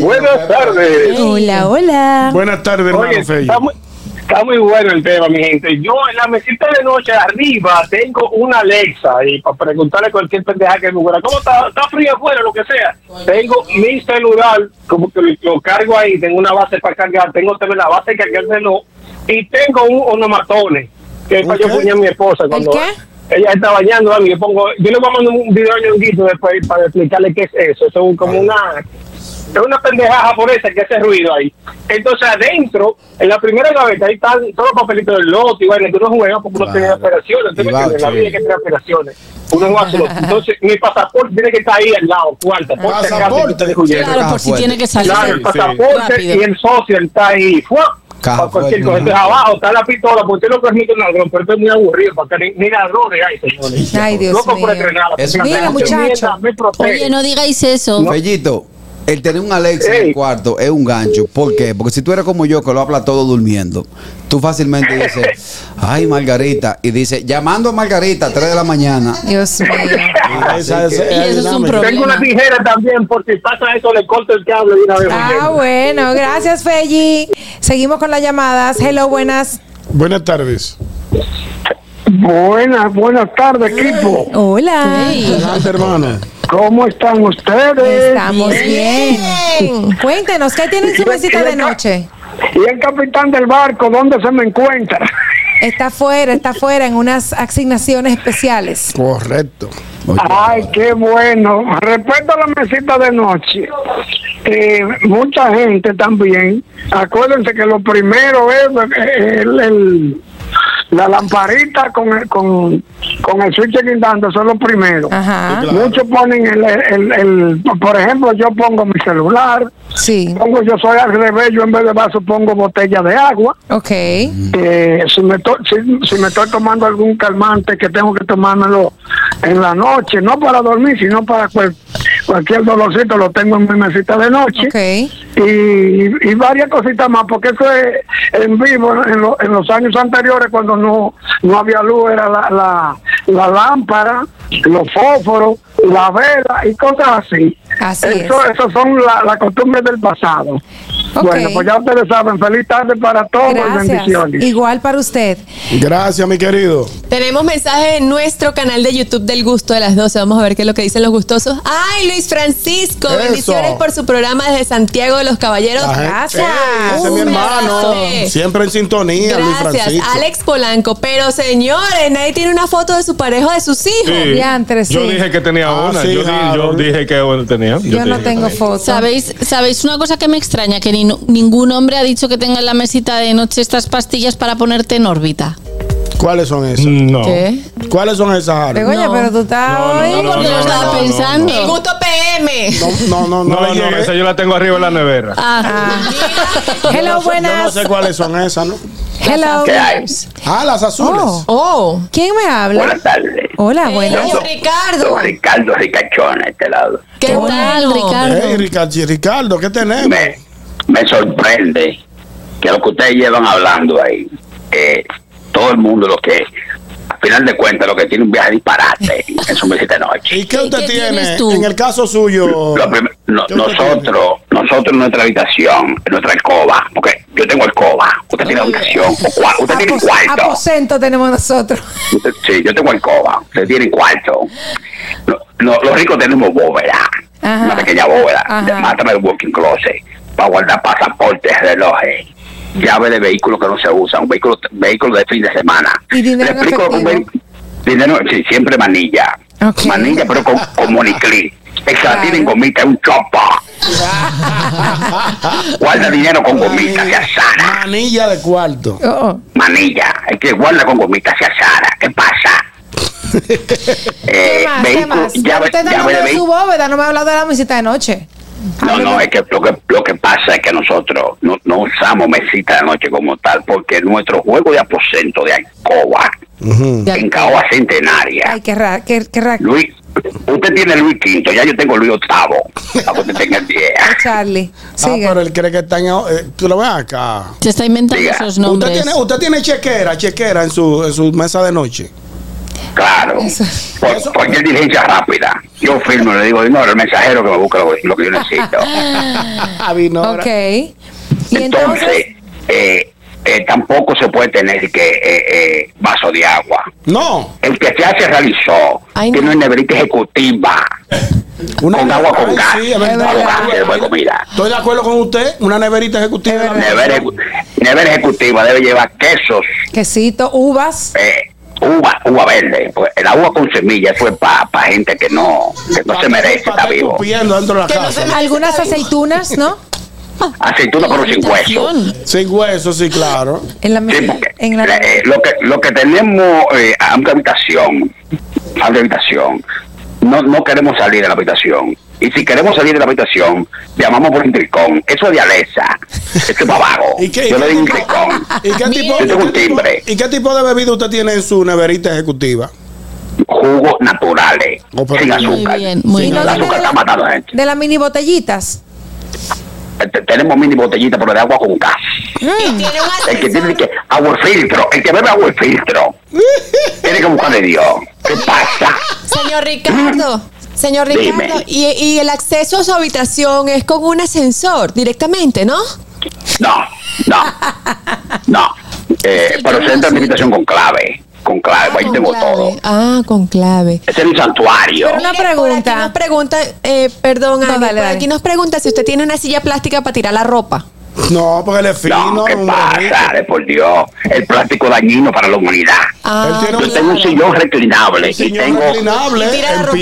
Buenas tardes.
Hola, hola.
Buenas tardes,
Oye,
hermano
está
Fello.
muy, está muy bueno el tema, mi gente. Yo en la mesita de noche arriba tengo una Alexa y para preguntarle cualquier pendeja que me fuera, ¿cómo está? ¿Está frío afuera? Lo que sea. Tengo mi celular, como que lo- lo cargo ahí, tengo una base para cargar, tengo también la base de cargárselo y tengo un onomatone que es para
Ok.
yo puñar a mi esposa cuando
qué?
ella está bañando algo. Yo pongo, yo le voy a mandar un video a Ñonguito después para explicarle qué es eso. Eso es como una es una pendejada por esa que hace ruido ahí. Entonces adentro, en la primera gaveta, ahí están todos los papelitos del lote y bueno, tú no juegas porque uno
Claro.
tiene operaciones,
Y
tú no tienes la
voucher.
vida que tiene operaciones. Uno no hace lo Entonces, mi pasaporte tiene que estar ahí al lado, cuarta, por si acaso que
Pasaporte.
estoy huyendo.
Claro, por si
fuerte.
tiene que salir.
Claro, el pasaporte
Rápido.
y el socio está ahí. ¡fua!
Caja
Para cualquier
fuerte,
cosa. Entonces,
¿no?
abajo está la pistola, porque usted no permite un ladrón, pero esto es muy aburrido, porque ni, ni ladrones hay, señores.
Ay, Dios
Loco por
mío.
estrenar la
Eso-
película.
Mira,
Me
muchacho.
mierda, me protege.
Oye, no digáis eso.
Bellito, el tener un Alexa en el
Ey.
cuarto es un gancho. ¿Por qué? Porque si tú eres como yo, que lo habla todo durmiendo, tú fácilmente dices, ay, Margarita, y dice, llamando a Margarita a 3 de la mañana.
Dios mío.
Esa- esa-
Y
esa
eso es un
dinámica.
problema.
Tengo una tijera también, por si pasa eso, le corto el cable de una vez.
Ah, bueno, gracias, Feyi. Seguimos con las llamadas. Hello, buenas.
Buenas tardes.
Buenas, buenas tardes, equipo.
Hola.
Adelante, hermano.
¿Cómo están ustedes?
Estamos bien. Cuéntenos, ¿qué tiene en su mesita de noche?
Y el capitán del barco, ¿dónfuera se me encuentra?
Está fuera, está fuera en unas asignaciones especiales.
Correcto.
Ay, qué bueno. Respeto a la mesita de noche.
eh, mucha gente también, acuérdense que lo primero es eh, el- el- la lamparita con, el- con, con el switch guindando, eso es lo primero.
Sí, claro.
Muchos ponen el, el- el- por ejemplo, yo pongo mi celular, pongo yo soy al revés, yo en vez de vaso pongo botella de agua.
Ok.
Eh, si, me to- si, si me estoy tomando algún calmante que tengo que tomármelo en la noche, no para dormir, sino para cual- cualquier dolorcito, lo tengo en mi mesita de noche. Y, y varias cositas más, porque eso es en vivo, en, lo- en los años anteriores, cuando no, no había luz, era la, la, la lámpara, los fósforos, la vela y cosas así.
Así
eso,
es.
Esas son la- las costumbres del pasado. Bueno, pues ya ustedes saben, feliz tarde para todos y bendiciones.
Igual para usted.
Gracias, mi querido.
Tenemos mensajes en nuestro canal de YouTube del Gusto de las 12. Vamos a ver qué es lo que dicen los gustosos. ¡Ay, Luis Francisco!
Eso.
Bendiciones por su programa desde Santiago de los Caballeros.
La gente-
Gracias.
Ey, ese es mi
Un
hermano.
besote.
Siempre en sintonía, Luis
Gracias,
Francisco.
Alex Polanco. Pero señores, nadie tiene una foto de su pareja o de sus hijos.
Sí. yo dije que tenía
Ah,
una.
sí,
yo, di- yo
Harold.
dije que bueno, tenía. Yo, dije que tenía.
foto.
¿Sabéis, ¿Sabéis una cosa que me extraña? Que ni- ningún hombre ha dicho que tenga en la mesita de noche estas pastillas para ponerte en órbita.
¿Cuáles son esas?
No.
¿Qué?
¿Cuáles son esas, Harold?
Begoña, pero tú estás hoy.
porque lo estaba pensando.
El gusto PM.
No, no, no.
No, no,
oye,
esa yo la tengo arriba en la nevera.
Hello,
Yo no
buenas.
sé cuáles son esas, ¿no?
Hello.
¿Qué hay? Ah, las azules.
Oh. ¿Quién me habla? Buenas
tardes.
Eh,
Hola, buenas.
Ricardo.
Ricardo Ricachón, a este lado.
¿Qué
tal, Ricardo?
Hey, Ricardo, Ricardo, ¿qué tenemos?
Me sorprende que lo que ustedes llevan hablando ahí, eh, todo el mundo lo que, al final de cuentas, lo que tiene un viaje disparate en su mesita de noche.
¿Y qué usted tiene? En el caso suyo.
Lo prim- no- nosotros, nosotros en nuestra habitación, en nuestra alcoba, porque yo tengo alcoba, usted tiene habitación, o cua-
Ah,
usted
pues,
tiene cuarto.
Aposento tenemos nosotros.
Usted- Sí, yo tengo alcoba, usted tiene cuarto. No- no, los ricos tenemos bóveda, una pequeña bóveda, de- mátame el walking closet, para guardar pasaportes, relojes, llaves de vehículos que no se usan, vehículos vehículo de fin de semana.
Y dinero en
explico
efectivo.
Dinero, sí, siempre manilla. Manilla, pero con, con moniclí. Esa la tienen gomita, es un chopa. Guarda dinero con gomita, se asana.
Manilla de cuarto.
Manilla, hay que guarda con gomita, se asana. ¿Qué pasa?
¿Qué
Eh,
más? ¿Qué
vehículo,
más?
llave,
usted está
llave
hablando
de
de su
vehículo.
bóveda, no me ha hablado de la mesita de noche.
No, no, es que lo que, lo que pasa es que nosotros no, no usamos mesita de noche como tal, porque nuestro juego de aposento de alcoba, en caoba centenaria,
Ay, qué ra, qué, qué ra-
Luis, usted tiene Luis V, ya yo tengo Luis VIII, para que usted tenga el 10.
Charlie.
Ah, pero él cree que está en. eh, tú lo ves acá.
Se está inventando esos nombres.
Usted tiene, usted tiene chequera, chequera en su, en su mesa de noche.
Claro. Por, cualquier diligencia rápida. Yo firmo, le digo, no, el mensajero que me busca lo, lo que yo necesito.
ok. Y
Entonces, eh, eh, tampoco se puede tener que eh, eh, vaso de agua.
No.
El que ya se realizó tiene una neverita ejecutiva. con agua con gas. agua con gas, de comida.
Estoy de acuerdo con usted. Una neverita ejecutiva.
Nevera, ejecu- nevera ejecutiva debe llevar quesos,
quesito, uvas.
eh, uva, uva verde. porque La uva con semilla eso es para gente que no, que no se merece, está vivo.
Viendo dentro de la casa.
Algunas aceitunas, ¿no?
Aceituna pero sin hueso.
Sin hueso, sí, claro.
En la mesa. En la,
Eh, lo que lo que tenemos eh, amplia habitación amplia habitación no no queremos salir de la habitación y si queremos salir de la habitación llamamos por un tricón eso es de Alesa eso es babago yo le digo un tricón
¿Y qué, tipo,
yo tengo
y
un
qué tipo-
timbre
y qué tipo de bebida usted tiene en su neverita ejecutiva? Oh,
jugos naturales eh, sin azúcar
bien.
el azúcar está matando a la gente
de las mini botellitas.
Eh, te- tenemos mini botellita pero de agua con gas
Mm.
el que tiene que agua filtro el que bebe agua filtro tiene que buscarle Dios ¿qué pasa?
Señor Ricardo. Señor Ricardo,
Dime.
y, y el acceso a su habitación es con un ascensor directamente, ¿no?
No, no, no. Eh, pero se entra en mi habitación con clave, con clave, ahí tengo todo.
Ah, con clave.
Ese es mi santuario.
Pero una pregunta. Aquí nos pregunta, eh, perdón, Ángel, por aquí nos pregunta si usted tiene una silla plástica para tirar la ropa.
No, porque él es fino.
No, ¿qué pasa? Eh, Por Dios. El plástico dañino para la humanidad.
Ah,
Yo tengo un sillón reclinable. y tengo...
reclinable,
Y tira la
en
ropa.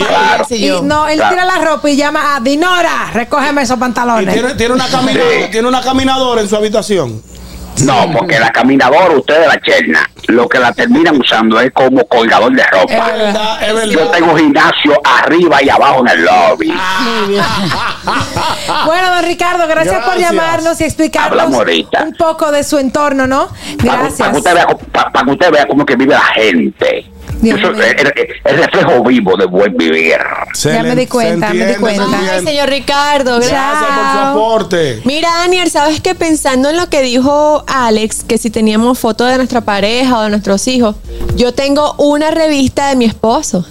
pie.
y- y-
Claro.
no, él
Claro.
tira la ropa y llama a Dinora, recógeme esos
Y
pantalones.
tiene, tiene una caminadora, tiene una caminadora en su habitación.
No, porque la caminadora, ustedes la cherna, lo que la terminan usando es como colgador de ropa. Yo tengo gimnasio arriba y abajo en el lobby.
Bueno, don Ricardo, gracias, por
Gracias.
llamarnos y explicarnos
Hablamos ahorita.
un poco de su entorno, ¿no?
Para, para que
Gracias.
usted vea, co- pa- para que usted vea cómo que vive la gente.
Dios
Eso
mío.
es el, el reflejo vivo de buen vivir.
Ya me di cuenta, me di cuenta. Ay, señor Ricardo, gracias.
Aporte.
Mira, Anier, ¿sabes qué? Pensando en lo que dijo Alex, que si teníamos fotos de nuestra pareja o de nuestros hijos, yo tengo una revista de mi esposo.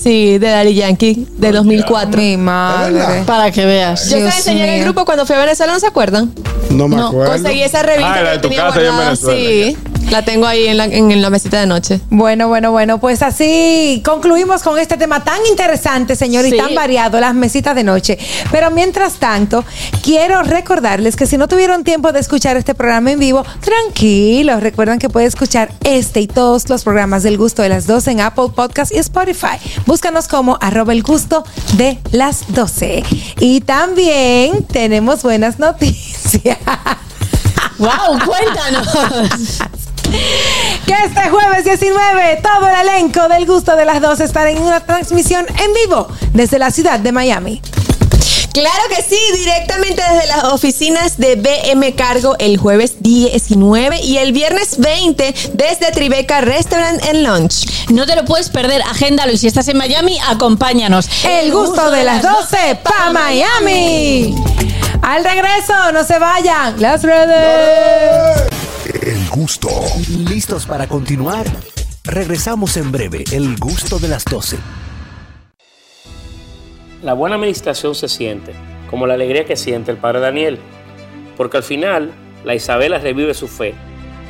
Sí, de Daddy Yankee, de 2004. Mi
madre.
Para que veas. Yo se la
Dios
enseñé en el
mío.
grupo cuando fui a Venezuela, ¿no se acuerdan?
No me
No,
acuerdo.
conseguí esa revista
Ah,
que
la de tu
tenía
casa allá en
guardada. Sí, la tengo ahí en la, en la mesita de noche.
Bueno, bueno, bueno, pues así concluimos con este tema tan interesante, señor, y tan variado, las mesitas de noche. Pero mientras tanto, quiero recordarles que si no tuvieron tiempo de escuchar este programa en vivo, tranquilos, recuerdan que puede escuchar este y todos los programas del gusto de las 12 en Apple Podcast y Spotify. Búscanos como arroba el gusto de las 12. Y también tenemos buenas noticias.
¡Wow! ¡Cuéntanos!
Que este jueves 19 todo el elenco del gusto de las dos estará en una transmisión en vivo desde la ciudad de Miami.
Claro que sí, directamente desde las oficinas de BM Cargo el jueves 19 y el viernes 20 desde Tribeca Restaurant and Lunch.
No te lo puedes perder, agéndalo y si estás en Miami, acompáñanos.
El gusto de las 12 pa Miami. Al regreso, no se vayan. Las redes.
El gusto. ¿Listos para continuar? Regresamos en breve. El gusto de las 12.
La buena administración se siente, como la alegría que siente el padre Daniel, porque al final la Isabela revive su fe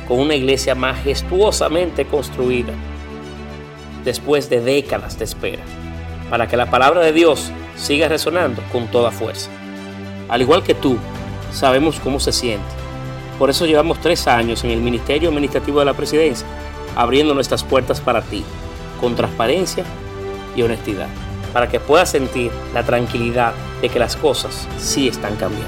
con una iglesia majestuosamente construida después de décadas de espera, para que la palabra de Dios siga resonando con toda fuerza. Al igual que tú, sabemos cómo se siente. Por eso llevamos tres años en el Ministerio Administrativo de la Presidencia, abriendo nuestras puertas para ti, con transparencia y honestidad, para que puedas sentir la tranquilidad de que las cosas sí están cambiando.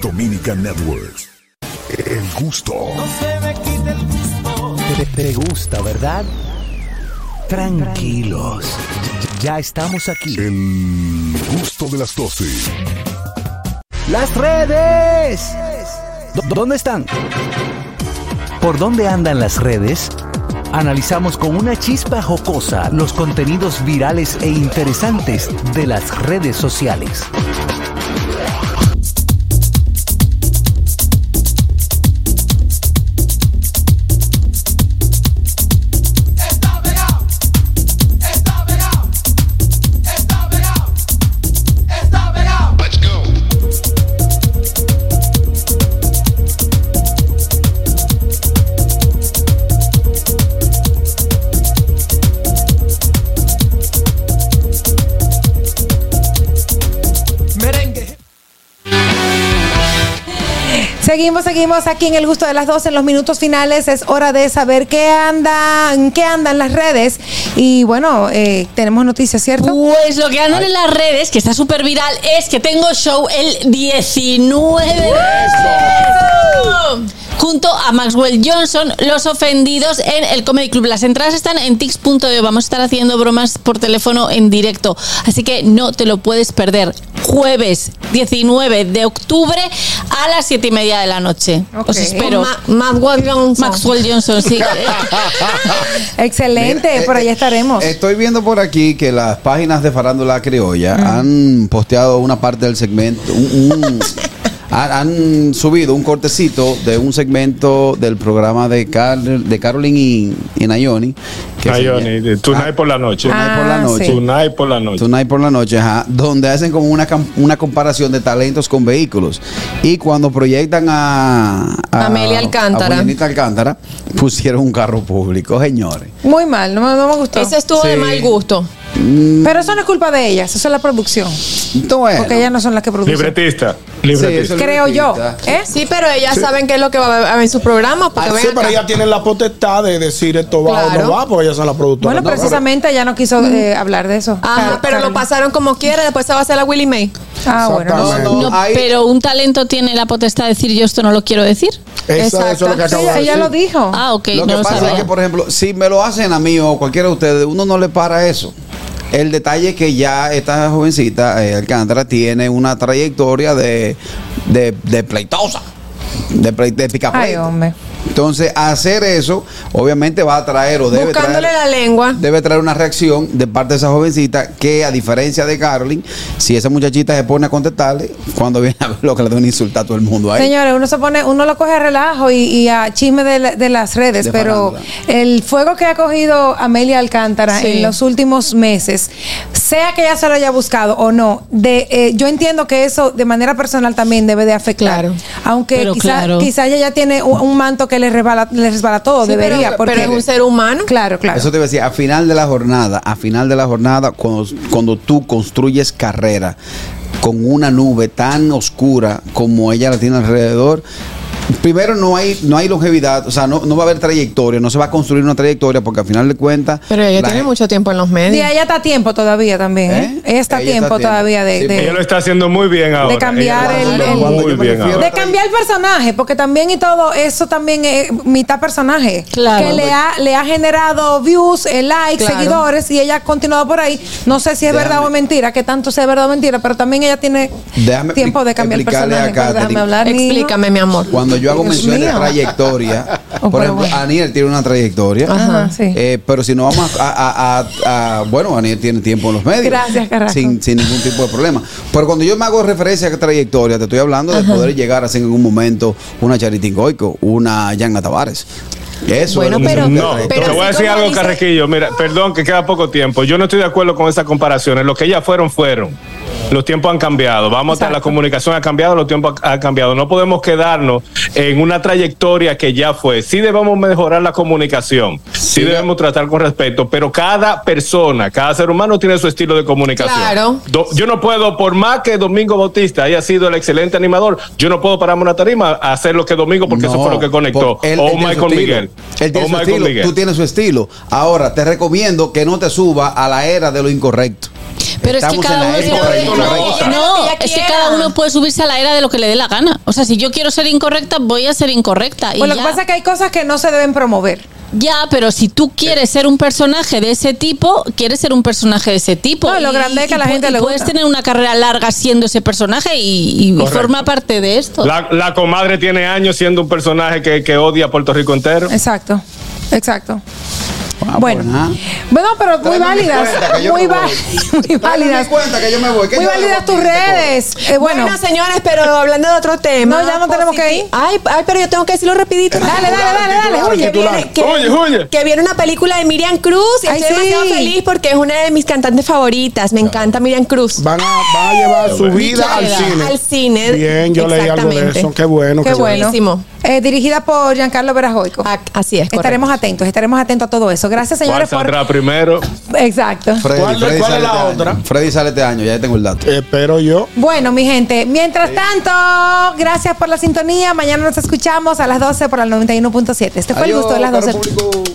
Dominican Networks. El gusto.
Te, te gusta, ¿verdad? Tranquilos. Ya- Ya estamos aquí.
El gusto de las 12.
Las redes. ¿Dó- ¿Dónde están? ¿Por dónde andan las redes? Analizamos con una chispa jocosa los contenidos virales e interesantes de las redes sociales.
Está pegado. Let's go.
Seguimos, seguimos aquí en el gusto de las 12 en los minutos finales. Es hora de saber qué andan, qué andan las redes. Y bueno, eh, tenemos noticias, ¿cierto?
Pues lo que andan en las redes, que está súper viral, es que tengo show el 19 de marzo. Junto a Maxwell Johnson, los ofendidos en el Comedy Club. Las entradas están en tix.de. Vamos a estar haciendo bromas por teléfono en directo. Así que no te lo puedes perder. Jueves 19 de octubre a las 7 y media de la noche. Os espero.
Con Ma- Maxwell Johnson.
Maxwell Johnson, sí.
Excelente,
Mira,
por
eh,
ahí estaremos.
Estoy viendo por aquí que las páginas de Farándula Criolla
Mm.
han posteado una parte del segmento, un- un- han, han subido un cortecito de un segmento del programa de, Car- de Carolyn y, y Nayoni. que se
Nayoni,
llama-
de Tonight por la noche.
Tonight por la
Ah,
noche.
sí. Tonight por la noche.
Tonight por la noche, ajá, donde hacen como una, cam- una comparación de talentos con vehículos. Y cuando proyectan a, a
Amelia Alcántara.
a Julianita Alcántara, pusieron un carro público, señores.
Muy mal, no, me- no me gustó.
Ese estuvo de
Sí.
mal gusto.
Pero eso no es culpa de ellas, eso es la producción. Porque ellas no son las que producen.
Libretista. Libretista.
Creo yo. ¿eh?
Sí, pero ellas
Sí.
saben qué es lo que va a haber en sus programas. Porque
Ah,
ven
sí,
acá.
pero ella tiene la potestad de decir esto va o
Claro.
no va, porque ella es la productora.
Bueno,
No,
precisamente ella no quiso
Mm.
eh, hablar de eso.
Ajá, pero lo pasaron como quiera, después se va a hacer la Willy May.
Ah,
bueno, no. Exactamente.
No,
Ahí-
pero un talento tiene la potestad de decir yo esto no lo quiero decir.
Eso- eso es lo que acabo de decir.
dijo.
Ah, ok,
lo que
no lo
pasa
sabía.
es que, por ejemplo, si me lo hacen a mí o cualquiera de ustedes, uno no le para eso. El detalle es que ya esta jovencita, eh, Alcántara, tiene una trayectoria de, de, de pleitosa, de, plei- de
Ay,
oh.
picapleito.
hombre.
Entonces, hacer eso, obviamente va a traer o debe
Buscándole
traer,
la lengua.
debe traer una reacción de parte de esa jovencita que, a diferencia de Carolyn, si esa muchachita se pone a contestarle, cuando viene a ver lo que le da un insulto a todo el mundo ahí.
Señores, uno se pone, uno lo coge a relajo y, y a chisme de, la- de las redes,
De
pero el fuego que ha cogido Amelia Alcántara
Sí.
en los últimos meses, sea que ella se lo haya buscado o no, de, eh, yo entiendo que eso de manera personal también debe de afectar. Aunque
Pero
quizá,
claro.
quizá ella ya tiene un, un manto que le resbala, le resbala todo,
Sí,
debería.
pero-
porque,
pero es un ser humano.
Claro, claro.
Eso te iba a decir, a final de la jornada, a final de la jornada, cuando, cuando tú construyes carrera con una nube tan oscura como ella la tiene alrededor, primero no hay, no hay longevidad, o sea, no, no va a haber trayectoria, no se va a construir una trayectoria porque al final de cuentas...
Pero ella
la
tiene
gen-
mucho tiempo en los medios.
Y ella está a tiempo todavía también. ¿eh? Ella está a
Ella está
tiempo
a tiempo.
todavía de,
Sí,
de-
Ella lo está haciendo muy bien ahora.
cambiar
Ella lo
el-
está haciendo
el-
Muy bien ahora.
de cambiar el personaje, porque también y todo eso también es mitad personaje.
Claro.
Que le ha, le ha generado views, eh, likes,
Claro.
seguidores y ella ha continuado por ahí. No sé si es
Déjame.
verdad o mentira, que tanto sea verdad o mentira, pero también ella tiene
Déjame
tiempo de cambiar el
explicarle a
personaje. Pero
Catherine.
déjame hablar. niño.
Explícame, mi amor.
Cuando yo hago
Dios
mención de
mío. Oh,
trayectoria, por
pero
ejemplo,
bueno.
Aniel tiene una trayectoria.
Ajá, sí.
Eh, pero si no vamos a, a- a- a- Bueno, Aniel tiene tiempo en los medios.
Gracias, Carrasco.
Sin, sin ningún tipo de problema. Pero cuando yo me hago referencia a trayectoria, te estoy hablando de poder llegar a ser en algún momento una Charitín Goico, una Yanna Tavares. Eso
Bueno,
es lo que
pero-
se
No,
trata.
te voy a
así
decir
como
algo,
dice-
Carrequillo. Mira, perdón, que queda poco tiempo. Yo no estoy de acuerdo con esas comparaciones. Lo que ellas fueron, fueron. Los tiempos han cambiado. Vamos a la comunicación ha cambiado, los tiempos ha- han cambiado. No podemos quedarnos en una trayectoria que ya fue. Sí debemos mejorar la comunicación. Sí, debemos tratar con respeto, pero cada persona, cada ser humano tiene su estilo de comunicación.
Claro.
Do- yo no puedo, por más que Domingo Bautista haya sido el excelente animador, yo no puedo pararme una tarima a hacer lo que Domingo, porque eso
No,
fue lo que conectó.
por- él- él
o
tiene su
Oh, Michael
estilo.
Miguel.
Él tiene
o
su
Michael
estilo,
Miguel.
Tú tienes su estilo. Ahora, te recomiendo que no te suba a la era de lo incorrecto.
Pero es que
Estamos en
cada
la
uno
era
tiene-
incorrecta.
no, no, es que cada uno puede subirse a la era de lo que le dé la gana. O sea, si yo quiero ser incorrecta, voy a ser incorrecta. Y
Pues lo que
ya.
pasa es que hay cosas que no se deben promover.
Ya, pero si tú quieres ser un personaje de ese tipo, quieres ser un personaje de ese tipo.
No, lo grande es que a la
pu-
gente
y
le
Puedes
gusta.
tener una carrera larga siendo ese personaje y, y
Correcto.
forma parte de esto.
La, la comadre tiene años siendo un personaje que, que odia a Puerto Rico entero.
Exacto, exacto.
Ah,
Bueno.
pues, ajá.
Bueno, pero muy
Tráeme mi
válidas.
cuenta, que yo
Muy,
me
va-
voy.
muy válidas.
mi cuenta, que yo me voy, que
Muy
yo hago
válidas tus
aquí, te cobro.
redes. Eh, bueno.
Bueno, señores, pero hablando de otro tema.
No, ya no tenemos que ir.
Ay, ay, pero yo tengo que decirlo rapidito.
Dale, dale, dale, dale.
Que
Huye.
viene, que,
Oye, oye.
que viene una película de Miriam Cruz y
Ay,
estoy
sí.
demasiado feliz porque es una de mis cantantes favoritas. Me encanta Miriam Cruz.
Van a, van a llevar su vida al
Micaela,
cine.
al cine.
Bien, yo leí algo de
Exactamente.
eso. Qué bueno,
Qué
qué, bueno.
bueno.
Buenísimo. Ah,
eh, dirigida por Giancarlo Verajoico.
Así es.
Estaremos atentos, estaremos atentos a todo eso. Gracias, señores,
¿Cuál
por.
saldrá primero?
Exacto.
¿Cuál,
cuál es la
otra? Freddy sale este año, ya tengo el dato.
Espero yo.
Bueno, mi gente, mientras tanto, gracias por la sintonía. Mañana nos escuchamos a las 12 por la 91.7. Este fue el
Adiós,
gusto de las
caro
12.